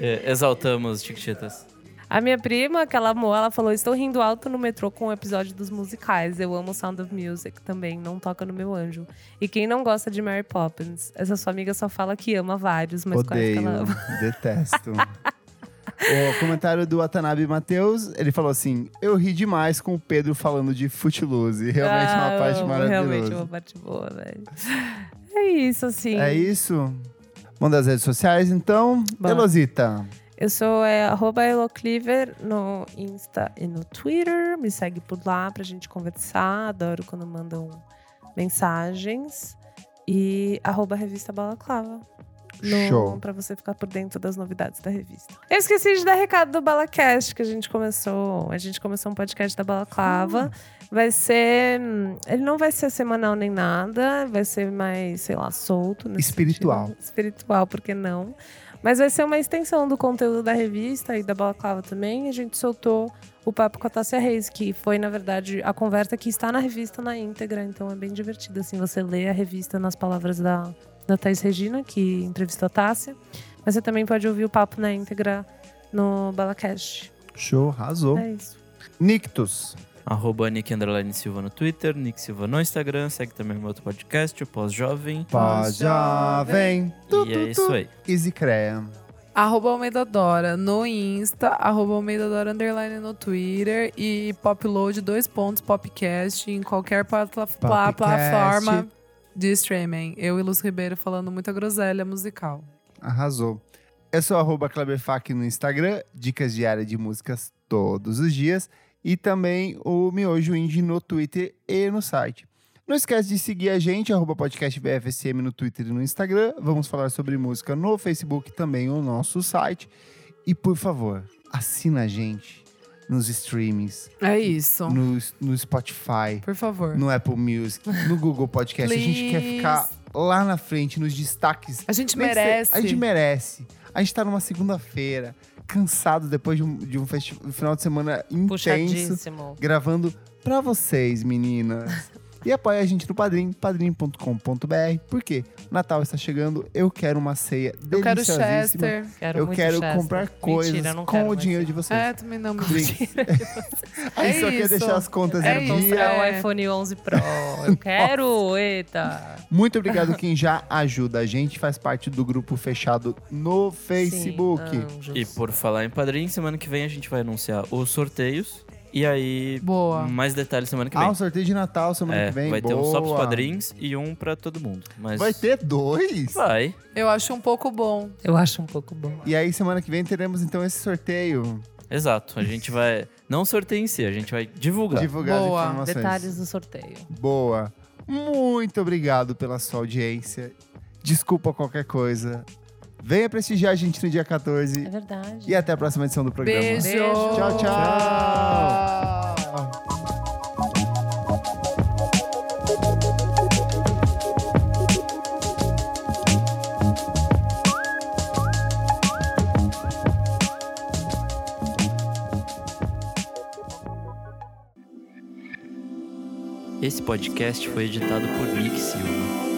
Speaker 4: É, exaltamos Tiquititas.
Speaker 3: A minha prima, que ela amou, ela falou: Estou rindo alto no metrô com o episódio dos musicais. Eu amo Sound of Music também, não toca no meu anjo. E quem não gosta de Mary Poppins? Essa sua amiga só fala que ama vários, mas quase que
Speaker 1: Odeio,
Speaker 3: ela ama.
Speaker 1: detesto. o comentário do Watanabe Matheus, ele falou assim: Eu ri demais com o Pedro falando de Footloose. Realmente é
Speaker 3: Ah,
Speaker 1: uma
Speaker 3: eu
Speaker 1: parte
Speaker 3: amo, Realmente é uma
Speaker 1: maravilhosa.
Speaker 3: parte boa, velho. É isso, assim.
Speaker 1: É isso? Manda as redes sociais, então.
Speaker 3: Bora.
Speaker 1: Elosita.
Speaker 3: Eu sou é, arroba Elocliver no Insta e no Twitter. Me segue por lá pra gente conversar. Adoro quando mandam mensagens. E arroba revista Balaclava. No,
Speaker 1: Show.
Speaker 3: Pra você ficar por dentro das novidades da revista. Eu esqueci de dar recado do Balacast que a gente começou. A gente começou um podcast da Balaclava. Vai ser. hum, Ele não vai ser semanal nem nada. Vai ser mais, sei lá, solto. nesse
Speaker 1: Espiritual.
Speaker 3: sentido. Espiritual, por que não? Mas vai ser uma extensão do conteúdo da revista e da Balaclava também. A gente soltou o papo com a Tássia Reis, que foi, na verdade, a conversa que está na revista na íntegra. Então é bem divertido, assim, você lê a revista nas palavras da, da Thais Regina, que entrevistou a Tássia. Mas você também pode ouvir o papo na íntegra no Balacast.
Speaker 1: Show, arrasou.
Speaker 3: É isso.
Speaker 1: Nictus.
Speaker 4: Arroba Nick Underline Silva no Twitter, Nick Silva no Instagram. Segue também meu outro podcast, o Pós-Jovem.
Speaker 1: Paz jovem. Tu,
Speaker 4: E
Speaker 1: tu,
Speaker 4: é isso
Speaker 1: tu.
Speaker 4: aí.
Speaker 1: Easy Crea.
Speaker 2: Arroba Almeida Dora no Insta, arroba Almeida Dora underline no Twitter e popload, dois pontos, popcast em qualquer platla- pla-
Speaker 1: Popcast.
Speaker 2: plataforma de streaming. Eu e Luz Ribeiro falando muita groselha musical.
Speaker 1: Arrasou. Eu sou arroba Kleberfac no Instagram, dicas diárias de músicas todos os dias. E também o Miojo Indie no Twitter e no site. Não esquece de seguir a gente, arroba podcast BFSM no Twitter e no Instagram. Vamos falar sobre música no Facebook e também no nosso site. E por favor, assina a gente nos streamings,
Speaker 2: É isso.
Speaker 1: no, no Spotify,
Speaker 2: Por favor.
Speaker 1: no Apple Music, no Google Podcast. A gente quer
Speaker 2: Please.
Speaker 1: ficar lá na frente, nos destaques.
Speaker 2: A gente
Speaker 1: Nem que se-
Speaker 2: merece.
Speaker 1: A gente merece. A gente tá numa segunda-feira, cansado depois de um, de um festi- um final de semana intenso,
Speaker 3: Puxadíssimo.
Speaker 1: gravando pra vocês, meninas. E apoia a gente no Padrim, padrim.com.br, porque Natal está chegando, eu quero uma ceia
Speaker 2: Eu quero
Speaker 1: deliciosíssima.
Speaker 2: Chester.
Speaker 3: Quero
Speaker 1: Eu
Speaker 3: muito
Speaker 1: quero
Speaker 3: Chester.
Speaker 1: comprar coisas
Speaker 3: Mentira, eu não
Speaker 1: com
Speaker 3: quero
Speaker 1: o
Speaker 3: mais.
Speaker 1: dinheiro de vocês.
Speaker 2: É, também não. meu
Speaker 1: Drink.
Speaker 2: Deus.
Speaker 1: Aí
Speaker 2: é
Speaker 1: só quer
Speaker 2: isso.
Speaker 1: deixar as contas
Speaker 2: É
Speaker 1: em
Speaker 2: isso.
Speaker 1: dia.
Speaker 3: Comprar o
Speaker 2: É.
Speaker 3: iPhone 11 Pro. Eu quero, eita.
Speaker 1: Muito obrigado quem já ajuda a gente, faz parte do grupo fechado no Facebook.
Speaker 3: Sim, anjos.
Speaker 4: E por falar em padrinho, semana que vem a gente vai anunciar os sorteios. E aí,
Speaker 2: Boa.
Speaker 4: mais detalhes semana que vem.
Speaker 1: Ah, o sorteio de Natal semana
Speaker 4: É,
Speaker 1: que vem.
Speaker 4: vai ter um só pros
Speaker 1: Boa.
Speaker 4: padrinhos e um pra todo mundo. Mas
Speaker 1: Vai ter dois?
Speaker 4: Vai.
Speaker 2: Eu acho um pouco bom.
Speaker 3: Eu acho um pouco bom.
Speaker 1: E aí, semana que vem, teremos então esse sorteio.
Speaker 4: Exato. A gente vai. Não sorteio em si, a gente vai divulgar.
Speaker 1: Divulgar
Speaker 2: Boa.
Speaker 1: as informações.
Speaker 3: Detalhes do sorteio.
Speaker 1: Boa. Muito obrigado pela sua audiência. Desculpa qualquer coisa. Venha prestigiar a gente no dia
Speaker 3: É
Speaker 1: 14.
Speaker 3: verdade.
Speaker 1: E até a próxima edição do programa.
Speaker 2: Beijo.
Speaker 3: Beijo.
Speaker 1: Tchau, tchau.
Speaker 4: Esse podcast foi editado por Nick Silva.